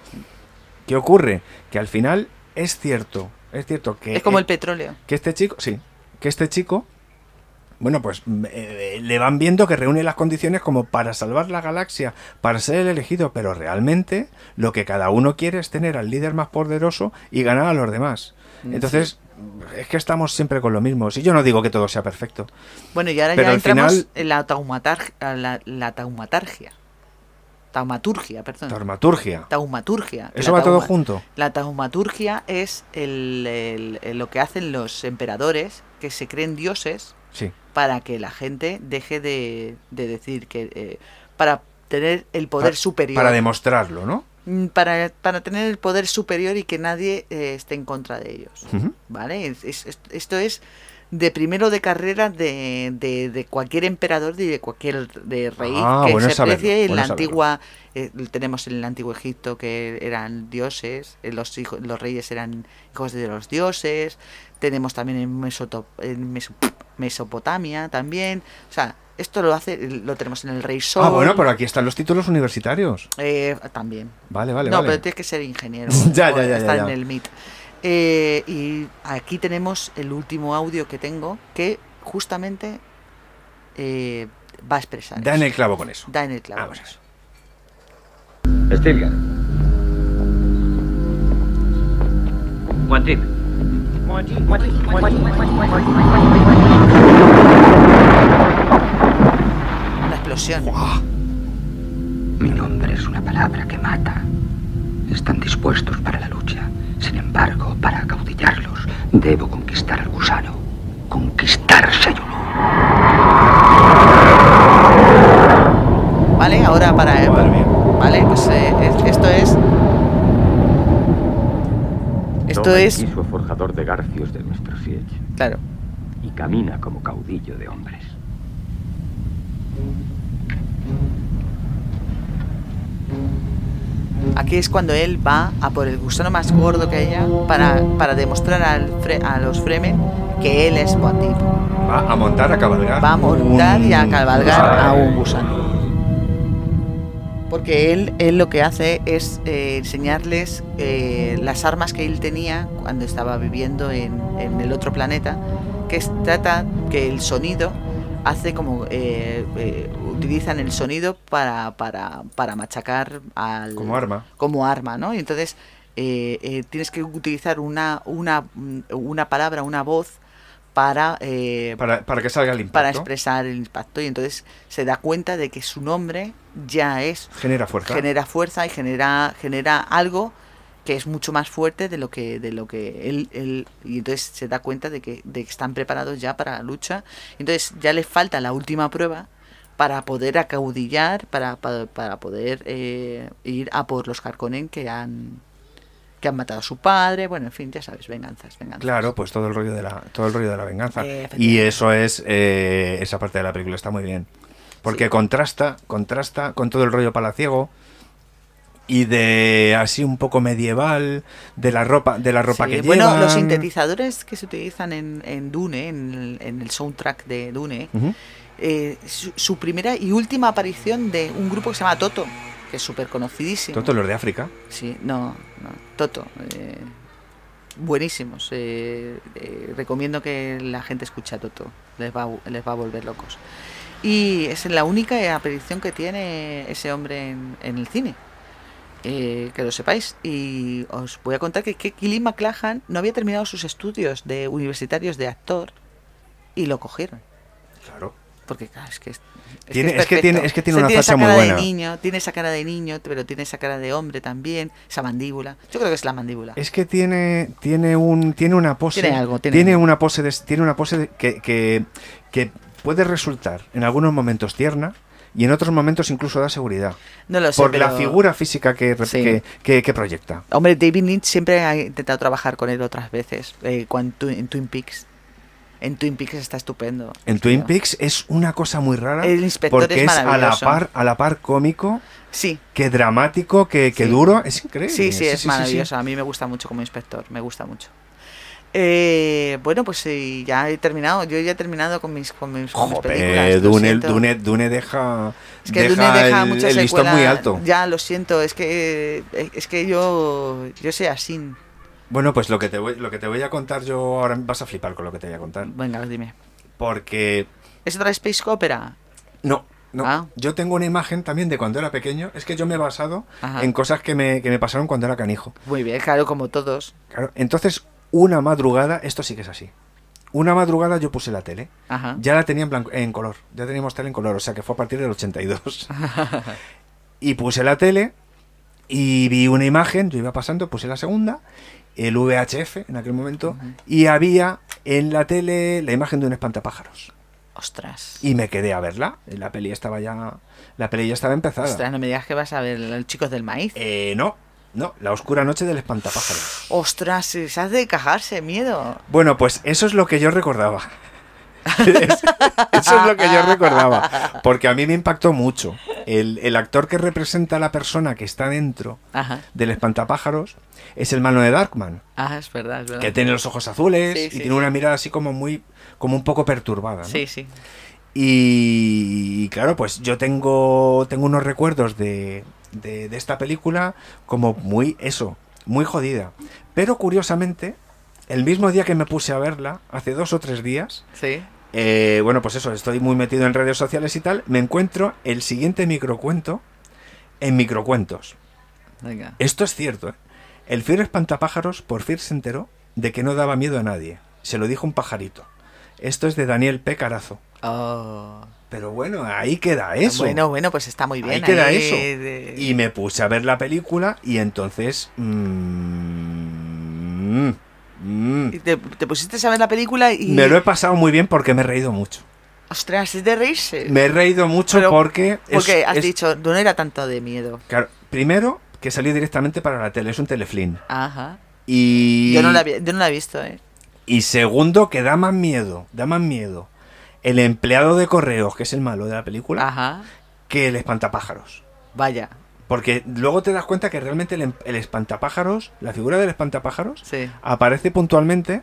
S2: ¿Qué ocurre? Que al final es cierto, es cierto que...
S1: es como
S2: eh,
S1: el petróleo.
S2: Que este chico, sí, que este chico, bueno, pues mm, eh, le van viendo que reúne las condiciones como para salvar la galaxia, para ser el elegido, pero realmente lo que cada uno quiere es tener al líder más poderoso y ganar a los demás.
S1: Mm,
S2: Entonces, es que estamos siempre con lo mismo. Si yo no digo que todo sea perfecto.
S1: Bueno, y ahora
S2: Pero
S1: ya
S2: al
S1: entramos
S2: final-
S1: en la, taumatar- a la, la taumatargia. Taumaturgia, perdón.
S2: Taumaturgia.
S1: Taumaturgia.
S2: Eso
S1: Ah. La
S2: va todo
S1: tauma-
S2: junto.
S1: La taumaturgia es el- el- el- lo que hacen los emperadores que se creen dioses
S2: Sí.
S1: para que la gente deje de, de decir que... eh, para tener el poder
S2: Pa-
S1: superior.
S2: Para demostrarlo, ¿no?
S1: Mm, para, para tener el poder superior y que nadie eh, esté en contra de ellos.
S2: Ujú.
S1: ¿Vale? Es- es- es- esto es de primero de carrera de, de- de cualquier emperador y de cualquier de rey
S2: Ah,
S1: que
S2: bueno
S1: se
S2: saberlo,
S1: aprecie. en
S2: bueno
S1: la
S2: saberlo.
S1: antigua eh, tenemos en el antiguo Egipto que eran dioses, eh, los hijos, los reyes eran hijos de los dioses. Tenemos también en, Mesotop- en Meso- Mesopotamia también. O sea, esto lo hace, lo tenemos en el rey Sol.
S2: Ah, bueno, pues pero aquí están los títulos universitarios.
S1: eh, también.
S2: Vale, vale,
S1: no,
S2: vale.
S1: pero tienes que ser ingeniero.
S2: Ya,
S1: o
S2: ya, ya, ya,
S1: Estar
S2: ya.
S1: en el MIT. Eh, y aquí tenemos el último audio que tengo que justamente eh, va a expresar.
S2: Da en el Ah, clavo con eso.
S1: Da en el clavo. con eso.
S14: Stilgar. Guantip.
S1: La explosión.
S4: Mi nombre es una palabra que mata. Están dispuestos para la lucha. Sin embargo, para caudillarlos, debo conquistar al gusano. Conquistar Sayulú.
S1: Vale, ahora para. eh, vale, pues eh, es- esto es. Esto
S14: Toma
S1: es.
S14: en ti su forjador de garcios de nuestro siege.
S1: Claro.
S14: Y camina como caudillo de hombres.
S1: Aquí es cuando él va a por el gusano más gordo que haya para, para demostrar al fre- a los Fremen que él es buen tipo.
S2: Va a montar, a cabalgar.
S1: Va a montar y a
S2: un-
S1: cabalgar
S2: Ah,
S1: a un gusano. Porque él, él lo que hace es eh, enseñarles eh, las armas que él tenía cuando estaba viviendo en, en el otro planeta, que es- trata que el sonido hace como eh, eh, utilizan el sonido para, para, para machacar al
S2: Como arma.
S1: como arma, ¿no? Y entonces eh, eh, tienes que utilizar una, una, una palabra, una voz para, eh,
S2: Para, para que salga el
S1: para
S2: impacto.
S1: expresar el impacto. Y entonces se da cuenta de que su nombre ya es
S2: genera fuerza.
S1: genera fuerza y genera genera algo que es mucho más fuerte de lo que de lo que él, él- y entonces se da cuenta de que, de que están preparados ya para la lucha entonces ya les falta la última prueba para poder acaudillar para, para, para poder eh, ir a por los Harkonnen que han que han matado a su padre bueno en fin ya sabes venganzas venganzas
S2: Claro, pues todo el rollo de la, todo el rollo de la venganza.
S1: Eh, efectivamente.
S2: Y eso es, eh, esa parte de la película está muy bien. Porque contrasta, contrasta con todo el rollo palaciego, y de así un poco medieval, de la ropa, de la ropa
S1: Sí,
S2: que
S1: bueno,
S2: llevan.
S1: los sintetizadores que se utilizan en, en Dune, en el, en el soundtrack de Dune,
S2: Ujú.
S1: eh, su, su primera y última aparición de un grupo que se llama Toto, que es súper conocidísimo.
S2: Toto, los de África.
S1: Sí, no, no, Toto. eh, buenísimos. eh, eh, recomiendo que la gente escuche a Toto. Les va, a gu- les va a volver locos. Y es la única aparición que tiene ese hombre en, en el cine. eh, que lo sepáis. Y os voy a contar que, que Killy McLachlan no había terminado sus estudios de universitarios de actor y lo cogieron.
S2: Claro.
S1: Porque claro, es que es, es
S2: Tiene- es que
S1: perfecto.
S2: tiene- es que tiene
S1: O sea,
S2: una
S1: esa
S2: facha muy
S1: cara
S2: buena.
S1: De niño, tiene esa cara de niño, pero tiene esa cara de hombre también, esa mandíbula. Yo creo que es la mandíbula.
S2: Es que tiene, tiene un, tiene una pose.
S1: Tiene algo, tiene-
S2: una pose, de- tiene una pose de- que, que, que puede resultar en algunos momentos tierna y en otros momentos incluso da seguridad.
S1: No lo sé,
S2: Por la
S1: pero-
S2: figura física que, rep-
S1: Sí.
S2: que, que- que proyecta.
S1: Hombre, David Lynch siempre ha intentado trabajar con él otras veces, eh, cuan- tu- en Twin Peaks. En Twin Peaks está estupendo.
S2: En Twin Peaks es una cosa muy rara
S1: El inspector
S2: porque
S1: es
S2: es, a la
S1: maravilloso.
S2: par, a la par cómico,
S1: Sí.
S2: que dramático, que, que duro, es increíble.
S1: Sí, sí, es maravilloso.
S2: maravillosa
S1: A mí me gusta mucho como inspector, me gusta mucho. Eh, bueno, pues sí, ya he terminado. Yo ya he terminado con mis, con mis, con mis películas. lo
S2: Dune,
S1: siento.
S2: Dune- Dune deja,
S1: Es que
S2: deja
S1: Dune deja
S2: el-
S1: mucha
S2: el listón
S1: secuela.
S2: muy alto.
S1: Ya, lo siento, es que es que yo yo soy así.
S2: Bueno, pues lo que, te voy, lo que te voy a contar yo ahora vas a flipar con lo que te voy a contar.
S1: Venga, dime.
S2: Porque.
S1: ¿Es otra space opera?
S2: No, no. Yo tengo una imagen también de cuando era pequeño. Es que yo me he basado
S1: Ajá.
S2: en cosas que me, que me pasaron cuando era canijo.
S1: Muy bien, claro, como todos.
S2: Claro, entonces, una madrugada, esto sí que es así. Una madrugada yo puse la tele.
S1: Ajá.
S2: Ya la tenía en, blanco, en color. Ya teníamos tele en color. O sea que fue a partir del 82. y puse la tele y vi una imagen. Yo iba pasando, puse la segunda. El VHF en aquel momento. Y había en la tele la imagen de un espantapájaros.
S1: Ostras.
S2: Y me quedé a verla. La peli estaba ya. La peli ya estaba empezada.
S1: Ostras, no me digas que vas a ver los chicos del maíz.
S2: Eh, no, no. La oscura noche del espantapájaros.
S1: Ostras, se hace de cajarse, miedo.
S2: Bueno, pues eso es lo que yo recordaba. Eso es lo que yo recordaba. Porque a mí me impactó mucho. El, el actor que representa a la persona que está dentro
S1: Ajá.
S2: del espantapájaros es el malo de Darkman,
S1: Ah, es verdad, es verdad.
S2: que tiene los ojos azules
S1: Sí,
S2: y
S1: sí,
S2: tiene una mirada así como muy, como un poco perturbada. ¿no?
S1: Sí, sí.
S2: Y, claro, pues yo tengo, tengo unos recuerdos de, de- de esta película como muy eso, muy jodida. Pero curiosamente, el mismo día que me puse a verla, hace dos o tres días,
S1: Sí.
S2: eh, bueno, pues eso, estoy muy metido en redes sociales y tal, me encuentro el siguiente microcuento en microcuentos.
S1: Venga.
S2: Esto es cierto, ¿eh? El fiero espantapájaros por fin se enteró de que no daba miedo a nadie. Se lo dijo un pajarito. Esto es de Daniel P. Carazo. Pero bueno, ahí queda eso.
S1: Oh. Bueno, bueno, pues está muy bien.
S2: Ahí queda eso.
S1: de-
S2: Y me puse a ver la película y entonces... mm, mm,
S1: y te, te pusiste a ver la película y.
S2: me lo he pasado muy bien porque me he reído mucho.
S1: Ostras, es de reírse.
S2: Me he reído mucho porque... es-
S1: Eh, Porque has
S2: es-
S1: dicho, no era tanto de miedo.
S2: Claro, primero que salió directamente para la tele, es un telefilm.
S1: Ajá.
S2: Y...
S1: Yo, no la, vi- yo no la he visto, ¿eh?
S2: Y segundo, que da más miedo, da más miedo el empleado de correos, que es el malo de la película,
S1: Ajá.
S2: que el espantapájaros.
S1: Vaya.
S2: Porque luego te das cuenta que realmente el, em- el espantapájaros, la figura del espantapájaros,
S1: Sí.
S2: aparece puntualmente,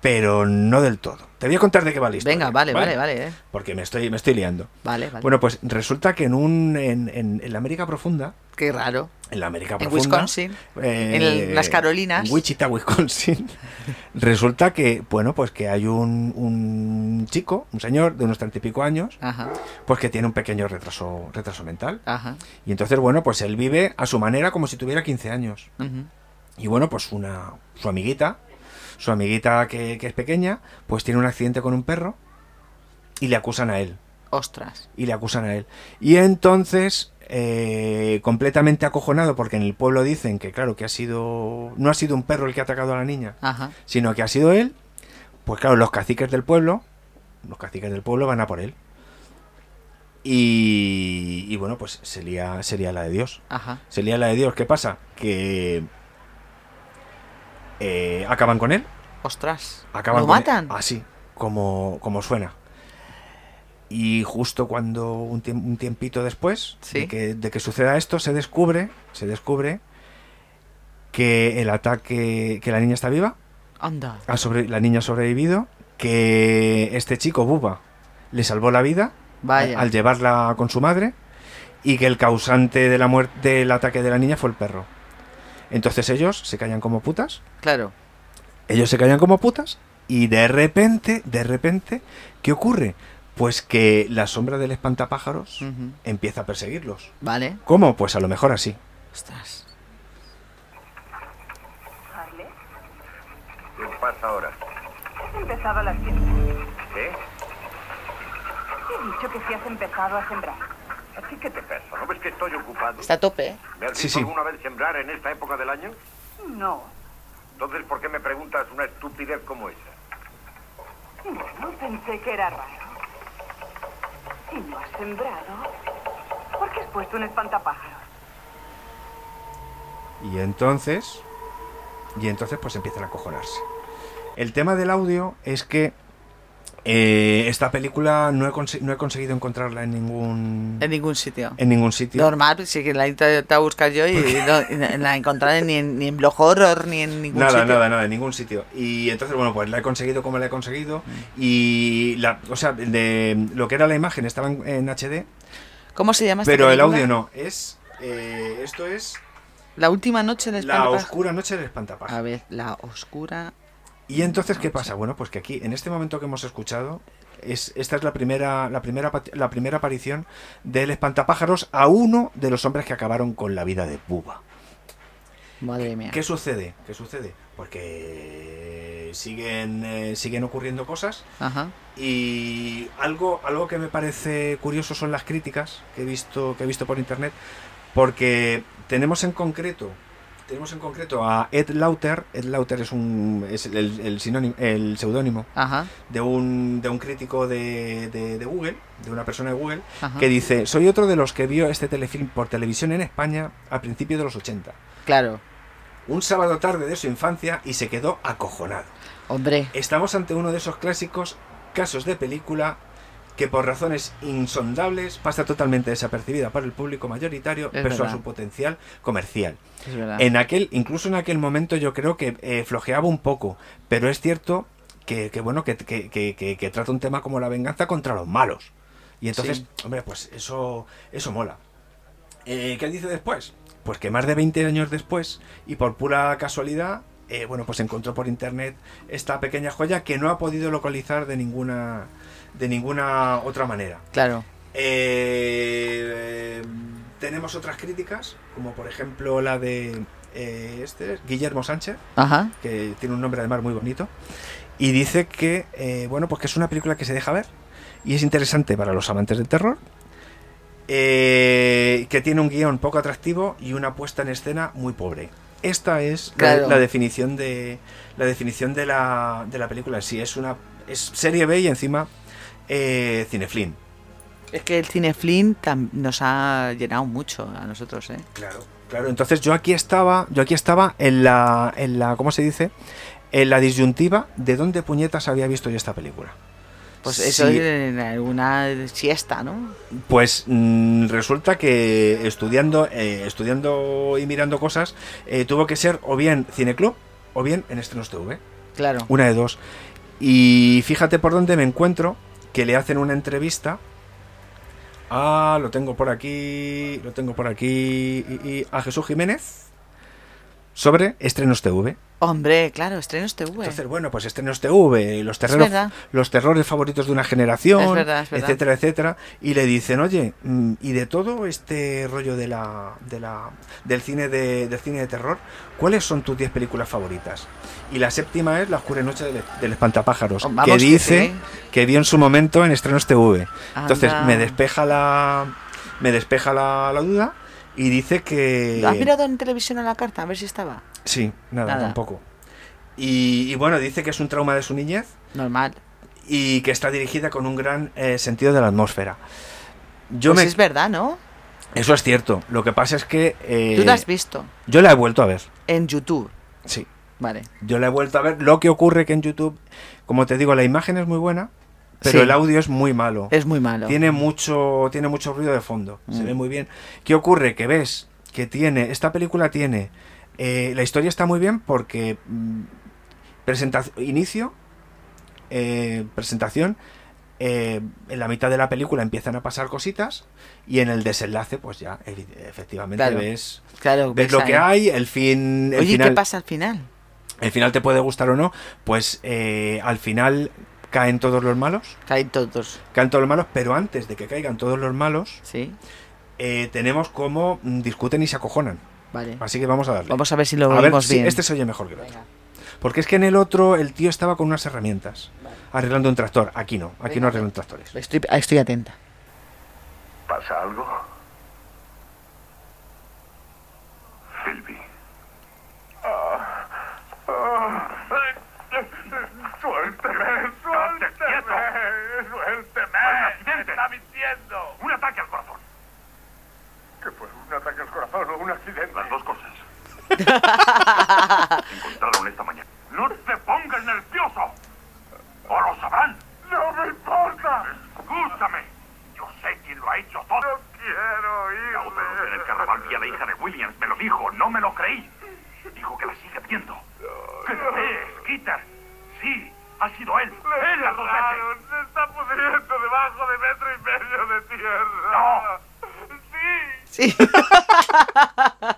S2: pero no del todo. Te voy a contar de qué va la historia,
S1: Venga, vale, vale, vale, ¿eh?
S2: Porque me estoy, me estoy liando.
S1: Vale, vale.
S2: Bueno, pues resulta que en, un, en, en- en la América Profunda,
S1: Qué raro.
S2: en la América
S1: En
S2: Profunda,
S1: Wisconsin,
S2: eh,
S1: en el- las Carolinas.
S2: Wichita, Wisconsin. Resulta que, bueno, pues que hay un, un chico, un señor de unos treinta y pico años,
S1: Ajá.
S2: pues que tiene un pequeño retraso, retraso mental.
S1: Ajá.
S2: Y entonces, bueno, pues él vive a su manera como si tuviera 15 años.
S1: Ujú.
S2: Y bueno, pues una su amiguita, su amiguita que, que es pequeña, pues tiene un accidente con un perro y le acusan a él.
S1: Ostras.
S2: Y le acusan a él. Y entonces, eh, completamente acojonado, porque en el pueblo dicen que, claro, que ha sido. No ha sido un perro el que ha atacado a la niña,
S1: Ajá.
S2: sino que ha sido él. Pues claro, los caciques del pueblo, los caciques del pueblo van a por él. Y, y bueno, pues sería, sería la de Dios.
S1: Ajá.
S2: Sería la de Dios. ¿Qué pasa? Que eh, acaban con él.
S1: Ostras.
S2: Acaban Ah,
S1: ¿Lo
S2: con él.
S1: matan?
S2: Así, como, como suena. Y justo cuando un, tiemp- un tiempito después de, que, de que suceda esto, se descubre, se descubre que el ataque, que la niña está viva,
S1: Anda.
S2: ha sobre- la niña ha sobrevivido, que este chico, Buba, le salvó la vida
S1: Vaya.
S2: al llevarla con su madre y que el causante de la muerte del ataque de la niña fue el perro. Entonces ellos se callan como putas,
S1: Claro.
S2: ellos se callan como putas y de repente, de repente, ¿qué ocurre? Pues que la sombra del espantapájaros
S1: Ujú.
S2: empieza a perseguirlos.
S1: Vale.
S2: ¿Cómo? Pues a lo mejor así.
S1: Ostras.
S7: ¿Qué pasa ahora?
S15: empezado la siembra.
S7: ¿Qué?
S15: He dicho que si has empezado a sembrar.
S7: Así que te peso, ¿no ves que estoy ocupado?
S1: Está a tope, ¿eh?
S7: ¿Me has
S2: Sí,
S7: visto
S2: sí.
S7: alguna vez sembrar en esta época del año?
S15: No.
S7: Entonces, ¿por qué me preguntas una estupidez como esa?
S15: Bueno, pensé que era raro. Si no has sembrado, ¿por qué has puesto un espantapájaros?
S2: Y entonces. Y entonces, pues empiezan a acojonarse. El tema del audio es que. eh, esta película no he, consi- no he conseguido encontrarla en ningún.
S1: En ningún sitio.
S2: En ningún sitio.
S1: Normal, pues, sí que la he intentado buscar yo y no, y no- la encontré ni en, ni en Blog Horror ni en ningún
S2: nada,
S1: sitio.
S2: nada, nada, en ningún sitio. Y entonces, bueno, pues la he conseguido como la he conseguido.
S1: Mm.
S2: Y la, o sea, de lo que era la imagen estaba en, en HD,
S1: ¿Cómo se llama esta
S2: pero el
S1: película?
S2: audio no. Es eh, esto es
S1: La última noche del
S2: La
S1: espantapájaros.
S2: oscura noche del espantapájaros.
S1: A ver, la oscura.
S2: Y entonces, ¿qué pasa? Bueno, pues que aquí, en este momento que hemos escuchado, es, esta es la primera, la primera pa- la primera aparición del espantapájaros a uno de los hombres que acabaron con la vida de Buba.
S1: Madre mía.
S2: ¿Qué sucede? ¿Qué sucede? Porque siguen, eh, siguen ocurriendo cosas
S1: Ajá.
S2: y algo, algo que me parece curioso son las críticas que he visto, que he visto por internet, porque tenemos en concreto, tenemos en concreto a Ed Lauter, Ed Lauter es un es el, el sinónimo, el seudónimo
S1: Ajá.
S2: de un, de un crítico de, de- de Google, de una persona de Google,
S1: Ajá.
S2: que dice, soy otro de los que vio este telefilm por televisión en España a principios de los 80.
S1: Claro.
S2: Un sábado tarde de su infancia y se quedó acojonado.
S1: Hombre.
S2: Estamos ante uno de esos clásicos casos de película que por razones insondables pasa totalmente desapercibida para el público mayoritario,
S1: Es
S2: pero a
S1: verdad.
S2: su potencial comercial.
S1: Es verdad.
S2: En aquel, incluso en aquel momento yo creo que eh, flojeaba un poco, pero es cierto que, que bueno, que, que- que- que- que trata un tema como la venganza contra los malos. Y entonces,
S1: Sí.
S2: hombre, pues eso, eso mola. Eh, ¿Qué dice después? Pues que más de 20 años después, y por pura casualidad, eh, bueno, pues encontró por internet esta pequeña joya que no ha podido localizar de ninguna, de ninguna otra manera.
S1: Claro.
S2: Eh, eh, tenemos otras críticas, como por ejemplo la de eh, este, Guillermo Sánchez,
S1: Ajá.
S2: que tiene un nombre además muy bonito, y dice que eh, bueno, pues que es una película que se deja ver y es interesante para los amantes del terror. eh, que tiene un guión poco atractivo y una puesta en escena muy pobre. Esta es la-
S1: Claro.
S2: la, definición de la definición de la, de la película. en Sí, es una es serie B y encima eh, cineflin.
S1: Es que el cine Flynn tam- nos ha llenado mucho a nosotros, ¿eh?
S2: Claro. Claro, entonces yo aquí estaba, yo aquí estaba en la, en la, ¿cómo se dice? En la disyuntiva de dónde puñetas había visto yo esta película.
S1: Pues eso
S2: Sí.
S1: es en alguna siesta, ¿no?
S2: Pues mm, resulta que estudiando, eh, estudiando y mirando cosas, eh, tuvo que ser o bien cineclub o bien en estrenos TV.
S1: Claro.
S2: Una de dos. Y fíjate por dónde me encuentro que le hacen una entrevista. Ah, lo tengo por aquí, lo tengo por aquí. Y, y- a Jesús Jiménez sobre estrenos TV.
S1: Hombre, claro, estrenos TV.
S2: Entonces, bueno, pues estrenos TV, los terreros,
S1: verdad.
S2: los terrores favoritos de una generación,
S1: Es verdad, es verdad.
S2: etcétera, etcétera, y le dicen, oye, mm, y de todo este rollo de la, de la, del cine de, del cine de terror, ¿cuáles son tus 10 películas favoritas? Y la séptima es La oscura noche del, del espantapájaros,
S1: Oh, Vamos,
S2: que
S1: que
S2: dice
S1: sí.
S2: que vio en su momento en estrenos TV. Entonces,
S1: Anda.
S2: me despeja la, me despeja la, la duda y dice que
S1: ¿Lo has mirado en televisión a la carta? A ver si estaba.
S2: Sí, nada,
S1: Nada.
S2: tampoco. Y, y bueno, dice que es un trauma de su niñez.
S1: Normal.
S2: Y que está dirigida con un gran eh, sentido de la atmósfera. Yo
S1: pues
S2: me-
S1: es verdad, ¿no?
S2: Eso es cierto. Lo que pasa es que. eh,
S1: Tú lo has visto
S2: Yo la he vuelto a ver.
S1: en YouTube.
S2: Sí.
S1: Vale.
S2: Yo la he vuelto a ver. Lo que ocurre que en YouTube, como te digo, la imagen es muy buena. pero
S1: Sí.
S2: el audio es muy malo.
S1: Es muy malo.
S2: Tiene mucho, tiene mucho ruido de fondo. Se
S1: Mm.
S2: ve muy bien. ¿Qué ocurre? Que ves que tiene, esta película tiene, eh, la historia está muy bien porque mm, presenta- inicio, eh, presentación, eh, en la mitad de la película empiezan a pasar cositas y en el desenlace, pues ya, evi- efectivamente
S1: Claro.
S2: ves,
S1: Claro,
S2: ves
S1: ves
S2: lo
S1: ahí.
S2: que hay, el fin, el
S1: Oye, ¿y
S2: final,
S1: ¿qué pasa al final?
S2: el final te puede gustar o no, pues eh, al final caen todos los malos.
S1: Caen todos.
S2: Caen todos los malos, pero antes de que caigan todos los malos, eh, tenemos cómo mm, discuten y se acojonan.
S1: Vale.
S2: Así que vamos a darle.
S1: Vamos a ver si lo oímos
S2: si
S1: bien.
S2: este se oye mejor que el otro. Porque es que en el otro el tío estaba con unas herramientas, arreglando un tractor. Aquí no, aquí no arreglan tractores.
S1: Estoy, estoy atenta.
S7: ¿Pasa algo? Silvi.
S16: ¡Suélteme! ¡Suélteme! ¡Suélteme! ¡Accidente! ¡Está mintiendo! ¡Un ataque al corazón! ¿Qué fue? ¿Un ataque al corazón o un accidente? Las dos cosas.
S7: Encontraron esta mañana.
S16: ¡No te pongas nervioso! ¡O lo sabrán! ¡No me importa! ¡Escúchame! Yo sé quién lo ha hecho todo. ¡No quiero irme!
S7: En el carnaval vi a la hija de Williams. Me lo dijo. No me lo creí. Dijo que la sigue viendo.
S16: ¿Qué crees, Skeeter? Sí, ha sido él. ¡Él las dos veces! ¡Se está pudriendo debajo de metro y medio de tierra! ¡No!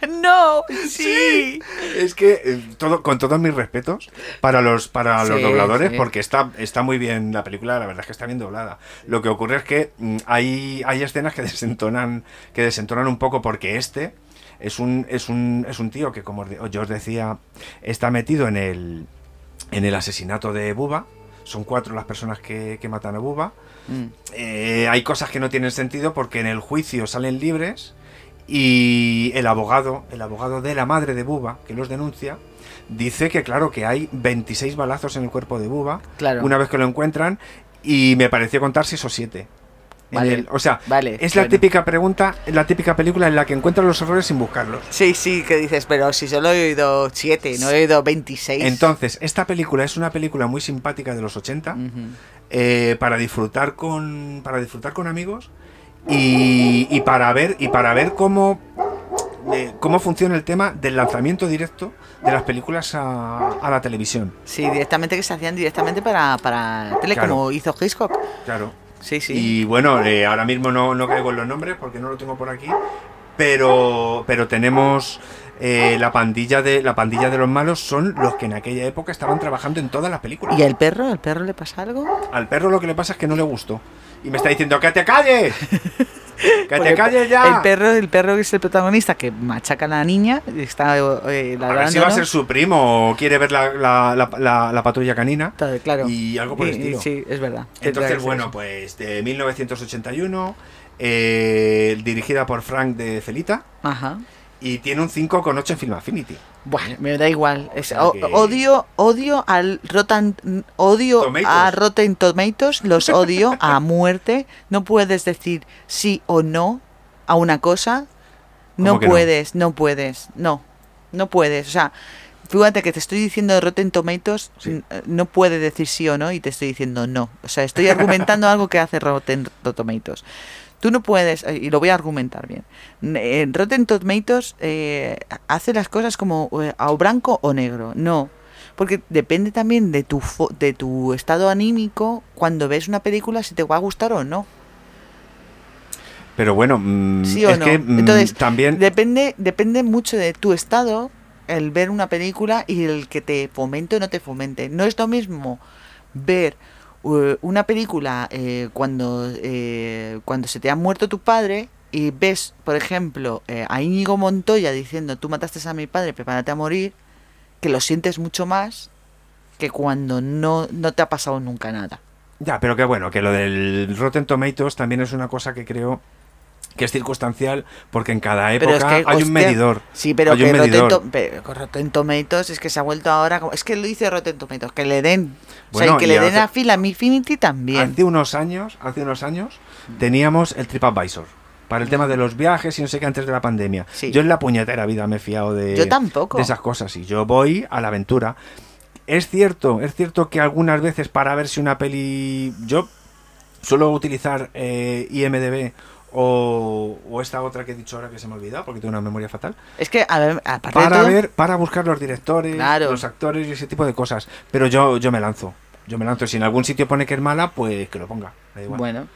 S16: ¡Sí!
S1: Sí. no, sí.
S2: Es que eh, todo, con todos mis respetos para los para los
S1: Sí,
S2: dobladores,
S1: sí.
S2: porque está, está muy bien la película, la verdad es que está bien doblada. Lo que ocurre es que mm, hay, hay escenas que desentonan, que desentonan un poco, porque este es un, es un, es un tío que, como os de- yo os decía, está metido en el, en el asesinato de Buba. Son cuatro las personas que, que matan a Buba.
S1: Mm,
S2: Eh, hay cosas que no tienen sentido porque en el juicio salen libres y el abogado, el abogado de la madre de Buba, que los denuncia, dice que claro que hay 26 balazos en el cuerpo de Buba
S1: Claro.
S2: una vez que lo encuentran y me pareció contar 6 o 7.
S1: Vale, Eh,
S2: o sea,
S1: vale,
S2: es la
S1: bueno.
S2: típica pregunta, la típica película en la que encuentran los errores sin buscarlos.
S1: Sí, sí, que dices, pero si solo he oído 7, no he oído 26.
S2: Entonces, esta película es una película muy simpática de los 80 eh, para disfrutar con para disfrutar con amigos y, y para ver y para ver cómo eh, cómo funciona el tema del lanzamiento directo de las películas a, a la televisión.
S1: Sí, directamente que se hacían directamente para, para tele,
S2: Claro.
S1: como hizo Hitchcock.
S2: Claro.
S1: Sí, sí.
S2: Y bueno, eh, ahora mismo no, no caigo en los nombres porque no lo tengo por aquí, pero pero tenemos eh, la pandilla de la pandilla de los malos son los que en aquella época estaban trabajando en todas las películas.
S1: ¿Y al perro? ¿Al perro le pasa algo?
S2: Al perro lo que le pasa es que no le gustó. Y me está diciendo, ¡que te calles! ¡Que
S1: Porque
S2: te calles ya!
S1: El perro, el perro que es el protagonista, que machaca a la niña, está eh,
S2: a ver si
S1: ladrando,
S2: va a
S1: ¿no?
S2: ser su primo o quiere ver la, la- la- la- la patrulla canina.
S1: Claro.
S2: Y algo por el
S1: Sí,
S2: estilo.
S1: Sí, es verdad. Tendrá
S2: Entonces,
S1: que ser
S2: bueno,
S1: eso.
S2: pues de 1981, eh, dirigida por Frank de Celita,
S1: Ajá.
S2: y tiene un 5,8 en Film Affinity.
S1: Buah, me da igual. Es- o-
S2: que-
S1: Odio, odio al Rotten, odio
S2: Tomatoes.
S1: a Rotten Tomatoes, los odio a muerte. No puedes decir sí o no a una cosa. No
S17: ¿Cómo que no?
S1: puedes, no? puedes, no, no puedes. O sea, fíjate que te estoy diciendo Rotten Tomatoes, n- eh, no puede decir sí o no y te estoy diciendo no. O sea, estoy argumentando algo que hace Rotten Tomatoes. Tú no puedes, eh, y lo voy a argumentar bien. N- eh, Rotten Tomatoes eh, hace las cosas como eh, a o blanco o negro. No. Porque depende también de tu, fo- de tu estado anímico cuando ves una película si te va a gustar o no.
S2: Pero bueno, mm,
S1: ¿Sí o
S2: es
S1: no?
S2: que mm,
S1: Entonces,
S2: también...
S1: Depende, depende mucho de tu estado el ver una película y el que te fomente o no te fomente. No es lo mismo ver eh, una película eh, cuando, eh, cuando se te ha muerto tu padre y ves, por ejemplo, eh, a Íñigo Montoya diciendo tú mataste a mi padre, prepárate a morir, que lo sientes mucho más que cuando no, no te ha pasado nunca nada.
S2: Ya, pero que bueno, que lo del Rotten Tomatoes también es una cosa que creo que es circunstancial, porque en cada
S1: Pero
S2: época
S1: es que,
S2: hay
S1: hostia,
S2: un medidor.
S1: Sí, pero
S2: hay
S1: que
S2: un
S1: Rotten
S2: medidor.
S1: To- pero con Rotten Tomatoes es que se ha vuelto ahora como... Es que lo dice Rotten Tomatoes, que le den. o
S2: Bueno,
S1: sea, y que
S2: y
S1: le den
S2: hace-
S1: a fila mi Infinity también.
S2: Hace unos años, hace unos años, teníamos el TripAdvisor para el tema de los viajes y no sé qué antes de la pandemia. Yo en la puñetera vida me he fiado de
S1: Yo tampoco.
S2: de esas cosas y yo voy a la aventura. Es cierto, es cierto que algunas veces para ver si una peli... Yo suelo utilizar eh, IMDB o, o esta otra que he dicho ahora que se me ha olvidado porque tengo una memoria fatal.
S1: Es que, a ver, aparte de
S2: Para
S1: todo-
S2: ver, para buscar los directores,
S1: Claro.
S2: los actores y ese tipo de cosas. Pero yo, yo me lanzo. Yo me lanzo. Si en algún sitio pone que es mala, pues que lo ponga. Da igual.
S1: Bueno,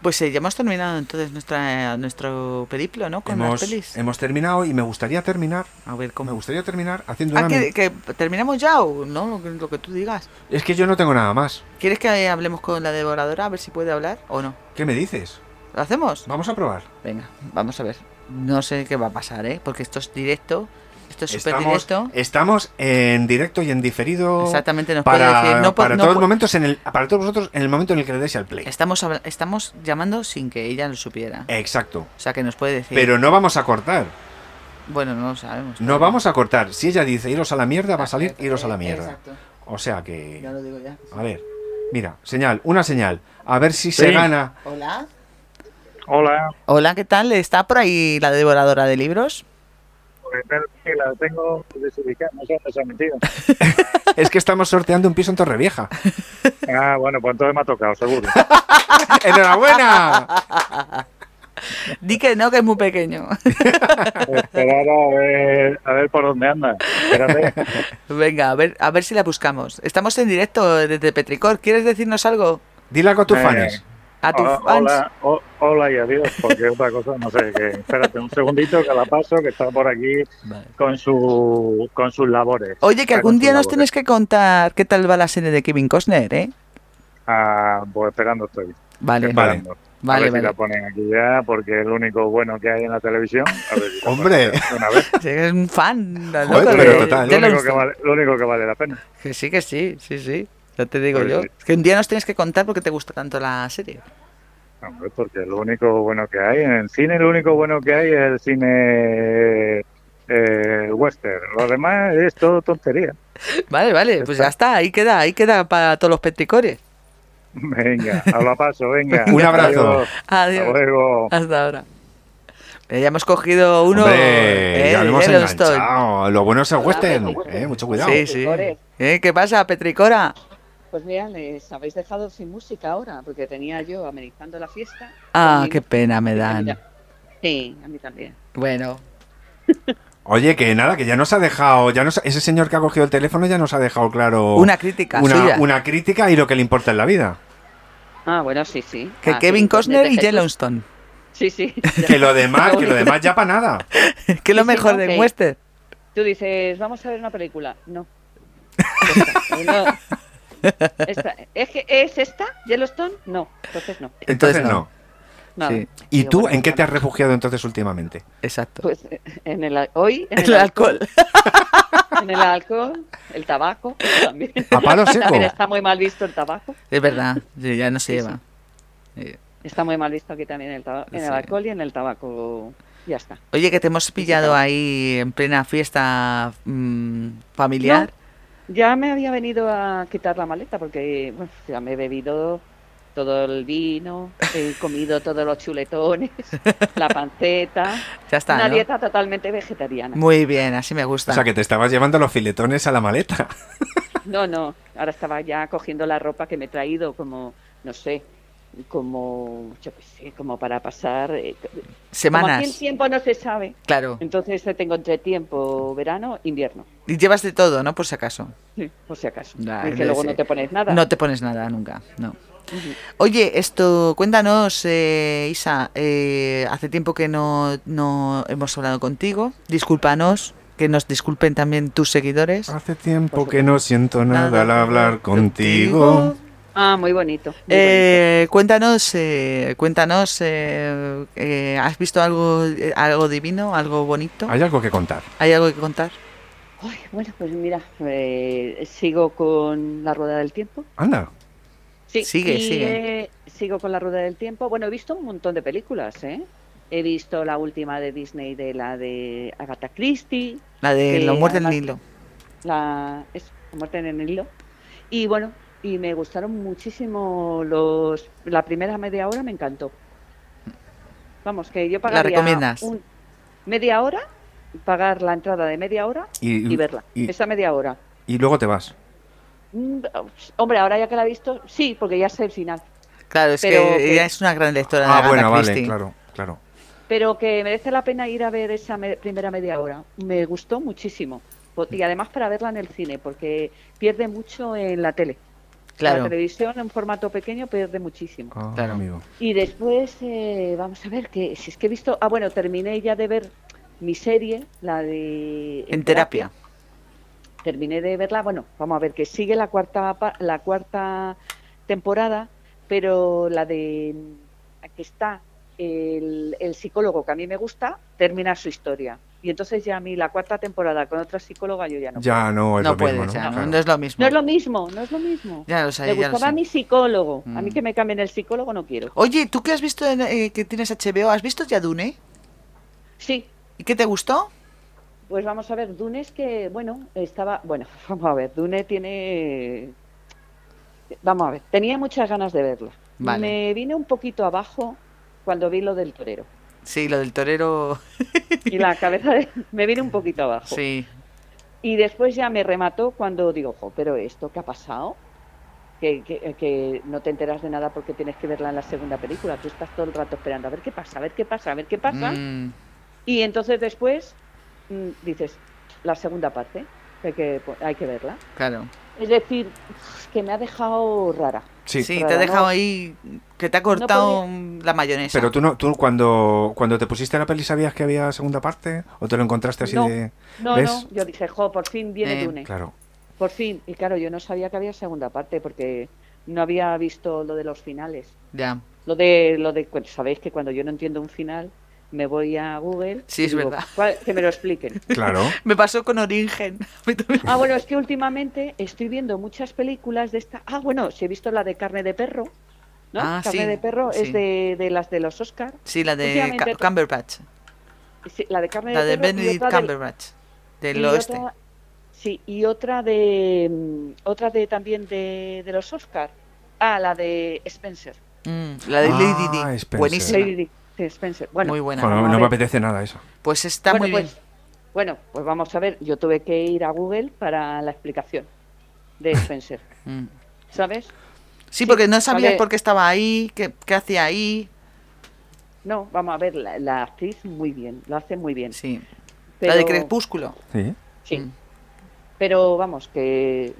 S1: pues eh, ya hemos terminado entonces nuestra, nuestro periplo, ¿no? Con
S2: hemos,
S1: las pelis.
S2: hemos terminado y me gustaría terminar.
S1: A ver, ¿cómo?
S2: Me gustaría terminar haciendo
S1: Ah,
S2: una.
S1: que,
S2: men-
S1: que terminamos ya o no, lo que, lo que tú digas.
S2: Es que yo no tengo nada más.
S1: ¿Quieres que eh, hablemos con la devoradora a ver si puede hablar o no?
S2: ¿Qué me dices?
S1: ¿Lo hacemos?
S2: Vamos a probar.
S1: Venga, vamos a ver. No sé qué va a pasar, ¿eh? Porque esto es directo, esto es súper
S2: Estamos,
S1: directo.
S2: estamos en directo y en diferido.
S1: Exactamente, nos
S2: para,
S1: puede decir, no po-
S2: para
S1: no
S2: todos los
S1: po-
S2: momentos en el, para todos vosotros en el momento en el que le deis al play.
S1: Estamos, habla- estamos llamando sin que ella lo supiera.
S2: Exacto.
S1: O sea, que nos puede decir.
S2: Eh, Pero no vamos a cortar.
S1: Bueno, no lo sabemos.
S2: No vamos a cortar. Si ella dice iros a la mierda, va a salir iros a la mierda.
S1: Exacto.
S2: O sea que.
S1: lo digo ya.
S2: A ver. Mira, señal, una señal. A ver si se
S1: Sí.
S2: gana.
S1: Hola.
S17: Hola,
S1: Hola, ¿qué tal? ¿Está por ahí la devoradora de libros?
S17: pues espera, que la tengo desubicada, no sé dónde se ha metido.
S2: Es que estamos sorteando un piso en Torrevieja.
S17: Ah, bueno, pues entonces me ha tocado, seguro.
S2: ¡Enhorabuena!
S1: Di que no, que es muy pequeño.
S17: Esperar a ver, a ver por dónde anda. Espérate.
S1: Venga, a ver, a ver si la buscamos. Estamos en directo desde Petricor. ¿Quieres decirnos algo?
S2: Dile algo a
S17: Eh,
S1: A tus
S17: hola,
S1: fans.
S17: Hola, ho- hola y adiós, porque otra cosa no sé qué. Espérate un segundito que la paso, que está por aquí con, su, con sus labores.
S1: Oye, que
S17: Está
S1: algún
S17: con
S1: día
S17: sus
S1: nos
S17: labores.
S1: tienes que contar qué tal va la serie de Kevin Costner, ¿eh?
S17: Ah, pues esperando estoy.
S1: Vale.
S17: Esperando.
S1: Vale,
S17: a ver
S1: vale.
S17: si la ponen aquí ya, porque es lo único bueno que hay en la televisión. A ver si la
S2: Hombre.
S17: ponen de Una vez.
S1: Sí, Es un fan. la
S17: Joder,
S1: loca,
S17: pero
S1: de-
S17: total.
S1: de
S17: Lo único
S1: Lawrence.
S17: que vale- lo único que vale la pena.
S1: Que sí, que sí, sí, sí. Ya te digo
S17: Pues
S1: yo.
S17: sí.
S1: Es Que un día nos tienes que contar porque te gusta tanto la serie.
S17: Hombre, porque lo único bueno que hay en el cine, lo único bueno que hay es el cine eh, western. Lo demás es todo tontería.
S1: Vale, vale, pues ya está, ahí queda, ahí queda para todos los petricores.
S17: Venga, a la paso, venga.
S2: Un abrazo.
S1: Adiós.
S17: Hasta luego.
S1: Hasta ahora. Eh, Ya hemos cogido uno.
S2: Hombre,
S1: eh,
S2: ya lo hemos
S1: de Yellowstone.
S2: enganchado. Lo bueno es el western. eh, mucho cuidado.
S1: Sí, sí. Eh, ¿Qué pasa, Petricora?
S18: Pues mira, les habéis dejado sin música ahora, porque tenía yo amenizando la fiesta.
S1: Ah, qué pena me dan.
S18: Sí, a mí también.
S1: Bueno,
S2: Oye, que nada, que ya nos ha dejado, ya nos, ese señor que ha cogido el teléfono ya nos ha dejado claro
S1: Una crítica
S2: Oh, una,
S1: suya.
S2: una crítica y lo que le importa en la vida.
S18: Ah, bueno, sí, sí.
S1: que
S18: Ah,
S1: Kevin
S18: sí,
S1: Costner y
S18: Jesús.
S1: Yellowstone.
S18: Sí, sí.
S2: Que lo demás, que lo demás ya para nada.
S1: que es lo
S18: Sí, sí,
S1: mejor
S18: no,
S1: de
S18: que-
S1: Western.
S18: Tú dices, vamos a ver una película. No. Esta, no. Esta, ¿es, que, ¿Es esta? ¿Yellowstone? No, entonces no.
S2: Entonces no.
S18: Nada.
S2: ¿Y
S18: Digo,
S2: tú
S18: bueno,
S2: en qué
S18: ya
S2: te has refugiado entonces últimamente?
S1: Exacto.
S18: Pues eh, en el, al- hoy en
S1: El alcohol.
S18: en el alcohol, el tabaco también.
S1: A palo seco.
S18: También está muy mal visto el tabaco.
S1: Es verdad, sí, ya no se lleva.
S18: Está muy mal visto aquí también el tabaco, en
S1: Sí.
S18: el alcohol y en el tabaco. Ya está.
S1: Oye, que te hemos pillado ahí en plena fiesta mm, familiar.
S18: Ya me había venido a quitar la maleta porque bueno, ya me he bebido todo el vino, he comido todos los chuletones, la panceta.
S1: Ya está,
S18: Una
S1: ¿no?
S18: dieta totalmente vegetariana.
S1: Muy bien, así me gusta.
S2: O sea, que te estabas llevando los filetones a la maleta.
S18: No, no, ahora estaba ya cogiendo la ropa que me he traído como, no sé, como, yo qué sé, como para pasar... eh, como aquí
S1: Semanas.
S18: el tiempo no se sabe.
S1: Claro.
S18: Entonces eh, tengo entre tiempo verano, invierno,
S1: Y llevas de todo, ¿no? Por si acaso.
S18: sí, por si acaso.
S1: Nah,
S18: Porque
S1: no
S18: luego
S1: sé.
S18: no te pones nada.
S1: No te pones nada nunca, no.
S18: Ujú.
S1: Oye, esto, cuéntanos, eh, Isa, eh, hace tiempo que no, no hemos hablado contigo. Discúlpanos, que nos disculpen también tus seguidores.
S2: Hace tiempo que no siento Ah, nada al hablar contigo.
S18: Ah, muy bonito. muy
S1: Eh, cuéntanos, eh, cuéntanos, eh, eh, ¿has visto algo, eh, algo divino, algo bonito?
S2: Hay algo que contar.
S1: ¿Hay algo que contar?
S18: Ay, bueno, pues mira, eh, sigo con la rueda del tiempo.
S2: Anda.
S18: Sí,
S1: Sigue,
S18: y,
S1: sigue.
S18: eh, sigo con la rueda del tiempo. Bueno, he visto un montón de películas, ¿eh? He visto la última de Disney, de la de Agatha Christie,
S1: La de
S18: Eh,
S1: la muerte del
S18: además-
S1: Nilo.
S18: la, es, la muerte en el hilo. Ah, Y bueno, y me gustaron muchísimo los... La primera media hora me encantó. Vamos, que yo pagaría...
S1: recomiendas?
S18: un- media hora, pagar la entrada de media hora
S2: Y-
S18: y, verla.
S2: y-
S18: Esa media hora.
S2: Y luego te vas.
S18: Mm, Hombre, ahora ya que la he visto, sí, porque ya sé el final.
S1: Claro, es
S18: Pero
S1: que
S18: que-
S1: ella es una gran lectora de
S2: Ah,
S1: Agatha
S2: bueno, vale,
S1: Christie.
S2: claro, claro.
S18: Pero que merece la pena ir a ver esa me- primera media hora. Me gustó muchísimo. Po- Y además para verla en el cine, porque pierde mucho en la tele.
S1: Claro.
S18: La televisión en formato pequeño pierde muchísimo.
S2: Ah,
S1: Claro.
S18: Y después, eh, vamos a ver, que si es que he visto. Ah, bueno, terminé ya de ver mi serie, la de.
S1: En terapia.
S18: Terminé de verla, bueno, vamos a ver, que sigue la cuarta, pa- la cuarta temporada, pero la de. Aquí está el, el psicólogo que a mí me gusta, termina su historia. Y entonces ya a mí la cuarta temporada con otra psicóloga yo ya no.
S2: Ya no es
S1: No
S2: lo mismo,
S1: puede,
S2: ¿no?
S1: ya,
S2: Claro.
S1: no es lo mismo.
S18: No es lo mismo, no es lo mismo.
S1: Ya lo sé,
S18: me
S1: ya lo
S18: gustaba
S1: sé.
S18: mi psicólogo. A
S1: Mm.
S18: mí que me cambien el psicólogo no quiero.
S1: Oye, ¿tú qué has visto en, eh, que tienes HBO? ¿Has visto ya Dune?
S18: Sí.
S1: ¿Y qué te gustó?
S18: Pues vamos a ver, Dune es que, bueno, estaba, bueno, vamos a ver, Dune tiene, vamos a ver, tenía muchas ganas de verla.
S1: Vale.
S18: Me vine un poquito abajo cuando vi lo del torero.
S1: Sí, lo del torero.
S18: Y la cabeza de- me vine un poquito abajo.
S1: Sí.
S18: Y después ya me remató cuando digo, ojo, pero esto qué ha pasado, que, que- que no te enteras de nada porque tienes que verla en la segunda película. Tú estás todo el rato esperando a ver qué pasa, a ver qué pasa, a ver qué pasa.
S1: Mm,
S18: Y entonces después mm, dices, la segunda parte, hay que, pues, hay que verla.
S1: claro.
S18: Es decir, que me ha dejado rara.
S1: te ha
S18: Rara,
S1: dejado
S18: ¿no?
S1: ahí que te ha cortado
S18: podía-
S1: mm, la mayonesa.
S2: Pero tú, no, tú cuando, cuando te pusiste la peli, ¿sabías que había segunda parte? ¿O te lo encontraste así
S18: No,
S2: de.?
S18: No,
S2: ¿Ves?
S18: no, yo dije, jo, por fin viene
S2: Eh,
S18: Dune.
S2: Claro.
S18: Por fin. Y claro, yo no sabía que había segunda parte porque no había visto lo de los finales.
S1: Ya.
S18: Lo de, lo de, cu- sabéis que cuando yo no entiendo un final, me voy a Google.
S1: Sí,
S18: y
S1: es
S18: digo,
S1: verdad.
S18: "¿Cuál- que me lo expliquen.
S2: Claro.
S1: Me pasó con Oringen.
S18: Ah, bueno, es que últimamente estoy viendo muchas películas de esta. Ah, bueno, si he visto la de Carne de Perro. ¿no?
S1: Ah,
S18: Carne
S1: sí,
S18: de Perro
S1: sí.
S18: es de, de las de los Oscar.
S1: Sí, la de
S18: Últimamente-
S1: Ca- Cumberbatch.
S18: Sí, la de Carne
S1: La de
S18: Perro. y
S1: Benedict
S18: otra del-
S1: Cumberbatch. este.
S18: y
S1: Del
S18: otra-
S1: oeste.
S18: sí, y otra de mm, otra de también de, de los Oscar. Ah, la de Spencer.
S1: Mm, la de Lady
S2: Ah,
S1: Di.
S2: Spencer.
S1: Buenísima.
S18: Lady Di, de Spencer. Bueno,
S1: Muy buena.
S2: Bueno,
S18: vamos
S2: no
S18: a
S2: me
S18: ver.
S2: apetece nada eso.
S1: Pues está
S18: Bueno,
S1: muy bien.
S18: pues, Bueno, pues vamos a ver. Yo tuve que ir a Google para la explicación de Spencer.
S1: Mm.
S18: pues, ¿Sabes?
S1: Sí, porque no sabías
S18: vale.
S1: por qué estaba ahí, qué, qué hacía ahí.
S18: No, vamos a ver, la, la actriz muy bien, lo hace muy bien.
S1: Sí.
S18: Pero,
S1: La de Crepúsculo. Mm.
S2: Sí.
S18: Sí. Pero vamos, que.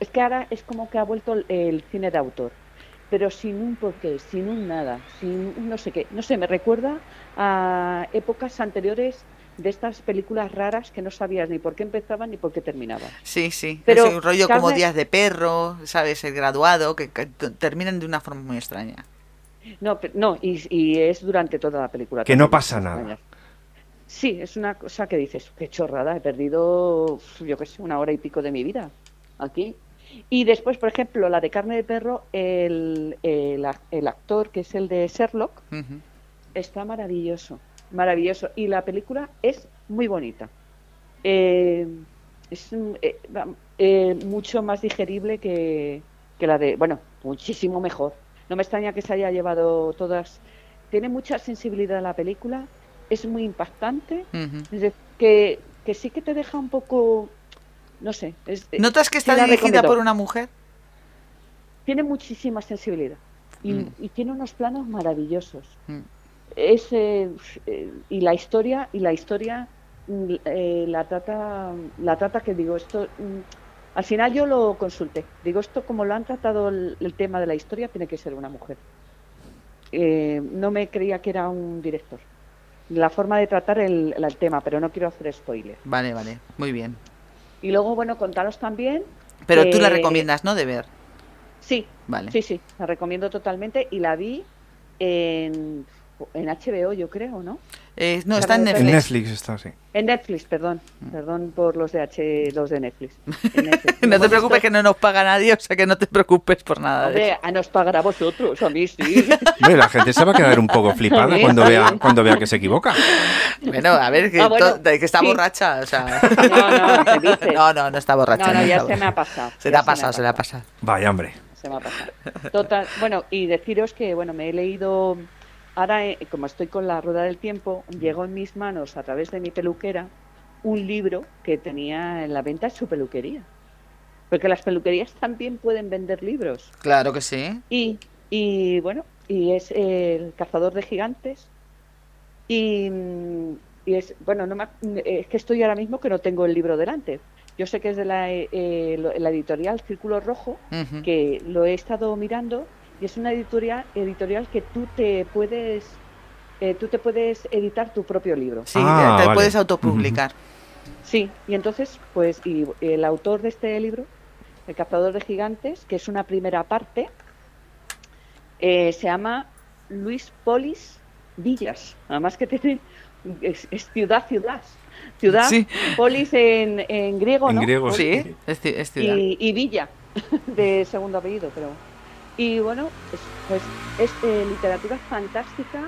S18: Es que ahora es como que ha vuelto el, el cine de autor. Pero sin un porqué, sin un nada, sin un no sé qué. No sé, me recuerda a épocas anteriores de estas películas raras que no sabías ni por qué empezaban ni por qué terminaban.
S1: Sí, sí.
S18: Pero,
S1: es un rollo como
S18: Carmen-
S1: días de perro, ¿sabes? El graduado, que, que t- terminan de una forma muy extraña.
S18: No, pe- no y, y es durante toda la película.
S2: Que no
S18: también,
S2: pasa nada.
S18: extrañas. Sí, es una cosa que dices, qué chorrada, he perdido, yo qué sé, una hora y pico de mi vida aquí. Y después, por ejemplo, la de carne de perro, el, el ac- el actor que es el de Sherlock,
S1: Ujú.
S18: está maravilloso, maravilloso. Y la película es muy bonita. Eh, es un- eh, va- eh, mucho más digerible que, que la de, bueno, muchísimo mejor. No me extraña que se haya llevado todas. Tiene mucha sensibilidad la película, es muy impactante,
S1: Ujú.
S18: es decir, que, que sí que te deja un poco, no sé. es-
S1: ¿Notas que
S18: Eh, sí
S1: está
S18: la
S1: dirigida
S18: recomiendo.
S1: por una mujer?
S18: Tiene muchísima sensibilidad y,
S1: Mm.
S18: y tiene unos planos maravillosos.
S1: Mm.
S18: Es, eh, eh, y la historia y la historia mm, eh, la trata la trata que digo esto mm, al final yo lo consulté digo esto como lo han tratado el, el tema de la historia tiene que ser una mujer Eh, no me creía que era un director la forma de tratar el, el tema pero no quiero hacer spoiler
S1: Vale, vale. Muy bien.
S18: y luego bueno contaros también
S1: Pero tú la
S18: que-
S1: recomiendas, ¿no? De ver.
S18: Sí,
S1: Vale.
S18: Eh, sí, sí, la recomiendo totalmente y la vi en, en HBO, yo creo, ¿no?
S1: Eh, no, está en
S18: Carne de
S1: Netflix.
S2: En Netflix está, sí.
S18: En Netflix, perdón, perdón por los de H, los de Netflix.
S1: Mm. No te preocupes que no nos paga nadie, o sea que no te preocupes por nada de
S18: Hombre,
S1: eso.
S18: a nos pagará vosotros, a mí sí.
S2: Hombre, la gente se va a quedar un poco flipada
S18: Sí,
S2: cuando
S18: sí.
S2: vea, cuando vea que se equivoca.
S1: Bueno, a ver, que,
S18: Ah, bueno,
S1: to- que está
S18: sí.
S1: borracha, o sea...
S18: No, no, ¿qué dices?
S1: No, no, no está borracha.
S18: No, no, ya
S1: está
S18: se me ha
S1: borracha.
S18: pasado.
S1: Se le
S18: ya
S1: ha pasado, se le ha pasado.
S2: Vaya, hombre.
S18: se me ha pasado. Total, bueno, y deciros que, bueno, me he leído, ahora eh, como estoy con la rueda del tiempo, llegó en mis manos a través de mi peluquera un libro que tenía en la venta en su peluquería. Porque las peluquerías también pueden vender libros.
S1: Claro que sí.
S18: Y, y bueno, y es eh, El cazador de gigantes. Y, mm, y es, bueno, no me ac- es que estoy ahora mismo que no tengo el libro delante. Yo sé que es de la, eh, eh, lo- la editorial Círculo Rojo,
S15: Ujú.
S18: que lo he estado mirando y es una editorial, editorial que tú te puedes... eh, tú te puedes editar tu propio libro.
S1: Sí, te te puedes autopublicar.
S18: Sí, y entonces, pues, y el autor de este libro, El cazador de gigantes, que es una primera parte, eh, se llama Luis Polis Villas. Además que tiene, es, es ciudad, ciudad. Ciudad,
S1: Sí.
S18: polis en, en griego,
S1: En
S18: ¿no?
S1: griego,
S2: Pues
S18: Polis.
S1: sí. Es ci- es ciudad.
S18: Y, y Villa, de segundo apellido, pero... Y bueno, es- pues es eh, literatura fantástica,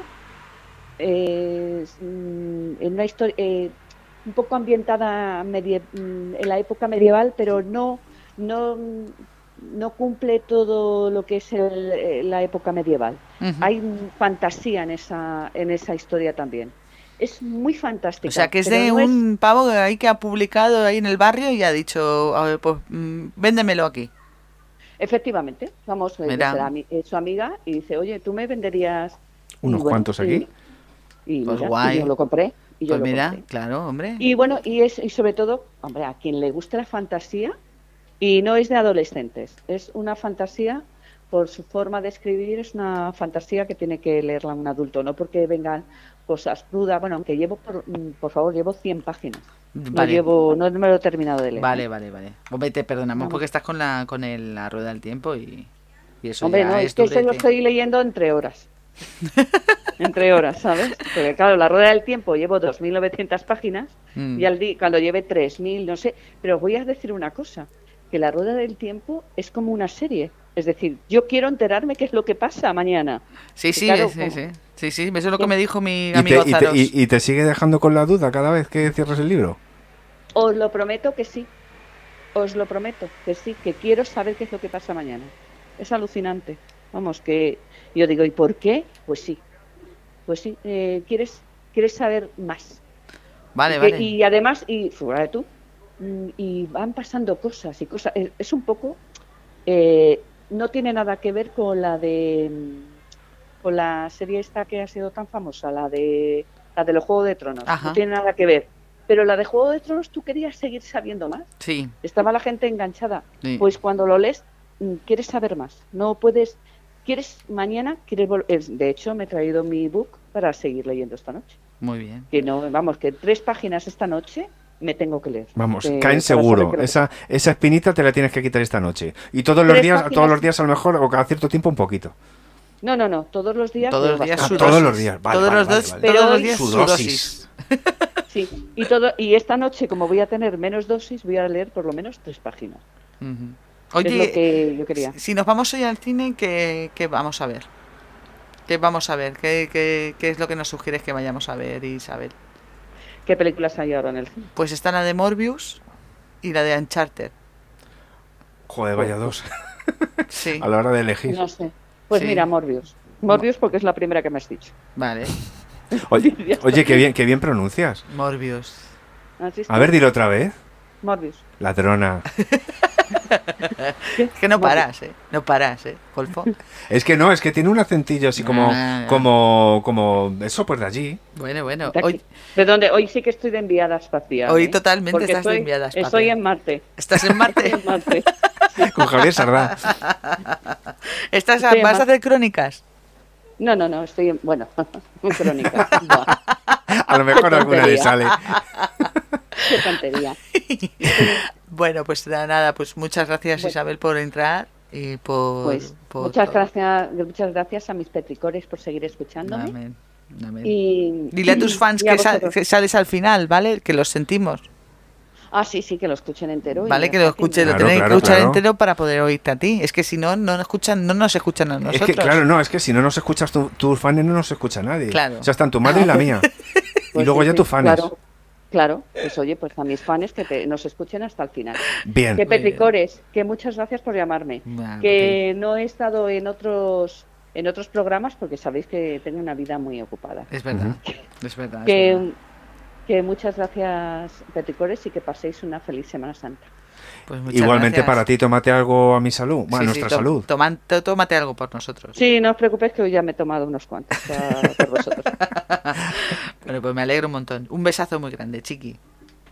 S18: eh, es, mm, en una historia un poco ambientada medie- mm, en la época medieval, pero no, no, mm, no cumple todo lo que es el- eh, la época medieval.
S1: Ujú.
S18: Hay mm, fantasía en esa, en esa historia también. Es muy fantástica.
S1: O sea, que es
S18: pero
S1: de
S18: no
S1: un pavo ahí que ha publicado ahí en el barrio y ha dicho, a ver, pues mm, véndemelo aquí.
S18: Efectivamente, vamos, eh,
S1: Mira.
S18: será mi- eh, su amiga y dice, oye, ¿tú me venderías
S2: Unos
S18: Y bueno,
S2: cuantos aquí.
S18: Y
S1: Pues
S18: mira, y
S1: guay.
S18: yo lo compré. Y yo
S1: Pues
S18: lo
S1: mira,
S18: compré.
S1: claro, hombre.
S18: Y bueno, y es y sobre todo, hombre, a quien le guste la fantasía y no es de adolescentes, es una fantasía por su forma de escribir, es una fantasía que tiene que leerla un adulto, no porque vengan cosas crudas, bueno, aunque llevo por, mm, por favor, llevo 100 páginas. No
S1: Vale.
S18: llevo no me lo he terminado de leer.
S1: Vale, vale, vale. Hombre, te perdonamos
S18: Vamos.
S1: porque estás con la con el- la rueda del tiempo y, y eso
S18: Hombre,
S1: ya
S18: no,
S1: es
S18: es que
S1: tu
S18: eso lo
S1: brete.
S18: estoy leyendo entre horas. entre horas, ¿sabes? Porque claro, la rueda del tiempo llevo 2.900 páginas
S1: Mm.
S18: y al di- cuando lleve 3.000, no sé. Pero os voy a decir una cosa, que la rueda del tiempo es como una serie. Es decir, yo quiero enterarme qué es lo que pasa mañana.
S1: Sí,
S18: Y
S1: sí,
S18: claro,
S1: es- sí,
S18: como-
S1: sí, sí, sí, eso es lo que me dijo mi
S2: ¿Y te,
S1: amigo
S2: y, te,
S1: Zaros.
S2: y- y te sigue dejando con la duda cada vez que cierras el libro?
S18: Os lo prometo que sí. Os lo prometo que sí, que quiero saber qué es lo que pasa mañana. Es alucinante. Vamos, que yo digo, ¿y por qué? Pues sí. Pues sí, eh, quieres, quieres saber más.
S1: Vale,
S18: y, que-
S1: vale.
S18: y además, y figúrate tú, mm, y van pasando cosas y cosas. Es, es un poco. eh, no tiene nada que ver con la de. mm, con la serie esta que ha sido tan famosa, la de. la de los Juegos de Tronos.
S1: Ajá.
S18: No tiene nada que ver. Pero la de Juego de Tronos tú querías seguir sabiendo más.
S1: Sí,
S18: Estaba la gente enganchada.
S1: Sí.
S18: Pues cuando lo lees, mm, quieres saber más. No puedes. Quieres mañana, quieres vol- es- De hecho, me he traído mi book para seguir leyendo esta noche.
S1: muy bien.
S18: Que no, vamos, que tres páginas esta noche me tengo que leer.
S2: Vamos,
S18: Eh,
S2: caen
S18: para saber
S2: seguro.
S18: qué lo-
S2: Esa, esa espinita te la tienes que quitar esta noche. Y todos los
S18: Tres
S2: días,
S18: páginas.
S2: todos los días a lo mejor, o cada cierto tiempo un poquito.
S18: No, no, no, todos los días.
S1: Todos
S18: leo
S1: los días
S2: Ah,
S1: su
S18: bastante.
S2: todos
S1: dosis.
S2: los días, vale,
S1: todos
S2: vale,
S1: los
S2: vale,
S1: dos-
S2: vale.
S1: todos los
S18: Pero
S1: días
S2: hoy-
S1: su
S2: Su dosis.
S1: dosis.
S18: Sí, y, todo, y esta noche, como voy a tener menos dosis, voy a leer por lo menos tres páginas.
S1: Ujú.
S18: es
S1: Oye,
S18: lo que yo quería.
S1: si nos vamos hoy al cine, ¿qué, qué vamos a ver? ¿Qué vamos a ver? ¿Qué, qué, qué es lo que nos sugieres que vayamos a ver, Isabel?
S18: ¿Qué películas hay ahora en el cine?
S1: Pues está la de Morbius y la de Uncharted.
S2: Joder, vaya dos.
S1: Sí.
S2: a la hora de elegir.
S18: No sé. Pues
S1: Sí.
S18: mira, Morbius. Morbius porque es la primera que me has dicho.
S1: Vale.
S18: Ya
S2: Oye,
S18: está.
S2: oye, qué bien, qué bien pronuncias.
S1: Morbius.
S18: ¿Has visto?
S2: A ver, dilo otra vez.
S18: Morbius.
S2: Ladrona.
S1: Es que no paras, ¿eh? No paras, ¿eh? Golfo.
S2: Es que no, es que tiene un acentillo así como,
S1: Ah.
S2: como, como, eso pues de allí.
S1: Bueno, bueno.
S18: De, aquí.
S1: Hoy,
S18: ¿De dónde? Hoy sí que estoy de enviada espacial.
S1: Hoy
S18: ¿eh?
S1: totalmente
S18: Porque
S1: estás de
S18: estoy-
S1: enviada espacial.
S18: Estoy en Marte.
S1: ¿Estás en Marte?
S18: Estoy en Marte.
S2: Con Javier Sardá.
S1: ¿Estás a-
S18: Estoy en
S1: ¿Vas a
S18: Marte.
S1: hacer crónicas?
S18: No, no, no, estoy en. Bueno, crónica.
S2: A lo mejor alguna le
S18: Tontería.
S2: sale.
S18: Qué tontería.
S1: Bueno, pues da- nada, pues muchas gracias Isabel por entrar y por...
S18: Pues
S1: por
S18: muchas
S1: todo.
S18: gracias, muchas gracias a mis petricores por seguir escuchándome.
S1: Amén, amén.
S18: Y,
S1: Dile a tus fans
S18: y a
S1: que, sa-
S18: vosotros.
S1: que sales al final, ¿vale? Que los sentimos,
S18: Ah, sí, sí, que lo escuchen entero. y
S1: ¿vale?
S18: ya
S1: Que lo
S18: está,
S1: escuchen,
S18: fin.
S1: lo
S2: Claro,
S1: tenéis
S2: claro,
S1: que escuchar
S2: claro.
S1: entero para poder oírte a ti. Es que si no, no nos escuchan, no nos escuchan a
S2: Es
S1: nosotros.
S2: que, claro, no, es que si no nos escuchas tu- tus fans, no nos escucha nadie.
S1: Claro.
S2: O sea, están tu madre y la mía. y
S18: Pues
S2: luego
S18: sí,
S2: ya
S18: sí,
S2: tus fans.
S18: Claro, claro, pues oye, pues a mis fans que te- nos escuchen hasta el final.
S2: Bien.
S18: Que
S2: Muy
S18: petricores, que muchas gracias por llamarme.
S1: Bueno,
S18: que no he estado en otros en otros programas porque sabéis que tengo una vida muy ocupada.
S1: Es verdad, es verdad. Ah, es verdad.
S18: que, que muchas gracias, Petricores, y que paséis una feliz Semana Santa.
S1: Pues muchas
S2: Igualmente
S1: gracias.
S2: para ti, tómate algo a mi salud.
S1: Sí,
S2: Bueno,
S1: sí,
S2: nuestra
S1: to-
S2: salud.
S1: toman- to- tómate algo por nosotros.
S18: Sí, no os preocupéis que hoy ya me he tomado unos cuantos ya por vosotros.
S1: Bueno, pues me alegro un montón. Un besazo muy grande, chiqui.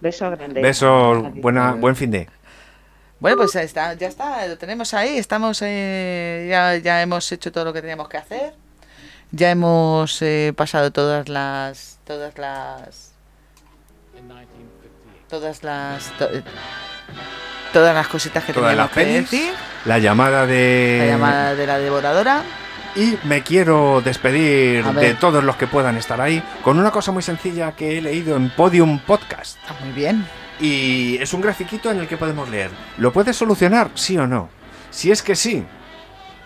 S18: Beso grande.
S2: Besos, buena, buen fin de.
S1: Bueno, pues está, ya está, lo tenemos ahí. Estamos, eh, ya, ya hemos hecho todo lo que teníamos que hacer. Ya hemos eh, pasado todas las, todas las, todas las, to- eh, todas las cositas que
S2: Todas las
S1: teníamos que
S2: pelis. eh,
S1: decir.
S2: La llamada de.
S1: La llamada de la devoradora.
S2: Y me quiero despedir
S1: A
S2: de
S1: ver.
S2: todos los que puedan estar ahí con una cosa muy sencilla que he leído en Podium Podcast.
S1: Ah, muy bien.
S2: Y es un grafiquito en el que podemos leer. ¿Lo puedes solucionar? Sí o no. Si es que sí,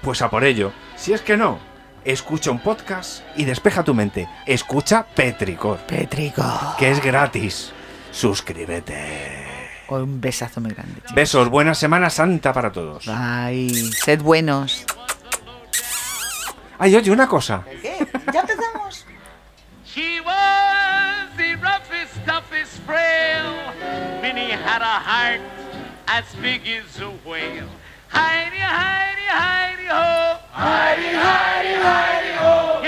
S2: pues a por ello. Si es que no, escucha un podcast y despeja tu mente. Escucha Petricor.
S1: Petricor.
S2: Que es gratis. Suscríbete.
S1: Un besazo muy grande.
S2: Besos, buena Semana Santa para todos.
S1: Ah. Ay, sed buenos.
S2: Ay, oye, una cosa.
S1: ¿Qué? ¿Ya empezamos?
S8: She was the roughest, toughest frail. Minnie had a heart as big as a whale. Heidi, Heidi, Heidi ho. Heidi, Heidi, Heidi ho.